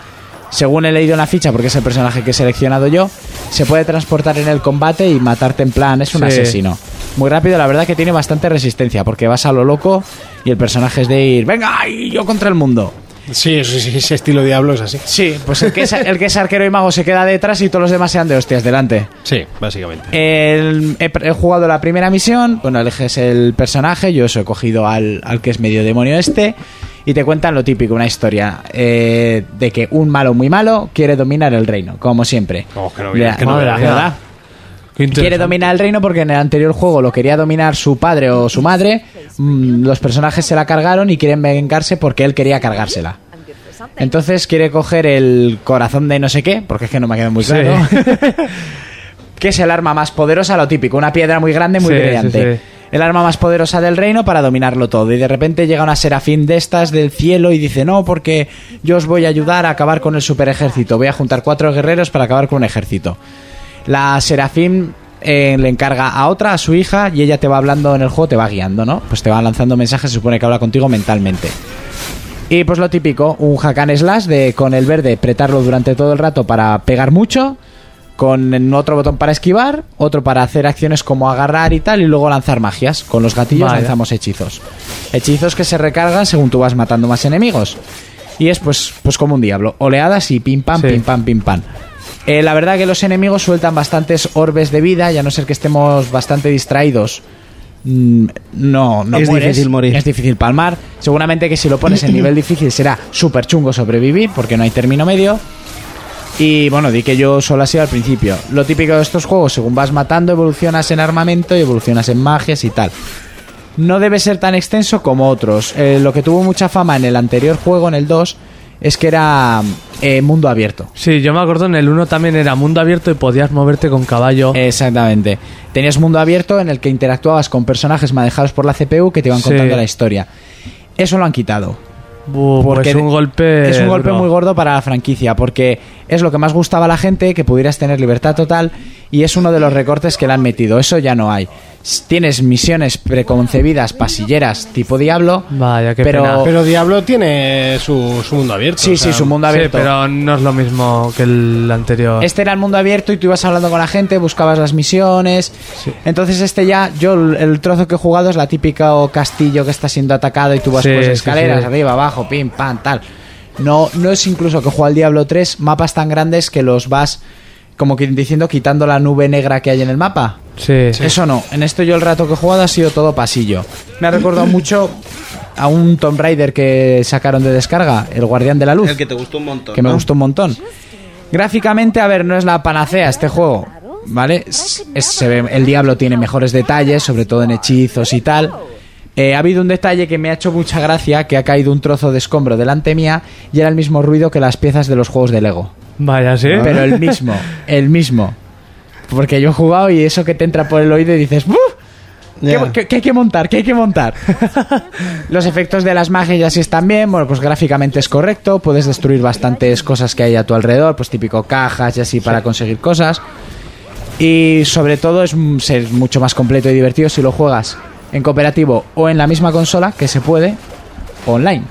[SPEAKER 4] Según he leído en la ficha, porque es el personaje que he seleccionado yo, se puede transportar en el combate y matarte en plan, es un
[SPEAKER 7] Sí.
[SPEAKER 4] asesino. Muy rápido, la verdad que tiene bastante resistencia, porque vas a lo loco y el personaje es de ir, venga, y yo contra el mundo.
[SPEAKER 2] Sí, sí, sí, ese estilo diablo es así.
[SPEAKER 4] Sí, pues el que, es, el que es arquero y mago se queda detrás y todos los demás sean de hostias delante.
[SPEAKER 2] Sí, básicamente.
[SPEAKER 4] El- he, pre- he jugado la primera misión, bueno, eliges el personaje, yo eso he cogido al, al que es medio demonio este, y te cuentan lo típico, una historia eh, de que un malo muy malo quiere dominar el reino, como siempre.
[SPEAKER 2] Oh, qué novedad,
[SPEAKER 4] Ya,
[SPEAKER 2] qué novedad.
[SPEAKER 4] ¿verdad?
[SPEAKER 7] Qué
[SPEAKER 4] Quiere
[SPEAKER 7] interesante.
[SPEAKER 4] dominar el reino porque en el anterior juego lo quería dominar su padre o su madre, mm, los personajes se la cargaron y quieren vengarse porque él quería cargársela. Entonces quiere coger el corazón de no sé qué, porque es que no me ha quedado muy
[SPEAKER 7] Sí.
[SPEAKER 4] claro. que es el arma más poderosa, lo típico, una piedra muy grande, muy
[SPEAKER 7] Sí, sí,
[SPEAKER 4] brillante.
[SPEAKER 7] sí.
[SPEAKER 4] El arma más poderosa del reino para dominarlo todo. Y de repente llega una serafín de estas del cielo y dice, no, porque yo os voy a ayudar a acabar con el super ejército. Voy a juntar cuatro guerreros para acabar con un ejército. La Serafín eh, le encarga a otra, a su hija, y ella te va hablando en el juego, te va guiando, ¿no? Pues te va lanzando mensajes, se supone que habla contigo mentalmente. Y pues lo típico, un hack and slash de con el verde apretarlo durante todo el rato para pegar mucho, con otro botón para esquivar, otro para hacer acciones como agarrar y tal, y luego lanzar magias. Con los gatillos
[SPEAKER 7] Vale.
[SPEAKER 4] lanzamos hechizos. Hechizos que se recargan según tú vas matando más enemigos. Y es pues, pues como un diablo, oleadas y pim pam,
[SPEAKER 7] Sí.
[SPEAKER 4] pim pam, pim pam. Eh, la verdad que los enemigos sueltan bastantes orbes de vida y a no ser que estemos bastante distraídos. mm, No, no
[SPEAKER 5] Es
[SPEAKER 4] mueres.
[SPEAKER 5] difícil morir.
[SPEAKER 4] Es difícil palmar. Seguramente que si lo pones en nivel difícil será súper chungo sobrevivir porque no hay término medio. Y bueno, di que yo solo así al principio. Lo típico de estos juegos, según vas matando, evolucionas en armamento y evolucionas en magias y tal. No debe ser tan extenso como otros. Eh, lo que tuvo mucha fama en el anterior juego, en el 2, es que era eh, mundo abierto.
[SPEAKER 7] Sí, yo me acuerdo en el 1 también era mundo abierto y podías moverte con caballo.
[SPEAKER 4] Eh, Exactamente. Tenías mundo abierto en el que interactuabas con personajes manejados por la CPU que te iban
[SPEAKER 7] Sí.
[SPEAKER 4] contando la historia. Eso lo han quitado.
[SPEAKER 7] Bu, pues
[SPEAKER 4] Porque
[SPEAKER 7] un golpe.
[SPEAKER 4] Es un golpe
[SPEAKER 7] duro.
[SPEAKER 4] muy gordo para la franquicia, porque es lo que más gustaba a la gente, que pudieras tener libertad total, y es uno de los recortes que le han metido. Eso ya no hay. S- Tienes misiones preconcebidas, pasilleras, tipo Diablo.
[SPEAKER 7] Vaya, qué
[SPEAKER 4] pero,
[SPEAKER 7] pena.
[SPEAKER 2] Pero Diablo tiene su, su mundo abierto.
[SPEAKER 4] Sí,
[SPEAKER 2] o sea,
[SPEAKER 4] sí, su mundo
[SPEAKER 7] Sí,
[SPEAKER 4] abierto.
[SPEAKER 7] pero no es lo mismo que el anterior.
[SPEAKER 4] Este era el mundo abierto y tú ibas hablando con la gente, buscabas las misiones.
[SPEAKER 7] Sí.
[SPEAKER 4] Entonces este ya, yo el- el trozo que he jugado es la típica o castillo que está siendo atacado y tú vas
[SPEAKER 7] Sí,
[SPEAKER 4] por las
[SPEAKER 7] sí,
[SPEAKER 4] escaleras,
[SPEAKER 7] sí.
[SPEAKER 4] arriba, abajo, pim, pam, tal. No, no es incluso que juega al Diablo 3 mapas tan grandes que los vas como que diciendo quitando la nube negra que hay en el mapa.
[SPEAKER 7] Sí.
[SPEAKER 4] Eso no, en esto yo el rato que he jugado ha sido todo pasillo. Me ha recordado mucho a un Tomb Raider que sacaron de descarga, el Guardián de la Luz
[SPEAKER 5] El que te gustó un montón.
[SPEAKER 4] que me
[SPEAKER 5] ¿no?
[SPEAKER 4] gustó un montón. Gráficamente, a ver, no es la panacea este juego, ¿vale? Es- es- se ve- el diablo tiene mejores detalles, sobre todo en hechizos y tal. Eh, ha habido un detalle que me ha hecho mucha gracia, que ha caído un trozo de escombro delante mía y era el mismo ruido que las piezas de los juegos de Lego.
[SPEAKER 7] Vaya, sí.
[SPEAKER 4] Ah. Pero el mismo, el mismo. Porque yo he jugado y eso que te entra por el oído y dices, "Buf, ¿Qué,
[SPEAKER 5] Ya.
[SPEAKER 4] qué- qué hay que montar? ¿Qué hay que montar? Los efectos de las magias y así están bien. Bueno, pues gráficamente es correcto. Puedes destruir bastantes cosas que hay a tu alrededor. Pues típico cajas y así para conseguir cosas. Y sobre todo es un- ser mucho más completo y divertido si lo juegas en cooperativo o en la misma consola, que se puede, o online.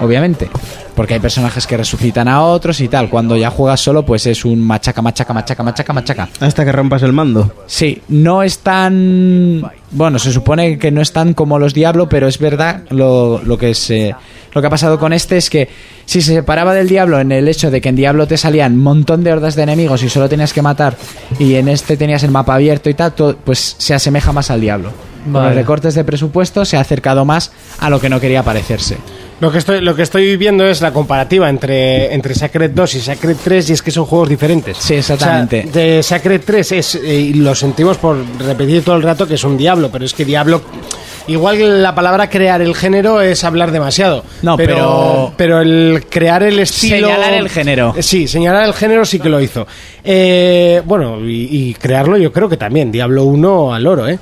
[SPEAKER 4] Obviamente. Porque hay personajes que resucitan a otros y tal. Cuando ya juegas solo, pues es un machaca, machaca, machaca, machaca, machaca.
[SPEAKER 5] Hasta que rompas el mando.
[SPEAKER 4] Sí, no es tan. Bueno, se supone que no es tan como los Diablo, pero es verdad lo, lo que se. Lo que ha pasado con este es que si se separaba del Diablo en el hecho de que en Diablo te salían un montón de hordas de enemigos y solo tenías que matar, y en este tenías el mapa abierto y tal, to- pues se asemeja más al Diablo. Con los
[SPEAKER 7] Vale.
[SPEAKER 4] recortes de presupuesto se ha acercado más a lo que no quería parecerse.
[SPEAKER 2] Lo que estoy, lo que estoy viendo es la comparativa entre, entre Sacred 2 y Sacred 3 y es que son juegos diferentes.
[SPEAKER 4] Sí, exactamente.
[SPEAKER 2] O sea, de Sacred 3 es, eh, y lo sentimos por repetir todo el rato que es un diablo, pero es que diablo... Igual que la palabra crear el género es hablar demasiado.
[SPEAKER 4] No, pero-
[SPEAKER 2] pero... el crear el estilo...
[SPEAKER 4] Señalar el género.
[SPEAKER 2] Eh, Sí, señalar el género sí que lo hizo. Eh, bueno, y, y crearlo yo creo que también. Diablo 1 al oro, ¿eh?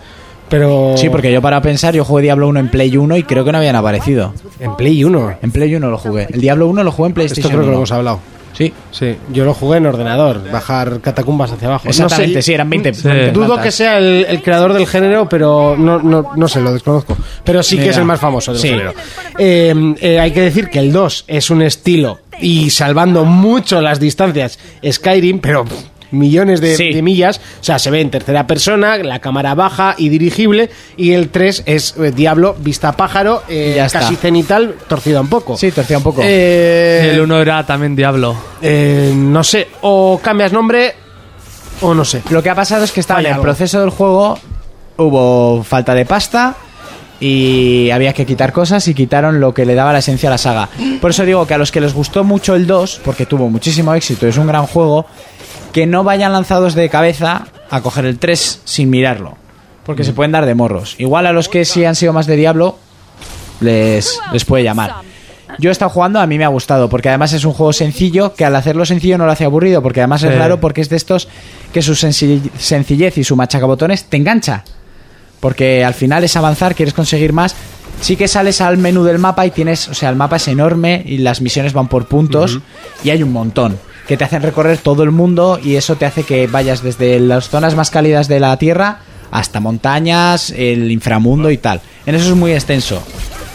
[SPEAKER 2] Pero...
[SPEAKER 4] Sí, porque yo para pensar, yo jugué Diablo 1 en Play 1 y creo que no habían aparecido.
[SPEAKER 2] En Play 1.
[SPEAKER 4] En Play 1 lo jugué. El Diablo 1 lo jugué en PlayStation.
[SPEAKER 2] Esto creo que
[SPEAKER 4] 1.
[SPEAKER 2] lo hemos hablado.
[SPEAKER 4] Sí.
[SPEAKER 2] Sí, yo lo jugué en ordenador, bajar catacumbas hacia abajo.
[SPEAKER 4] Exactamente,
[SPEAKER 2] No sé,
[SPEAKER 4] sí, eran 20.
[SPEAKER 7] Sí.
[SPEAKER 4] 20
[SPEAKER 2] Dudo
[SPEAKER 4] plantas.
[SPEAKER 2] que sea el, el creador del género, pero no, no, no sé, lo desconozco. Pero sí que
[SPEAKER 4] Mira.
[SPEAKER 2] es el más famoso del
[SPEAKER 4] Sí.
[SPEAKER 2] género. Eh, eh, hay que decir que el 2 es un estilo y salvando mucho las distancias Skyrim, pero pff, millones de,
[SPEAKER 4] Sí.
[SPEAKER 2] de millas. O sea, se ve en tercera persona, la cámara baja y dirigible. Y el 3 es eh, Diablo, vista pájaro, eh,
[SPEAKER 4] Y ya está.
[SPEAKER 2] casi cenital, torcida un poco.
[SPEAKER 4] Sí, torcía un poco.
[SPEAKER 2] Eh,
[SPEAKER 7] El uno era también Diablo.
[SPEAKER 2] eh, no sé, o cambias nombre o no sé.
[SPEAKER 4] Lo que ha pasado es que estaba en
[SPEAKER 2] Falla
[SPEAKER 4] el
[SPEAKER 2] algo.
[SPEAKER 4] proceso del juego, hubo falta de pasta y había que quitar cosas y quitaron lo que le daba la esencia a la saga. Por eso digo que a los que les gustó mucho el 2, porque tuvo muchísimo éxito, es un gran juego, que no vayan lanzados de cabeza a coger el 3 sin mirarlo, porque se pueden dar de morros. Igual a los que sí han sido más de Diablo, les, les puede llamar. Yo he estado jugando, a mí me ha gustado, porque además es un juego sencillo, que al hacerlo sencillo no lo hace aburrido, porque además es
[SPEAKER 7] Sí.
[SPEAKER 4] raro, porque es de estos que su sensi- sencillez y su machacabotones te engancha. Porque al final es avanzar, quieres conseguir más. Sí que sales al menú del mapa y tienes, o sea, el mapa es enorme y las misiones van por puntos y hay un montón que te hacen recorrer todo el mundo y eso te hace que vayas desde las zonas más cálidas de la Tierra hasta montañas, el inframundo y tal. En eso es muy extenso.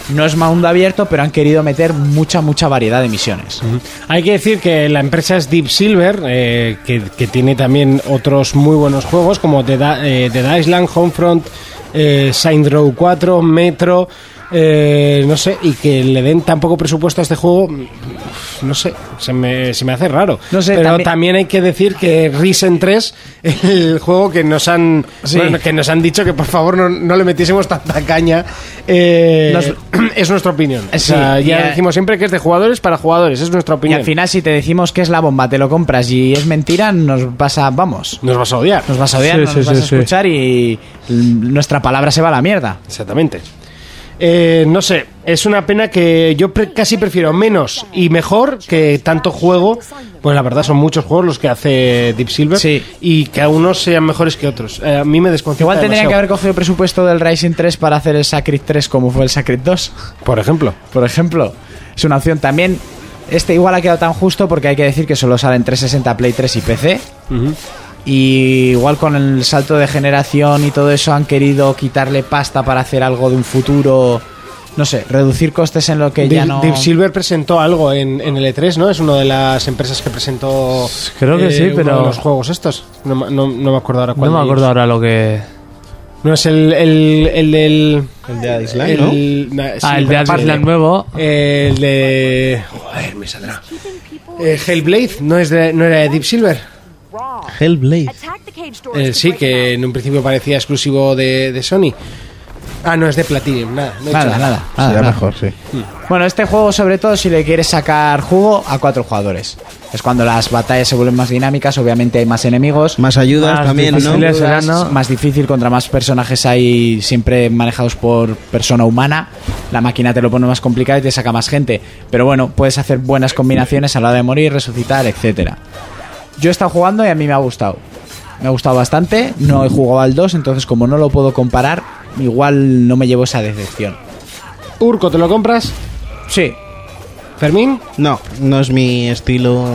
[SPEAKER 4] No es mundo abierto, pero han querido meter mucha, mucha variedad de misiones.
[SPEAKER 2] Hay que decir que la empresa es Deep Silver, eh, que, que tiene también otros muy buenos juegos como The, Da- eh, The Dead Island, Homefront, eh, Saints Row 4, Metro, eh, no sé, y que le den tan poco presupuesto a este juego, mm, no sé, se me, se me hace raro.
[SPEAKER 4] No sé,
[SPEAKER 2] Pero
[SPEAKER 4] también-
[SPEAKER 2] también... hay que decir que Risen 3, el juego que nos han,
[SPEAKER 4] Sí.
[SPEAKER 2] bueno, que nos han dicho que por favor no, no le metiésemos tanta caña, eh,
[SPEAKER 4] Nos-
[SPEAKER 2] es nuestra opinión. O
[SPEAKER 4] Sí,
[SPEAKER 2] sea,
[SPEAKER 4] y
[SPEAKER 2] ya
[SPEAKER 4] a-
[SPEAKER 2] decimos Pues siempre que es de jugadores para jugadores, es nuestra
[SPEAKER 4] Y
[SPEAKER 2] opinión.
[SPEAKER 4] al final, si te decimos que es la bomba, te lo compras y es mentira, nos pasa, vamos,
[SPEAKER 2] Nos vas a odiar.
[SPEAKER 4] nos vas a odiar,
[SPEAKER 7] Sí,
[SPEAKER 4] no
[SPEAKER 7] sí,
[SPEAKER 4] nos vas
[SPEAKER 7] sí,
[SPEAKER 4] a
[SPEAKER 7] sí.
[SPEAKER 4] escuchar y mm, nuestra palabra se va a la mierda.
[SPEAKER 2] Exactamente. eh, no sé, es una pena que yo pre- casi prefiero menos y mejor que tanto juego. Pues la verdad son muchos juegos los que hace Deep Silver
[SPEAKER 4] Sí.
[SPEAKER 2] y que a unos sean mejores que otros. Eh, a mí me desconcierta
[SPEAKER 4] Igual tendrían que
[SPEAKER 2] demasiado.
[SPEAKER 4] haber cogido el presupuesto del Rising 3 para hacer el Sacred 3 como fue el Sacred 2.
[SPEAKER 2] Por ejemplo.
[SPEAKER 4] por ejemplo. Es una opción también. Este igual ha quedado tan justo porque hay que decir que solo salen 360, Play 3 y PC. Y igual con el salto de generación y todo eso han querido quitarle pasta para hacer algo de un futuro. No sé, reducir costes en lo que ya
[SPEAKER 2] Deep,
[SPEAKER 4] no.
[SPEAKER 2] Deep Silver presentó algo en, en el E3, ¿no? Es una de las empresas que presentó. eh,
[SPEAKER 7] Creo que sí,
[SPEAKER 2] uno
[SPEAKER 7] pero-
[SPEAKER 2] de los juegos estos. No, ma- no- no me acuerdo ahora cuál.
[SPEAKER 7] No
[SPEAKER 2] de
[SPEAKER 7] me acuerdo
[SPEAKER 2] ellos.
[SPEAKER 7] ahora lo que.
[SPEAKER 2] No es el. El, el del.
[SPEAKER 5] El de Adisland,
[SPEAKER 2] El, na- sí,
[SPEAKER 7] ah, el de
[SPEAKER 2] pero aparte-
[SPEAKER 7] Adisland nuevo.
[SPEAKER 2] El de. Joder, me saldrá. Eh, Hellblade no, es de, no era de Deep Silver.
[SPEAKER 5] Hellblade.
[SPEAKER 2] Eh, sí, que en un principio parecía exclusivo de, de Sony. Ah, no, es de Platinum, nada. no he
[SPEAKER 4] Nada,
[SPEAKER 2] dicho
[SPEAKER 4] nada,
[SPEAKER 5] Ah,
[SPEAKER 4] nada, nada.
[SPEAKER 5] sí.
[SPEAKER 4] Bueno, este juego, sobre todo, si le quieres sacar jugo a cuatro jugadores. Es cuando las batallas se vuelven más dinámicas, obviamente hay más enemigos.
[SPEAKER 5] Más ayudas
[SPEAKER 7] Más
[SPEAKER 5] también, ¿no?
[SPEAKER 7] difíciles. será, ¿no?
[SPEAKER 4] más difícil contra más personajes hay siempre manejados por persona humana la máquina te lo pone más complicado y te saca más gente pero bueno puedes hacer buenas combinaciones a la hora de morir resucitar etcétera yo he estado jugando y a mí me ha gustado me ha gustado bastante no he jugado al 2 entonces como no lo puedo comparar igual no me llevo esa decepción
[SPEAKER 2] Urco, ¿te lo compras?
[SPEAKER 4] sí
[SPEAKER 2] Fermín,
[SPEAKER 5] No, no es mi estilo.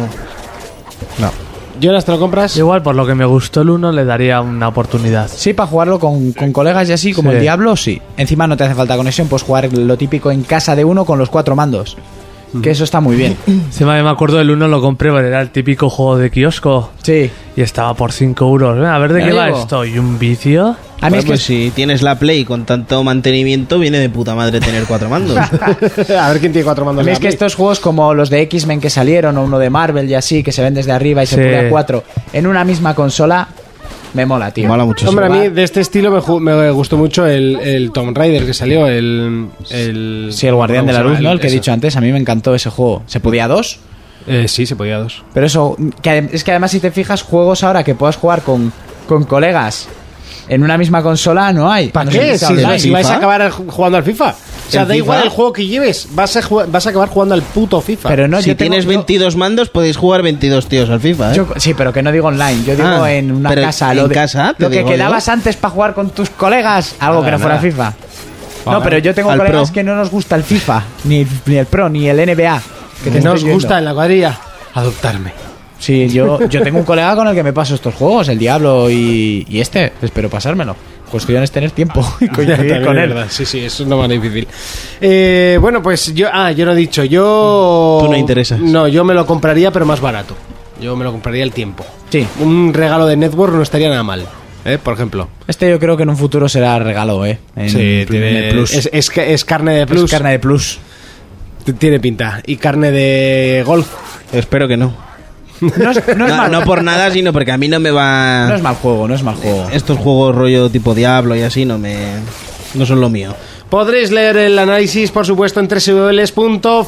[SPEAKER 5] No.
[SPEAKER 2] Jonas, ¿te lo compras?
[SPEAKER 7] Igual por lo que me gustó el uno le daría una oportunidad.
[SPEAKER 4] Sí, para jugarlo con, con colegas y así, como
[SPEAKER 7] Sí.
[SPEAKER 4] el Diablo, sí. Encima no te hace falta conexión, pues jugar lo típico en casa de uno con los cuatro mandos. Que eso está muy bien.
[SPEAKER 7] Encima me acuerdo del 1 lo compré, pero era el típico juego de kiosco.
[SPEAKER 4] Sí.
[SPEAKER 7] Y estaba por 5 euros. A ver de
[SPEAKER 4] Ya
[SPEAKER 7] qué va
[SPEAKER 4] digo.
[SPEAKER 7] esto. ¿Y un vicio?
[SPEAKER 4] A mí
[SPEAKER 5] Bueno,
[SPEAKER 4] es que
[SPEAKER 5] pues si tienes la Play con tanto mantenimiento, viene de puta madre tener cuatro mandos.
[SPEAKER 2] A ver quién tiene cuatro mandos.
[SPEAKER 4] A mí
[SPEAKER 2] de
[SPEAKER 4] es que
[SPEAKER 2] Play.
[SPEAKER 4] estos juegos como los de X-Men que salieron o uno de Marvel y así, que se ven desde arriba y
[SPEAKER 7] Sí.
[SPEAKER 4] se pone a cuatro en una misma consola, me mola, tío.
[SPEAKER 5] Mola mucho.
[SPEAKER 2] Hombre, a mí
[SPEAKER 4] va.
[SPEAKER 2] de este estilo me, ju- me gustó mucho el, el Tomb Raider que salió, el... el
[SPEAKER 4] Sí, el Guardián de la
[SPEAKER 2] ¿cómo se
[SPEAKER 4] Luz,
[SPEAKER 2] llama?
[SPEAKER 4] ¿no? El que he
[SPEAKER 2] Eso.
[SPEAKER 4] dicho antes, a mí me encantó ese juego. ¿Se podía a dos?
[SPEAKER 2] Eh, sí, se podía dos.
[SPEAKER 4] Pero eso, que adem- es que además si te fijas, juegos ahora que puedas jugar con, con colegas en una misma consola no hay. A
[SPEAKER 2] ¿Para
[SPEAKER 4] no ser
[SPEAKER 2] qué?
[SPEAKER 4] que
[SPEAKER 2] Si,
[SPEAKER 4] sea online.
[SPEAKER 2] si vais a acabar al- jugando al FIFA. O sea,
[SPEAKER 5] ¿El
[SPEAKER 2] da igual
[SPEAKER 5] FIFA?
[SPEAKER 2] el juego que lleves, vas a, ju- vas a acabar jugando al puto FIFA.
[SPEAKER 4] Pero no,
[SPEAKER 5] si
[SPEAKER 4] yo tengo-
[SPEAKER 5] tienes
[SPEAKER 4] yo-
[SPEAKER 5] 22 mandos, podéis jugar 22 tíos al FIFA, ¿eh?
[SPEAKER 4] yo- sí, pero que no digo online, yo digo
[SPEAKER 5] Ah,
[SPEAKER 4] en una
[SPEAKER 5] pero
[SPEAKER 4] casa.
[SPEAKER 5] en
[SPEAKER 4] Lo, de-
[SPEAKER 5] casa, te
[SPEAKER 4] lo que
[SPEAKER 5] digo
[SPEAKER 4] quedabas
[SPEAKER 5] yo.
[SPEAKER 4] antes para jugar con tus colegas, algo que no fuera FIFA. No,
[SPEAKER 5] Vale.
[SPEAKER 4] pero yo tengo
[SPEAKER 5] Al
[SPEAKER 4] colegas
[SPEAKER 5] Pro.
[SPEAKER 4] que no nos gusta el FIFA, ni, ni el Pro, ni el NBA. Que te
[SPEAKER 2] no
[SPEAKER 4] estoy
[SPEAKER 2] os
[SPEAKER 4] yendo.
[SPEAKER 2] gusta en la cuadrilla adoptarme.
[SPEAKER 4] Sí, yo, yo tengo un colega con el que me paso estos juegos, el Diablo y, y este. Espero pasármelo. Pues Cuestión es tener tiempo y coincidir
[SPEAKER 2] También
[SPEAKER 4] con
[SPEAKER 2] es
[SPEAKER 4] él.
[SPEAKER 2] verdad, Sí, sí, eso es lo más difícil. Eh, bueno, pues yo... Ah, yo no he dicho, yo...
[SPEAKER 5] Tú no interesas.
[SPEAKER 2] No, yo me lo compraría, pero más barato. Yo me lo compraría al tiempo.
[SPEAKER 4] Sí.
[SPEAKER 2] Un regalo de Network no estaría nada mal, ¿eh? por ejemplo.
[SPEAKER 4] Este yo creo que en un futuro será regalo, ¿eh? En- en el Plus.
[SPEAKER 2] Es, es ca- es carne de plus.
[SPEAKER 4] Es carne de Plus.
[SPEAKER 2] T- Tiene pinta. Y carne de golf.
[SPEAKER 5] Espero que no.
[SPEAKER 4] No es, no es
[SPEAKER 5] No,
[SPEAKER 4] mal,
[SPEAKER 5] no por nada, sino porque a mí no me va.
[SPEAKER 4] no es mal juego, no es mal juego.
[SPEAKER 5] Estos juegos rollo tipo Diablo y así no me. No son lo mío.
[SPEAKER 2] Podréis leer el análisis, por supuesto, en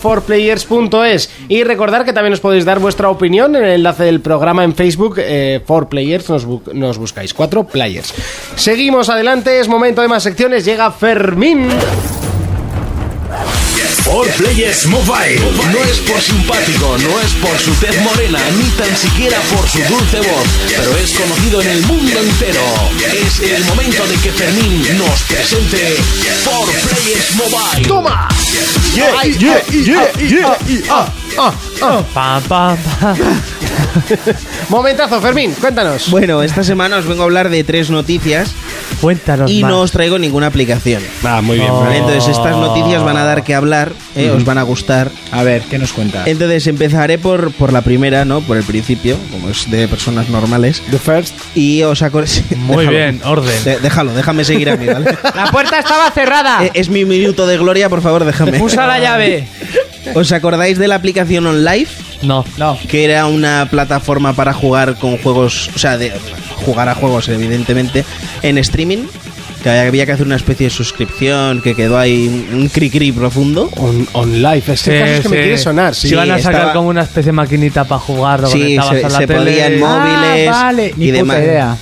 [SPEAKER 2] www.forplayers.es. Y recordar que también os podéis dar vuestra opinión en el enlace del programa en Facebook. Eh, 4Players, nos, bu- nos buscáis. 4Players. Seguimos adelante, es momento de más secciones. Llega Fermín.
[SPEAKER 1] All Players Mobile.
[SPEAKER 12] No es por simpático, no es por su tez morena, ni tan siquiera por su dulce voz, pero es conocido en el mundo entero. Es el momento de que Fermín nos presente For Players Mobile. ¡Toma! Ah,
[SPEAKER 7] Pam, pam, pam.
[SPEAKER 2] Momentazo, Fermín, cuéntanos.
[SPEAKER 5] Bueno, esta semana os vengo a hablar de tres noticias
[SPEAKER 7] Cuéntanos
[SPEAKER 5] y
[SPEAKER 7] más.
[SPEAKER 5] no os traigo ninguna aplicación.
[SPEAKER 2] Ah, muy
[SPEAKER 7] bien.
[SPEAKER 5] ¿vale? Entonces estas
[SPEAKER 2] Oh.
[SPEAKER 5] noticias van a dar que hablar, ¿eh? os van a gustar.
[SPEAKER 4] A ver, ¿qué nos cuenta?
[SPEAKER 5] Entonces empezaré por, por la primera, ¿no? Por el principio, como es de personas normales.
[SPEAKER 2] The first.
[SPEAKER 5] Y os acor- sí,
[SPEAKER 7] Muy
[SPEAKER 5] déjalo.
[SPEAKER 7] bien, orden.
[SPEAKER 5] De- déjalo, déjame seguir a mí, ¿vale?
[SPEAKER 4] La puerta estaba cerrada.
[SPEAKER 5] Eh, es mi minuto de gloria, por favor, déjame.
[SPEAKER 4] Usa la llave.
[SPEAKER 5] ¿Os acordáis de la aplicación OnLive?
[SPEAKER 7] No.
[SPEAKER 4] No.
[SPEAKER 5] que era una plataforma para jugar con juegos, o sea, de jugar a juegos evidentemente en streaming, que había que hacer una especie de suscripción, que quedó ahí un- un cri cri profundo.
[SPEAKER 2] On, on live. Este caso es que me quiere sonar.
[SPEAKER 7] Si
[SPEAKER 2] Sí.
[SPEAKER 7] van a sacar
[SPEAKER 5] estaba-
[SPEAKER 7] como una especie de maquinita para jugar, lo
[SPEAKER 5] Sí,
[SPEAKER 7] conectabas
[SPEAKER 5] se-
[SPEAKER 7] a la
[SPEAKER 5] se
[SPEAKER 7] tele.
[SPEAKER 5] podía en móvil. móviles
[SPEAKER 4] Ah, vale. Ni
[SPEAKER 5] y
[SPEAKER 4] puta
[SPEAKER 5] demás.
[SPEAKER 4] idea.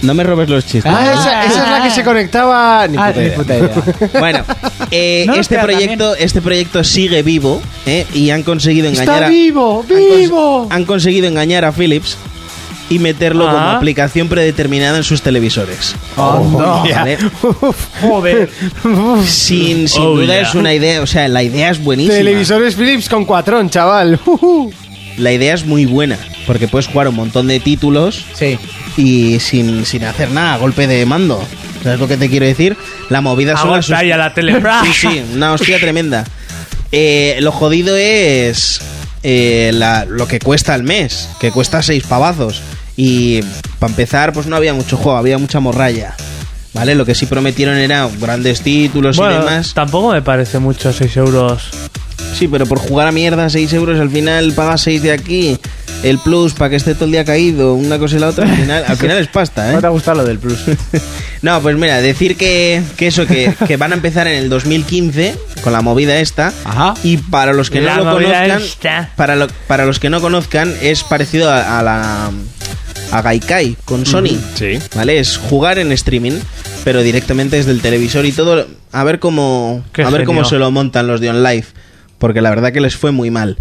[SPEAKER 5] No me robes los chistes.
[SPEAKER 2] Ah, esa, esa es la que se conectaba. Ni
[SPEAKER 4] Ah,
[SPEAKER 2] puta
[SPEAKER 4] ni
[SPEAKER 2] idea.
[SPEAKER 4] puta idea.
[SPEAKER 5] Bueno, Eh,
[SPEAKER 4] No,
[SPEAKER 5] este,
[SPEAKER 4] espera,
[SPEAKER 5] proyecto, este proyecto sigue vivo ¿eh? y han conseguido engañar a,
[SPEAKER 2] vivo,
[SPEAKER 5] pues,
[SPEAKER 2] vivo.
[SPEAKER 5] han conseguido engañar a Philips y meterlo como
[SPEAKER 7] Ah.
[SPEAKER 5] aplicación predeterminada en sus televisores. ¿Vale?
[SPEAKER 4] Joder.
[SPEAKER 5] Sin, sin
[SPEAKER 7] Oh,
[SPEAKER 5] duda
[SPEAKER 7] yeah.
[SPEAKER 5] es una idea, o sea, la idea es buenísima.
[SPEAKER 2] Televisores Philips con cuatrón, chaval. Ujú.
[SPEAKER 5] La idea es muy buena, porque puedes jugar un montón de títulos
[SPEAKER 4] Sí.
[SPEAKER 5] y sin, sin hacer nada, a golpe de mando. ¿Sabes lo que te quiero decir? La movida son las
[SPEAKER 7] Aguanta ahí a la tele.
[SPEAKER 5] Sí, sí, una hostia tremenda. Eh, lo jodido es eh, la- lo que cuesta al mes, que cuesta seis pavazos. Y para empezar, pues no había mucho juego, había mucha morralla. ¿Vale? Lo que sí prometieron era grandes títulos y
[SPEAKER 7] Bueno,
[SPEAKER 5] demás.
[SPEAKER 7] tampoco me parece mucho 6 euros.
[SPEAKER 5] Sí, pero por jugar a mierda 6 euros, al final pagas 6 de aquí. El plus para que esté todo el día caído, una cosa y la otra. Al final, al final es pasta, ¿eh?
[SPEAKER 4] No te ha gustado lo del plus.
[SPEAKER 5] No, pues mira, decir que, que eso, que, que van a empezar en el 2015 con la movida esta.
[SPEAKER 4] Ajá.
[SPEAKER 5] Y para los que
[SPEAKER 7] La
[SPEAKER 5] no lo
[SPEAKER 7] movida
[SPEAKER 5] conozcan,
[SPEAKER 7] esta.
[SPEAKER 5] para, lo- para los que no conozcan, es parecido a, a la a Gaikai con Sony.
[SPEAKER 2] sí.
[SPEAKER 5] ¿Vale? Es jugar en streaming, pero directamente desde el televisor y todo. A ver cómo
[SPEAKER 7] Qué
[SPEAKER 5] a ver cómo
[SPEAKER 7] genio.
[SPEAKER 5] se lo montan los de OnLive, porque la verdad que les fue muy mal.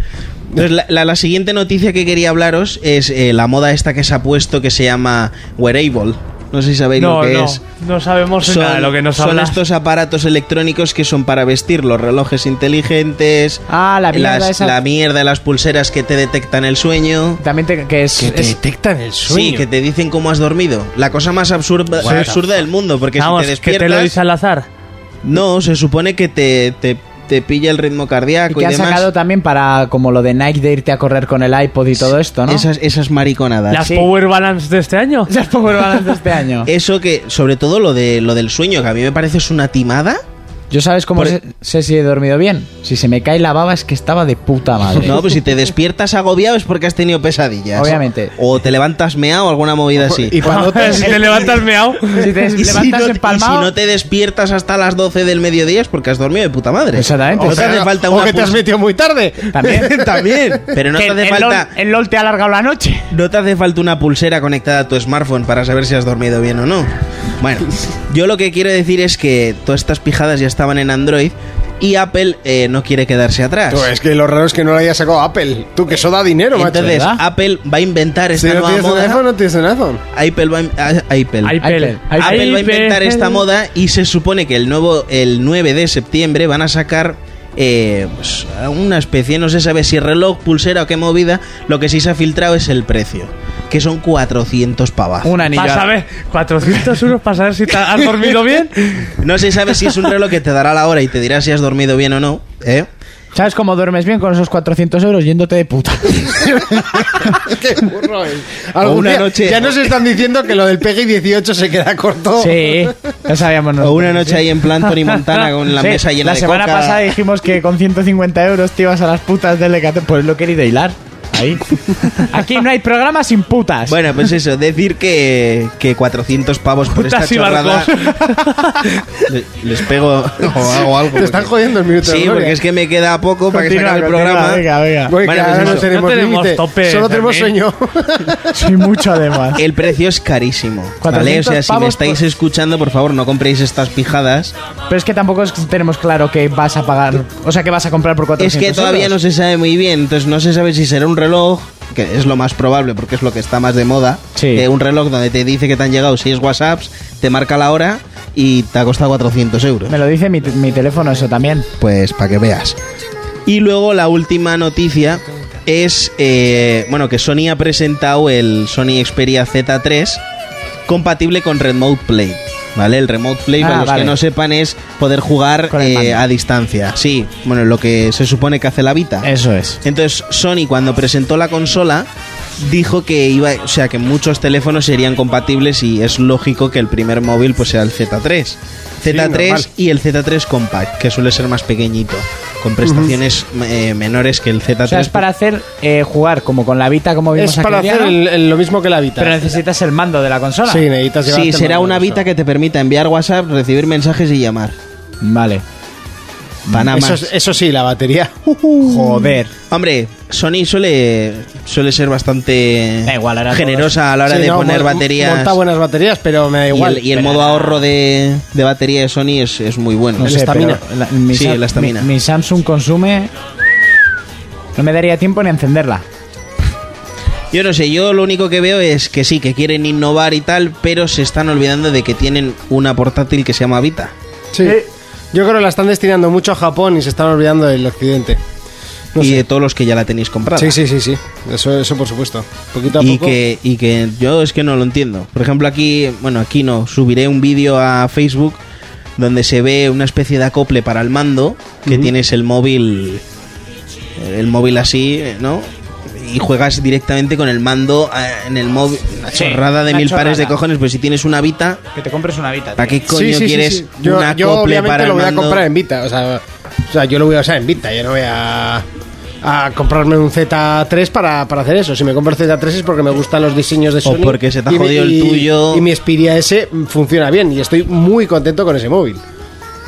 [SPEAKER 5] Entonces, la, la- la siguiente noticia que quería hablaros es eh, la moda esta que se ha puesto que se llama wearable. No sé si sabéis
[SPEAKER 7] No,
[SPEAKER 5] lo que
[SPEAKER 7] no,
[SPEAKER 5] es
[SPEAKER 7] no sabemos nada de lo que nos
[SPEAKER 5] son
[SPEAKER 7] hablas.
[SPEAKER 5] estos aparatos electrónicos que son para vestir los relojes inteligentes.
[SPEAKER 4] Ah, la mierda
[SPEAKER 5] las,
[SPEAKER 4] esa.
[SPEAKER 5] La mierda, las pulseras que te detectan el sueño.
[SPEAKER 4] También te- que es,
[SPEAKER 2] Que te
[SPEAKER 4] es-
[SPEAKER 2] detectan el
[SPEAKER 5] Sí,
[SPEAKER 2] sueño.
[SPEAKER 5] que te dicen cómo has dormido. La cosa más absurda,
[SPEAKER 2] What the
[SPEAKER 5] absurda del mundo, porque
[SPEAKER 7] Vamos,
[SPEAKER 5] si te
[SPEAKER 7] que te lo
[SPEAKER 5] despiertas...
[SPEAKER 7] dice al azar.
[SPEAKER 5] no, se supone que te, te, te pilla el ritmo
[SPEAKER 4] y
[SPEAKER 5] cardíaco y,
[SPEAKER 4] que han
[SPEAKER 5] demás.
[SPEAKER 4] sacado también para como lo de Nike de irte a correr con el iPod y todo esto, ¿no?
[SPEAKER 5] esas, esas mariconadas.
[SPEAKER 7] Las
[SPEAKER 4] sí.
[SPEAKER 7] Power Balance de este año.
[SPEAKER 4] Esas Power Balance de este año.
[SPEAKER 5] Eso que, sobre todo lo, de, lo del sueño, que a mí me parece es una timada.
[SPEAKER 4] Yo sabes cómo
[SPEAKER 5] Por- e-
[SPEAKER 4] sé, sé si he dormido bien. Si se me cae la baba es que estaba de puta madre.
[SPEAKER 5] No, pues si te despiertas agobiado es porque has tenido pesadillas.
[SPEAKER 4] Obviamente.
[SPEAKER 5] O te levantas meado o alguna movida así.
[SPEAKER 2] Y cuando te-
[SPEAKER 7] si te levantas meao.
[SPEAKER 4] Si te
[SPEAKER 5] Y si, no,
[SPEAKER 4] levantas
[SPEAKER 5] te-
[SPEAKER 4] empalmado.
[SPEAKER 5] y si no te despiertas hasta las 12 del mediodía es porque has dormido de puta madre.
[SPEAKER 4] Exactamente.
[SPEAKER 5] No te hace
[SPEAKER 2] o
[SPEAKER 5] falta
[SPEAKER 2] que
[SPEAKER 5] una pues.
[SPEAKER 2] te has
[SPEAKER 5] pulse-
[SPEAKER 2] metido muy tarde.
[SPEAKER 4] También.
[SPEAKER 5] También. Pero no te, hace falta,
[SPEAKER 4] LOL te ha alargado la noche.
[SPEAKER 5] no te hace falta una pulsera conectada a tu smartphone para saber si has dormido bien o no. Bueno, yo lo que quiero decir es que todas estas pijadas ya estaban en Android y Apple eh, no quiere quedarse atrás.
[SPEAKER 2] Tú, Pues es que lo raro es que no lo haya sacado Apple. Tú, que eso da dinero, macho.
[SPEAKER 5] Entonces,
[SPEAKER 4] ¿verdad?
[SPEAKER 5] Apple va a inventar
[SPEAKER 2] Si
[SPEAKER 5] esta
[SPEAKER 2] no
[SPEAKER 5] nueva
[SPEAKER 2] tienes un
[SPEAKER 5] moda.
[SPEAKER 2] iPhone, no tienes un iPhone.
[SPEAKER 5] Apple va a in- a- Apple.
[SPEAKER 7] Apple.
[SPEAKER 5] Mm. Apple va a inventar esta moda y se supone que el nuevo el 9 de septiembre van a sacar eh, pues, una especie, no se sabe si reloj, pulsera o qué movida, lo que sí se ha filtrado es el precio, que son 400 pavas.
[SPEAKER 4] Un anillo.
[SPEAKER 7] Para saber, 400 euros para saber si te has dormido bien.
[SPEAKER 5] No se sabe si es un reloj que te dará la hora y te dirá si has dormido bien o no, ¿eh?
[SPEAKER 4] ¿Sabes cómo duermes bien con esos 400 euros yéndote de puta?
[SPEAKER 2] Qué burro es. Algún
[SPEAKER 5] una
[SPEAKER 2] día-
[SPEAKER 5] noche-
[SPEAKER 2] Ya nos están diciendo que lo del Peggy 18 se queda corto.
[SPEAKER 4] sí, ya sabíamos.
[SPEAKER 5] O
[SPEAKER 4] nosotros.
[SPEAKER 5] una noche ahí en plan Tony Montana con la
[SPEAKER 4] Sí,
[SPEAKER 5] mesa llena
[SPEAKER 4] La
[SPEAKER 5] de
[SPEAKER 4] semana
[SPEAKER 5] coca.
[SPEAKER 4] pasada dijimos que con 150 euros te ibas a las putas del Decathlon. Pues lo he querido hilar. Ahí. Aquí no hay programa sin putas.
[SPEAKER 5] Bueno, pues eso, decir que, que 400 pavos por esta
[SPEAKER 7] Putas y
[SPEAKER 5] chorrada.
[SPEAKER 7] barcos.
[SPEAKER 5] Le- Les pego o hago algo.
[SPEAKER 2] Te están
[SPEAKER 5] porque-
[SPEAKER 2] jodiendo el minuto de
[SPEAKER 5] Sí,
[SPEAKER 2] gloria.
[SPEAKER 5] porque es que me queda poco para que se
[SPEAKER 4] Continúa,
[SPEAKER 5] acabe el
[SPEAKER 4] continúa,
[SPEAKER 5] programa.
[SPEAKER 4] Venga, venga.
[SPEAKER 2] Voy,
[SPEAKER 5] Bueno,
[SPEAKER 2] que
[SPEAKER 5] pues
[SPEAKER 2] ahora no
[SPEAKER 5] eso.
[SPEAKER 2] tenemos,
[SPEAKER 7] No tenemos
[SPEAKER 2] límite.
[SPEAKER 7] tope,
[SPEAKER 2] Solo tenemos
[SPEAKER 7] Fermín.
[SPEAKER 2] sueño.
[SPEAKER 4] Sí, mucho además.
[SPEAKER 5] El precio es carísimo, ¿vale? O
[SPEAKER 4] 400
[SPEAKER 5] sea, si me
[SPEAKER 4] pavos
[SPEAKER 5] estáis
[SPEAKER 4] por-
[SPEAKER 5] escuchando, por favor, no compréis estas pijadas.
[SPEAKER 4] Pero es que tampoco es que tenemos claro que vas a pagar, o sea, que vas a comprar por 400
[SPEAKER 5] Es que todavía no
[SPEAKER 4] euros.
[SPEAKER 5] se sabe muy bien, entonces no se sabe si será un reloj, que es lo más probable porque es lo que está más de moda.
[SPEAKER 4] Sí.
[SPEAKER 5] eh, un reloj donde te dice que te han llegado 6 WhatsApps, te marca la hora y te ha costado 400 euros.
[SPEAKER 4] Me lo dice mi, mi teléfono eso también.
[SPEAKER 5] Pues para que veas. Y luego la última noticia es, eh, bueno, que Sony ha presentado el Sony Xperia Z3 compatible con Remote Play. ¿Vale? El Remote Play, para
[SPEAKER 4] Ah,
[SPEAKER 5] los
[SPEAKER 4] vale.
[SPEAKER 5] que no sepan, es poder jugar
[SPEAKER 4] Con el
[SPEAKER 5] eh,
[SPEAKER 4] mando.
[SPEAKER 5] a distancia. Sí, bueno, lo que se supone que hace la Vita.
[SPEAKER 4] Eso es.
[SPEAKER 5] Entonces, Sony cuando presentó la consola dijo que iba, o sea, que muchos teléfonos serían compatibles y es lógico que el primer móvil pues sea el Z3. Z3
[SPEAKER 2] normal.
[SPEAKER 5] y el Z3 Compact, que suele ser más pequeñito, con prestaciones eh, menores que el Z3.
[SPEAKER 4] O sea, es para hacer eh, jugar como con la Vita como vimos
[SPEAKER 2] Es para
[SPEAKER 4] aquel día,
[SPEAKER 2] hacer
[SPEAKER 4] ¿no?
[SPEAKER 2] el- el- lo mismo que la Vita.
[SPEAKER 4] Pero necesitas el mando de la consola.
[SPEAKER 2] Sí, necesitas llevarte
[SPEAKER 5] Sí,
[SPEAKER 2] el
[SPEAKER 5] será
[SPEAKER 2] mando
[SPEAKER 5] una
[SPEAKER 2] de
[SPEAKER 5] Vita
[SPEAKER 2] eso.
[SPEAKER 5] que te permita enviar WhatsApp, recibir mensajes y llamar.
[SPEAKER 4] Vale.
[SPEAKER 5] Panamá.
[SPEAKER 2] Eso, es- eso sí, la batería.
[SPEAKER 4] eh, Joder.
[SPEAKER 5] Hombre, Sony suele, suele ser bastante generosa a la hora
[SPEAKER 2] Sí,
[SPEAKER 5] de
[SPEAKER 2] no,
[SPEAKER 5] poner
[SPEAKER 2] mon-
[SPEAKER 5] baterías.
[SPEAKER 2] Monta buenas baterías, pero me da
[SPEAKER 5] Y
[SPEAKER 2] igual.
[SPEAKER 5] el, y el
[SPEAKER 2] Pero-
[SPEAKER 5] modo ahorro de, de batería de Sony es, es muy bueno.
[SPEAKER 4] No sé, pero la- mi
[SPEAKER 5] sí,
[SPEAKER 4] Sa-
[SPEAKER 5] la estamina.
[SPEAKER 4] Mi, mi Samsung consume. No me daría tiempo ni a encenderla.
[SPEAKER 5] Yo no sé, yo lo único que veo es que sí, que quieren innovar y tal, pero se están olvidando de que tienen una portátil que se llama Vita.
[SPEAKER 2] Sí. Yo creo que la están destinando mucho a Japón y se están olvidando del occidente. No
[SPEAKER 4] Pues
[SPEAKER 5] y
[SPEAKER 2] sé.
[SPEAKER 5] de todos los que ya la tenéis comprada.
[SPEAKER 2] Sí, sí, sí, sí. Eso, eso por supuesto. Poquito a
[SPEAKER 5] y
[SPEAKER 2] poco.
[SPEAKER 5] que y que yo es que no lo entiendo por ejemplo aquí bueno aquí no subiré un vídeo a Facebook donde se ve una especie de acople para el mando que tienes el móvil el móvil así no y juegas directamente con el mando eh, en el móvil una
[SPEAKER 4] Sí,
[SPEAKER 5] chorrada de
[SPEAKER 4] una
[SPEAKER 5] mil pares de
[SPEAKER 4] chorrada.
[SPEAKER 5] cojones pero si tienes una Vita
[SPEAKER 4] Que te compres una Vita.
[SPEAKER 5] ¿para qué
[SPEAKER 2] Sí,
[SPEAKER 5] coño
[SPEAKER 2] sí, sí,
[SPEAKER 5] quieres
[SPEAKER 2] sí. Yo,
[SPEAKER 5] una
[SPEAKER 2] yo
[SPEAKER 5] acople
[SPEAKER 2] obviamente
[SPEAKER 5] para el
[SPEAKER 2] lo voy a
[SPEAKER 5] mando?
[SPEAKER 2] comprar eh. en Vita. O sea, o sea, yo lo voy a usar en Vita. Yo no voy a, a comprarme un Z3 para, para hacer eso. Si me compro el Z3 es porque me gustan los diseños de Sony.
[SPEAKER 5] porque se te ha
[SPEAKER 2] y mi-
[SPEAKER 5] jodido el
[SPEAKER 2] y-
[SPEAKER 5] tuyo.
[SPEAKER 2] Y mi Xperia S funciona bien. Y estoy muy contento con ese móvil.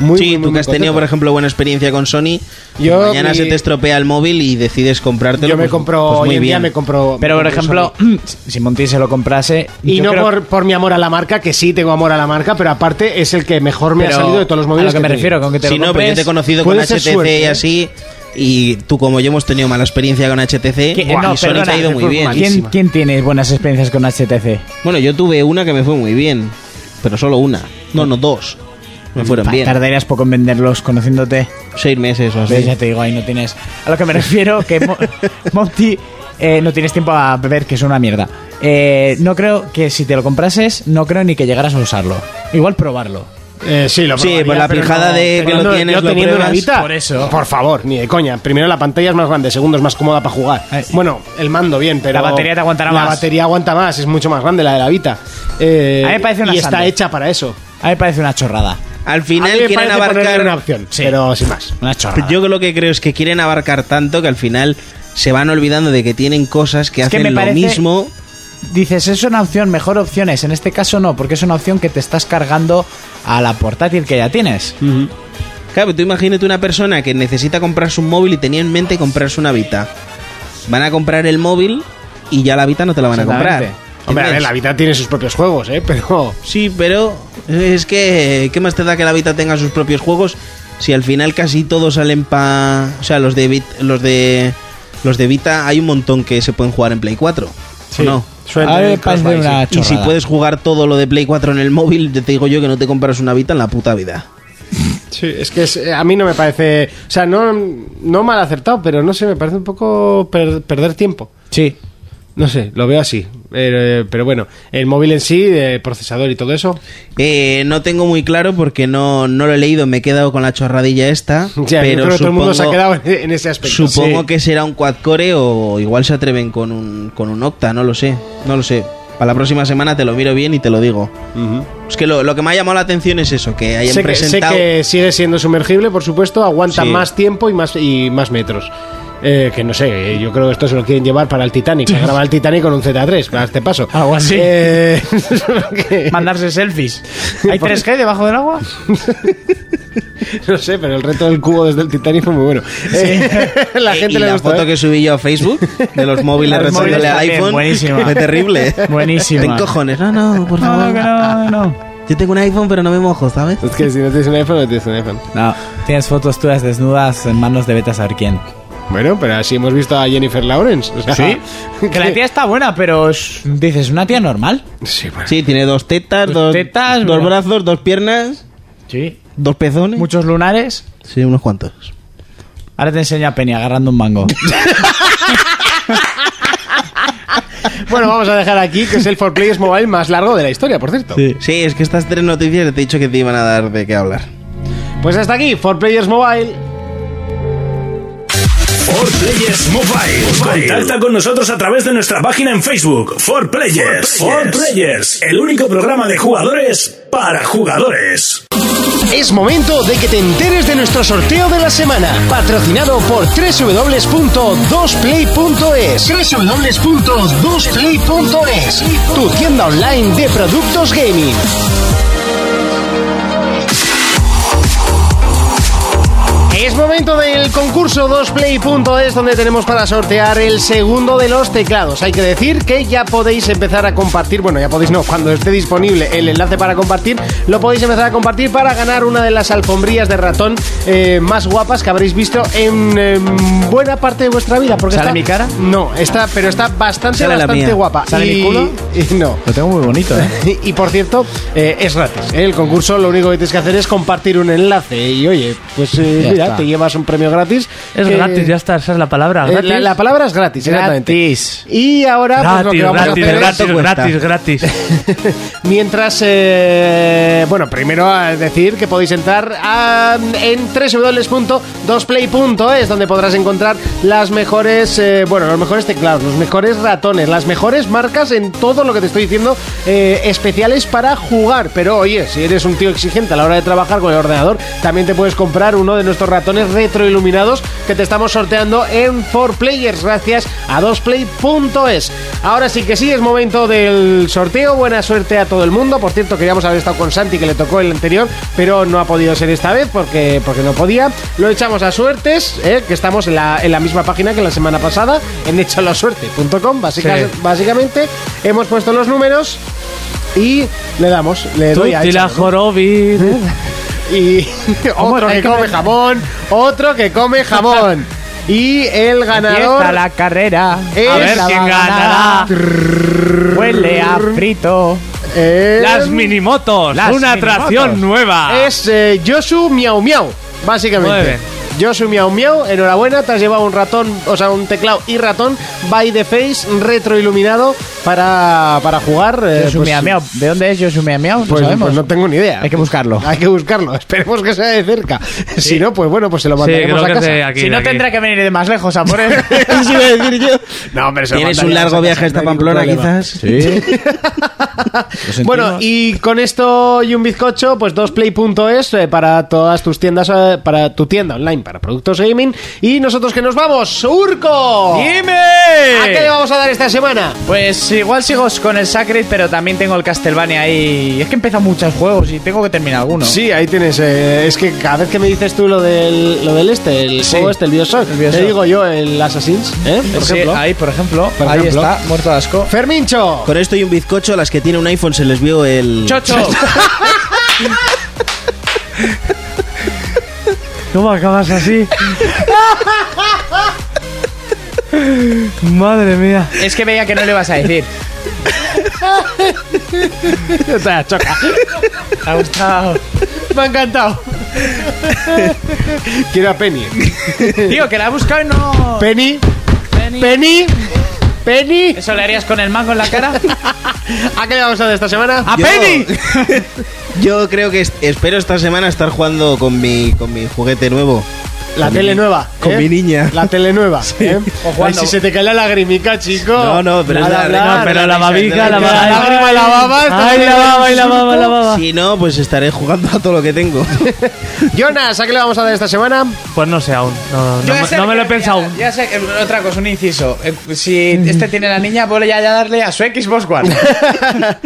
[SPEAKER 2] Muy,
[SPEAKER 5] sí,
[SPEAKER 2] muy, muy,
[SPEAKER 5] tú que
[SPEAKER 2] muy
[SPEAKER 5] has tenido,
[SPEAKER 2] contento.
[SPEAKER 5] por ejemplo, buena experiencia con Sony.
[SPEAKER 2] Yo
[SPEAKER 5] mañana
[SPEAKER 2] mi-
[SPEAKER 5] se te estropea el móvil y decides comprártelo.
[SPEAKER 2] Yo me
[SPEAKER 5] pues-
[SPEAKER 2] compro,
[SPEAKER 5] pues muy
[SPEAKER 2] hoy en día
[SPEAKER 5] bien.
[SPEAKER 2] me compro.
[SPEAKER 4] Pero
[SPEAKER 2] me
[SPEAKER 4] por
[SPEAKER 2] compro
[SPEAKER 4] ejemplo,
[SPEAKER 2] Sony.
[SPEAKER 4] si Monty se lo comprase.
[SPEAKER 2] Y
[SPEAKER 4] yo
[SPEAKER 2] no
[SPEAKER 4] creo-
[SPEAKER 2] por, por mi amor a la marca, que sí tengo amor a la marca, pero aparte es el que mejor me
[SPEAKER 4] pero
[SPEAKER 2] ha salido de todos los
[SPEAKER 4] A
[SPEAKER 2] móviles.
[SPEAKER 4] lo que me
[SPEAKER 2] he tenido.
[SPEAKER 4] refiero, con que te
[SPEAKER 5] Sí,
[SPEAKER 4] lo
[SPEAKER 5] no, pero yo
[SPEAKER 4] compres.
[SPEAKER 5] te he conocido con
[SPEAKER 2] puede ser
[SPEAKER 5] HTC
[SPEAKER 2] suerte,
[SPEAKER 5] y
[SPEAKER 2] ¿eh?
[SPEAKER 5] así. Y tú como yo hemos tenido mala experiencia con HTC,
[SPEAKER 2] eh,
[SPEAKER 4] ¿Qué-
[SPEAKER 5] y
[SPEAKER 4] no,
[SPEAKER 5] Sony te
[SPEAKER 4] perdona, eh,
[SPEAKER 5] ha ido muy bien.
[SPEAKER 4] ¿Quién, ¿Quién tiene buenas experiencias con HTC?
[SPEAKER 5] Bueno, yo tuve una que me fue muy bien, pero solo una. No, no, dos. Me fueron
[SPEAKER 4] Pa-
[SPEAKER 5] bien.
[SPEAKER 4] Tardarías poco en venderlos conociéndote.
[SPEAKER 5] Seis meses o
[SPEAKER 4] Ves,
[SPEAKER 5] así.
[SPEAKER 4] Ya te digo, ahí no tienes. A lo que me refiero, que Mo- Monty eh, no tienes tiempo a beber, que es una mierda. Eh, no creo que si te lo comprases, no creo ni que llegaras a usarlo. Igual probarlo.
[SPEAKER 2] Eh, sí, lo
[SPEAKER 5] Sí,
[SPEAKER 2] probaría,
[SPEAKER 5] por la
[SPEAKER 2] pero
[SPEAKER 5] pijada de que lo
[SPEAKER 2] Fernando,
[SPEAKER 5] tienes,
[SPEAKER 2] Yo
[SPEAKER 5] lo
[SPEAKER 2] teniendo una
[SPEAKER 5] pruebas.
[SPEAKER 2] Vita,
[SPEAKER 4] Por eso.
[SPEAKER 2] Por favor, ni de coña. Primero, la pantalla es más grande. Segundo, es más cómoda para jugar.
[SPEAKER 4] Eh,
[SPEAKER 2] Bueno, el mando bien, pero.
[SPEAKER 4] La batería te aguantará más.
[SPEAKER 2] La batería aguanta más, es mucho más grande la de la Vita. Eh,
[SPEAKER 4] A mí me parece una
[SPEAKER 2] Y está
[SPEAKER 4] sandez.
[SPEAKER 2] hecha para eso.
[SPEAKER 4] A mí me parece una chorrada.
[SPEAKER 5] Al
[SPEAKER 2] A
[SPEAKER 5] final
[SPEAKER 2] mí me
[SPEAKER 5] quieren
[SPEAKER 2] parece ponerle
[SPEAKER 5] abarcar.
[SPEAKER 2] una opción,
[SPEAKER 4] Sí.
[SPEAKER 2] pero sin más.
[SPEAKER 4] Una chorrada.
[SPEAKER 5] Yo lo que creo es que quieren abarcar tanto que al final se van olvidando de que tienen cosas que
[SPEAKER 4] Es que
[SPEAKER 5] hacen
[SPEAKER 4] me
[SPEAKER 5] lo
[SPEAKER 4] parece-
[SPEAKER 5] mismo.
[SPEAKER 4] Dices, es una opción, mejor opciones. En este caso no, porque es una opción que te estás cargando a la portátil que ya tienes.
[SPEAKER 5] Claro, tú imagínate una persona que necesita comprarse un móvil y tenía en mente comprarse una Vita. Van a comprar el móvil y ya la Vita no te la van a comprar.
[SPEAKER 4] Exactamente.
[SPEAKER 2] Hombre, a ver,
[SPEAKER 5] ¿Entiendes?
[SPEAKER 2] la Vita tiene sus propios juegos, ¿eh? Pero.
[SPEAKER 5] Sí, pero es que ¿qué más te da que la Vita tenga sus propios juegos si al final casi todos salen pa, o sea, los de Vit- los de los de Vita hay un montón que se pueden jugar en Play 4. ¿o No.
[SPEAKER 2] Suena
[SPEAKER 4] A mí me
[SPEAKER 2] el
[SPEAKER 4] parece
[SPEAKER 2] crossbuy,
[SPEAKER 4] una
[SPEAKER 2] sí.
[SPEAKER 5] Y
[SPEAKER 4] chorrada.
[SPEAKER 5] si puedes jugar todo lo de Play 4 en el móvil, te digo yo que no te compras una Vita en la puta vida.
[SPEAKER 2] Sí, es que es- eh, a mí no me parece. O sea, no, no mal acertado, pero no sé, me parece un poco per- perder tiempo.
[SPEAKER 4] Sí.
[SPEAKER 2] No sé, lo veo así. Eh, pero bueno, el móvil en sí, eh, procesador y todo eso.
[SPEAKER 5] Eh, no tengo muy claro porque no, no lo he leído, me he quedado con la chorradilla esta.
[SPEAKER 2] Ya,
[SPEAKER 5] pero
[SPEAKER 2] yo creo que todo el mundo se ha
[SPEAKER 5] supongo-
[SPEAKER 2] quedado en, en ese aspecto.
[SPEAKER 5] Supongo que será un quad core o igual se atreven con un, con un octa, no lo sé, no lo sé. Para la próxima semana te lo miro bien y te lo digo. Es que lo, lo que me ha llamado la atención es eso, que hayan
[SPEAKER 2] Sé que, sé
[SPEAKER 5] presentado...
[SPEAKER 2] que sigue siendo sumergible, por supuesto, aguanta
[SPEAKER 5] Sí.
[SPEAKER 2] más tiempo y más, y más metros. Eh, que no sé, eh, yo creo que esto se lo quieren llevar para el Titanic. Para grabar el Titanic con un Z3, a este paso.
[SPEAKER 4] Algo así.
[SPEAKER 2] Eh, que-
[SPEAKER 4] Mandarse selfies. ¿Hay 3G debajo del agua?
[SPEAKER 2] no sé, pero el reto del cubo desde el Titanic fue muy bueno. Eh, la
[SPEAKER 5] Eh,
[SPEAKER 2] gente
[SPEAKER 5] y
[SPEAKER 2] le
[SPEAKER 5] la
[SPEAKER 2] gustó,
[SPEAKER 5] foto
[SPEAKER 2] ¿eh?
[SPEAKER 5] que subí yo a Facebook de los móviles
[SPEAKER 4] Los móviles
[SPEAKER 5] rezándole al
[SPEAKER 4] también,
[SPEAKER 5] iPhone
[SPEAKER 4] buenísima.
[SPEAKER 5] fue terrible.
[SPEAKER 4] Buenísima.
[SPEAKER 5] Ten cojones. No, no, por
[SPEAKER 4] No,
[SPEAKER 5] favor.
[SPEAKER 4] no, que no, no.
[SPEAKER 5] Yo tengo un iPhone pero no me mojo, ¿sabes?
[SPEAKER 2] Es que si no tienes un iPhone, no tienes un iPhone.
[SPEAKER 4] No, tienes fotos tuyas desnudas en manos de Betas a ver quién.
[SPEAKER 2] Bueno, pero así hemos visto a Jennifer Lawrence. o sea,
[SPEAKER 4] Que la tía está buena, pero es- dices, una tía normal.
[SPEAKER 2] Sí, bueno.
[SPEAKER 5] Sí, tiene dos tetas,
[SPEAKER 4] Dos
[SPEAKER 5] dos,
[SPEAKER 4] tetas,
[SPEAKER 5] dos
[SPEAKER 4] bueno.
[SPEAKER 5] brazos, dos piernas,
[SPEAKER 4] Sí.
[SPEAKER 5] dos pezones.
[SPEAKER 4] Muchos lunares.
[SPEAKER 5] Sí, unos cuantos.
[SPEAKER 4] Ahora te enseña a Penny agarrando un mango.
[SPEAKER 2] Bueno, vamos a dejar aquí que es el 4Players Mobile más largo de la historia, por cierto.
[SPEAKER 5] Sí, es que estas tres noticias te he dicho que te iban a dar de qué hablar.
[SPEAKER 2] Pues hasta aquí, 4Players Mobile.
[SPEAKER 1] For Players Mobile. Pues Contacta con nosotros a través de nuestra página en Facebook, For Players. For Players, el único programa de jugadores para jugadores.
[SPEAKER 8] Es momento de que te enteres de nuestro sorteo de la semana, patrocinado por www.2play.es. www.2play.es, tu tienda online de productos gaming.
[SPEAKER 2] Es momento del concurso 2play.es donde tenemos para sortear el segundo de los teclados. Hay que decir que ya podéis empezar a compartir, bueno, ya podéis no, cuando esté disponible el enlace para compartir, lo podéis empezar a compartir para ganar una de las alfombrillas de ratón eh, más guapas que habréis visto en eh, buena parte de vuestra vida. Porque
[SPEAKER 4] ¿Sale
[SPEAKER 2] está-
[SPEAKER 4] mi cara?
[SPEAKER 2] No, está, pero está bastante,
[SPEAKER 4] Sale la
[SPEAKER 2] bastante
[SPEAKER 4] mía.
[SPEAKER 2] guapa.
[SPEAKER 4] ¿Sale mi
[SPEAKER 2] Y-
[SPEAKER 4] culo?
[SPEAKER 2] y no.
[SPEAKER 4] Lo tengo muy bonito, ¿eh?
[SPEAKER 2] y por cierto, eh, es gratis. ¿eh? El concurso lo único que tienes que hacer es compartir un enlace. Y oye, pues eh,
[SPEAKER 7] Ya
[SPEAKER 2] mira,
[SPEAKER 7] está.
[SPEAKER 2] te llevas un premio gratis.
[SPEAKER 7] Es
[SPEAKER 2] que-
[SPEAKER 7] gratis, ya está, esa es la palabra.
[SPEAKER 2] eh,
[SPEAKER 7] gratis.
[SPEAKER 2] la, la palabra es gratis, exactamente.
[SPEAKER 7] Gratis.
[SPEAKER 2] Y ahora pues, lo que
[SPEAKER 7] Gratis,
[SPEAKER 2] vamos
[SPEAKER 7] gratis,
[SPEAKER 2] a hacer
[SPEAKER 7] gratis,
[SPEAKER 2] es
[SPEAKER 7] gratis, gratis.
[SPEAKER 2] Mientras, eh, bueno, primero a decir que podéis entrar a- en www.dosplay.es, donde podrás encontrar las mejores, eh, bueno, los mejores teclados, los mejores ratones, las mejores marcas en todo lo que te estoy diciendo, eh, especiales para jugar. Pero oye, si eres un tío exigente a la hora de trabajar con el ordenador, también te puedes comprar uno de nuestros ratones retroiluminados que te estamos sorteando en 4Players gracias a 2play.es. Ahora sí que sí, es momento del sorteo. Buena suerte a todo el mundo. Por cierto, queríamos haber estado con Santi que le tocó el anterior, pero no ha podido ser esta vez porque, porque no podía. Lo echamos a suertes, ¿eh? que estamos en la, en la misma página que la semana pasada, en echalasuerte.com. Básica-
[SPEAKER 7] Sí.
[SPEAKER 2] Básicamente hemos puesto los números y le damos, le
[SPEAKER 7] Tú
[SPEAKER 2] doy a
[SPEAKER 7] y la
[SPEAKER 2] échalo, ¿no?
[SPEAKER 7] jorobi.
[SPEAKER 2] y otro que come jamón, otro que come jamón. Y el ganador
[SPEAKER 4] Empieza la carrera.
[SPEAKER 2] es-
[SPEAKER 4] A
[SPEAKER 7] ver quién ganará.
[SPEAKER 4] Huele a frito.
[SPEAKER 2] es,
[SPEAKER 7] Las minimotos.
[SPEAKER 4] Las
[SPEAKER 7] una
[SPEAKER 4] minimotos.
[SPEAKER 7] atracción nueva.
[SPEAKER 2] Em. es eh, Yosu Miau Miau,
[SPEAKER 7] Muy
[SPEAKER 2] básicamente.
[SPEAKER 7] bien.
[SPEAKER 2] Yosu Miau Miau, enhorabuena, te has llevado un ratón, o sea, un teclado y ratón by the face retroiluminado para, para jugar. eh,
[SPEAKER 4] Yosu
[SPEAKER 2] pues-
[SPEAKER 4] Miau Miau. ¿De dónde es Yosu Miau Miau? No
[SPEAKER 2] Pues,
[SPEAKER 4] sabemos.
[SPEAKER 2] pues no tengo ni idea.
[SPEAKER 4] Hay que buscarlo.
[SPEAKER 2] Hay que buscarlo. Esperemos que sea de cerca. Si no, pues bueno, pues se lo
[SPEAKER 7] Sí,
[SPEAKER 2] mandaremos
[SPEAKER 7] creo
[SPEAKER 2] a
[SPEAKER 7] que es
[SPEAKER 2] casa.
[SPEAKER 7] de aquí.
[SPEAKER 4] si no,
[SPEAKER 7] de aquí.
[SPEAKER 4] tendrá que venir de más lejos a por él.
[SPEAKER 5] Eso iba a decir yo.
[SPEAKER 2] No, hombre, se lo
[SPEAKER 5] ¿Tienes un
[SPEAKER 2] mandaríamos a
[SPEAKER 5] largo
[SPEAKER 2] casa,
[SPEAKER 5] viaje hasta
[SPEAKER 2] no hay ningún
[SPEAKER 5] Pamplona,
[SPEAKER 2] problema.
[SPEAKER 5] quizás?
[SPEAKER 4] Sí.
[SPEAKER 2] Bueno, y con esto y un bizcocho, pues 2play.es eh, para todas tus tiendas, eh, para tu tienda online, para productos gaming. Y nosotros que nos vamos, Urco. ¿A qué le
[SPEAKER 4] ¡Dime!
[SPEAKER 2] vamos a dar esta semana?
[SPEAKER 4] Pues igual sigo con el Sacred, pero también tengo el Castlevania ahí. Y Es que empiezan muchos juegos y tengo que terminar alguno.
[SPEAKER 2] Sí, ahí tienes. eh, es que cada vez que me dices tú lo del, lo del este, el
[SPEAKER 4] Sí.
[SPEAKER 2] juego este, el Bioshock,
[SPEAKER 4] El Bioshock.
[SPEAKER 2] te digo yo el Assassin's, ¿eh? Por
[SPEAKER 4] Sí,
[SPEAKER 2] ejemplo.
[SPEAKER 4] ahí, por ejemplo.
[SPEAKER 2] Por
[SPEAKER 4] ahí
[SPEAKER 2] ejemplo.
[SPEAKER 4] está, muerto de asco.
[SPEAKER 2] Fermincho.
[SPEAKER 5] Con esto y un bizcocho, a las que tienen un iPhone se les vio el.
[SPEAKER 4] ¡Chocho!
[SPEAKER 7] ¿Cómo acabas así? Madre mía.
[SPEAKER 4] es que veía que no le vas a decir. ¿Te ha gustado?
[SPEAKER 2] Me ha encantado. Quiero a Penny.
[SPEAKER 4] Tío, que la he buscado y no.
[SPEAKER 2] Penny.
[SPEAKER 4] Penny.
[SPEAKER 2] Penny. Penny.
[SPEAKER 4] ¿Eso le harías con el mango en la cara?
[SPEAKER 2] ¿A qué le vamos a dar esta semana?
[SPEAKER 4] ¡A
[SPEAKER 5] Yo-
[SPEAKER 4] Penny!
[SPEAKER 5] Yo creo que es- espero esta semana estar jugando con mi, con mi juguete nuevo.
[SPEAKER 2] La
[SPEAKER 5] Con
[SPEAKER 2] tele
[SPEAKER 5] mi-
[SPEAKER 2] nueva.
[SPEAKER 5] con
[SPEAKER 2] ¿eh?
[SPEAKER 5] mi niña.
[SPEAKER 2] La tele nueva. ¿eh? Ay, si se te cae la lagrimica, chico.
[SPEAKER 5] No, no, pero es
[SPEAKER 2] Al
[SPEAKER 5] la-
[SPEAKER 2] hablar,
[SPEAKER 5] no,
[SPEAKER 7] Pero la babica, la
[SPEAKER 2] la
[SPEAKER 7] baba.
[SPEAKER 2] lágrima y la baba. estás
[SPEAKER 7] Ay, la
[SPEAKER 2] teniendo
[SPEAKER 7] baba, y la
[SPEAKER 2] un
[SPEAKER 7] baba, la
[SPEAKER 2] susto.
[SPEAKER 7] baba.
[SPEAKER 5] Si no, pues estaré jugando a todo lo que tengo.
[SPEAKER 2] Jonas, ¿a qué le vamos a dar esta semana?
[SPEAKER 7] Pues no sé aún. No, no,
[SPEAKER 4] Yo ya
[SPEAKER 7] me-
[SPEAKER 4] sé
[SPEAKER 7] no me
[SPEAKER 4] que-
[SPEAKER 7] lo he pensado aún.
[SPEAKER 4] Ya sé, que- otra cosa, un inciso. Eh, Si este tiene la niña, voy ya a darle a su Xbox One.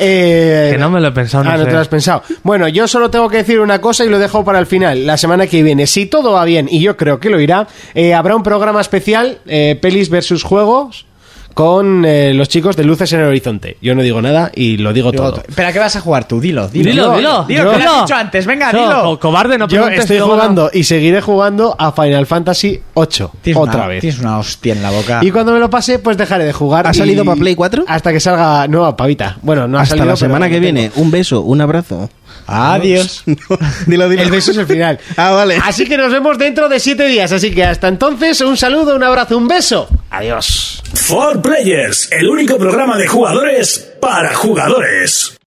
[SPEAKER 2] Eh,
[SPEAKER 7] Que no me lo he pensado. No
[SPEAKER 2] ah, no
[SPEAKER 7] sé.
[SPEAKER 2] te lo has pensado. Bueno, yo solo tengo que decir una cosa y lo dejo para el final. La semana que viene, si todo va bien, y yo creo que lo irá, eh, habrá un programa especial, eh, Pelis versus Juegos, con eh, los chicos de Luces en el Horizonte. Yo no digo nada y lo digo,
[SPEAKER 4] Digo,
[SPEAKER 2] todo.
[SPEAKER 4] ¿Pero a qué vas a jugar tú? Dilo, dilo.
[SPEAKER 7] Dilo, dilo,
[SPEAKER 4] Dilo, que lo has dicho antes. Venga,
[SPEAKER 7] No,
[SPEAKER 4] dilo.
[SPEAKER 7] co- cobarde, no
[SPEAKER 2] Yo
[SPEAKER 7] preguntes,
[SPEAKER 2] estoy
[SPEAKER 7] luego no.
[SPEAKER 2] jugando y seguiré jugando a Final Fantasy VIII.
[SPEAKER 4] Tienes
[SPEAKER 2] Otra
[SPEAKER 4] una-
[SPEAKER 2] vez.
[SPEAKER 4] Tienes una hostia en la boca.
[SPEAKER 2] Y cuando me lo pase, pues dejaré de jugar.
[SPEAKER 5] ¿Ha
[SPEAKER 2] y-
[SPEAKER 5] salido pa' Play 4?
[SPEAKER 2] Hasta que salga nueva pavita. Bueno, no ha
[SPEAKER 5] Hasta
[SPEAKER 2] salido,
[SPEAKER 5] la
[SPEAKER 2] pero
[SPEAKER 5] semana
[SPEAKER 2] lo
[SPEAKER 5] que
[SPEAKER 2] tengo.
[SPEAKER 5] viene. Un beso, un abrazo.
[SPEAKER 4] Adiós.
[SPEAKER 5] dilo, dilo.
[SPEAKER 2] El beso es el final.
[SPEAKER 5] Ah, vale.
[SPEAKER 2] Así que nos vemos dentro de siete días. Así que hasta entonces, un saludo, un abrazo, un beso. Adiós.
[SPEAKER 1] For Players, el único programa de jugadores para jugadores.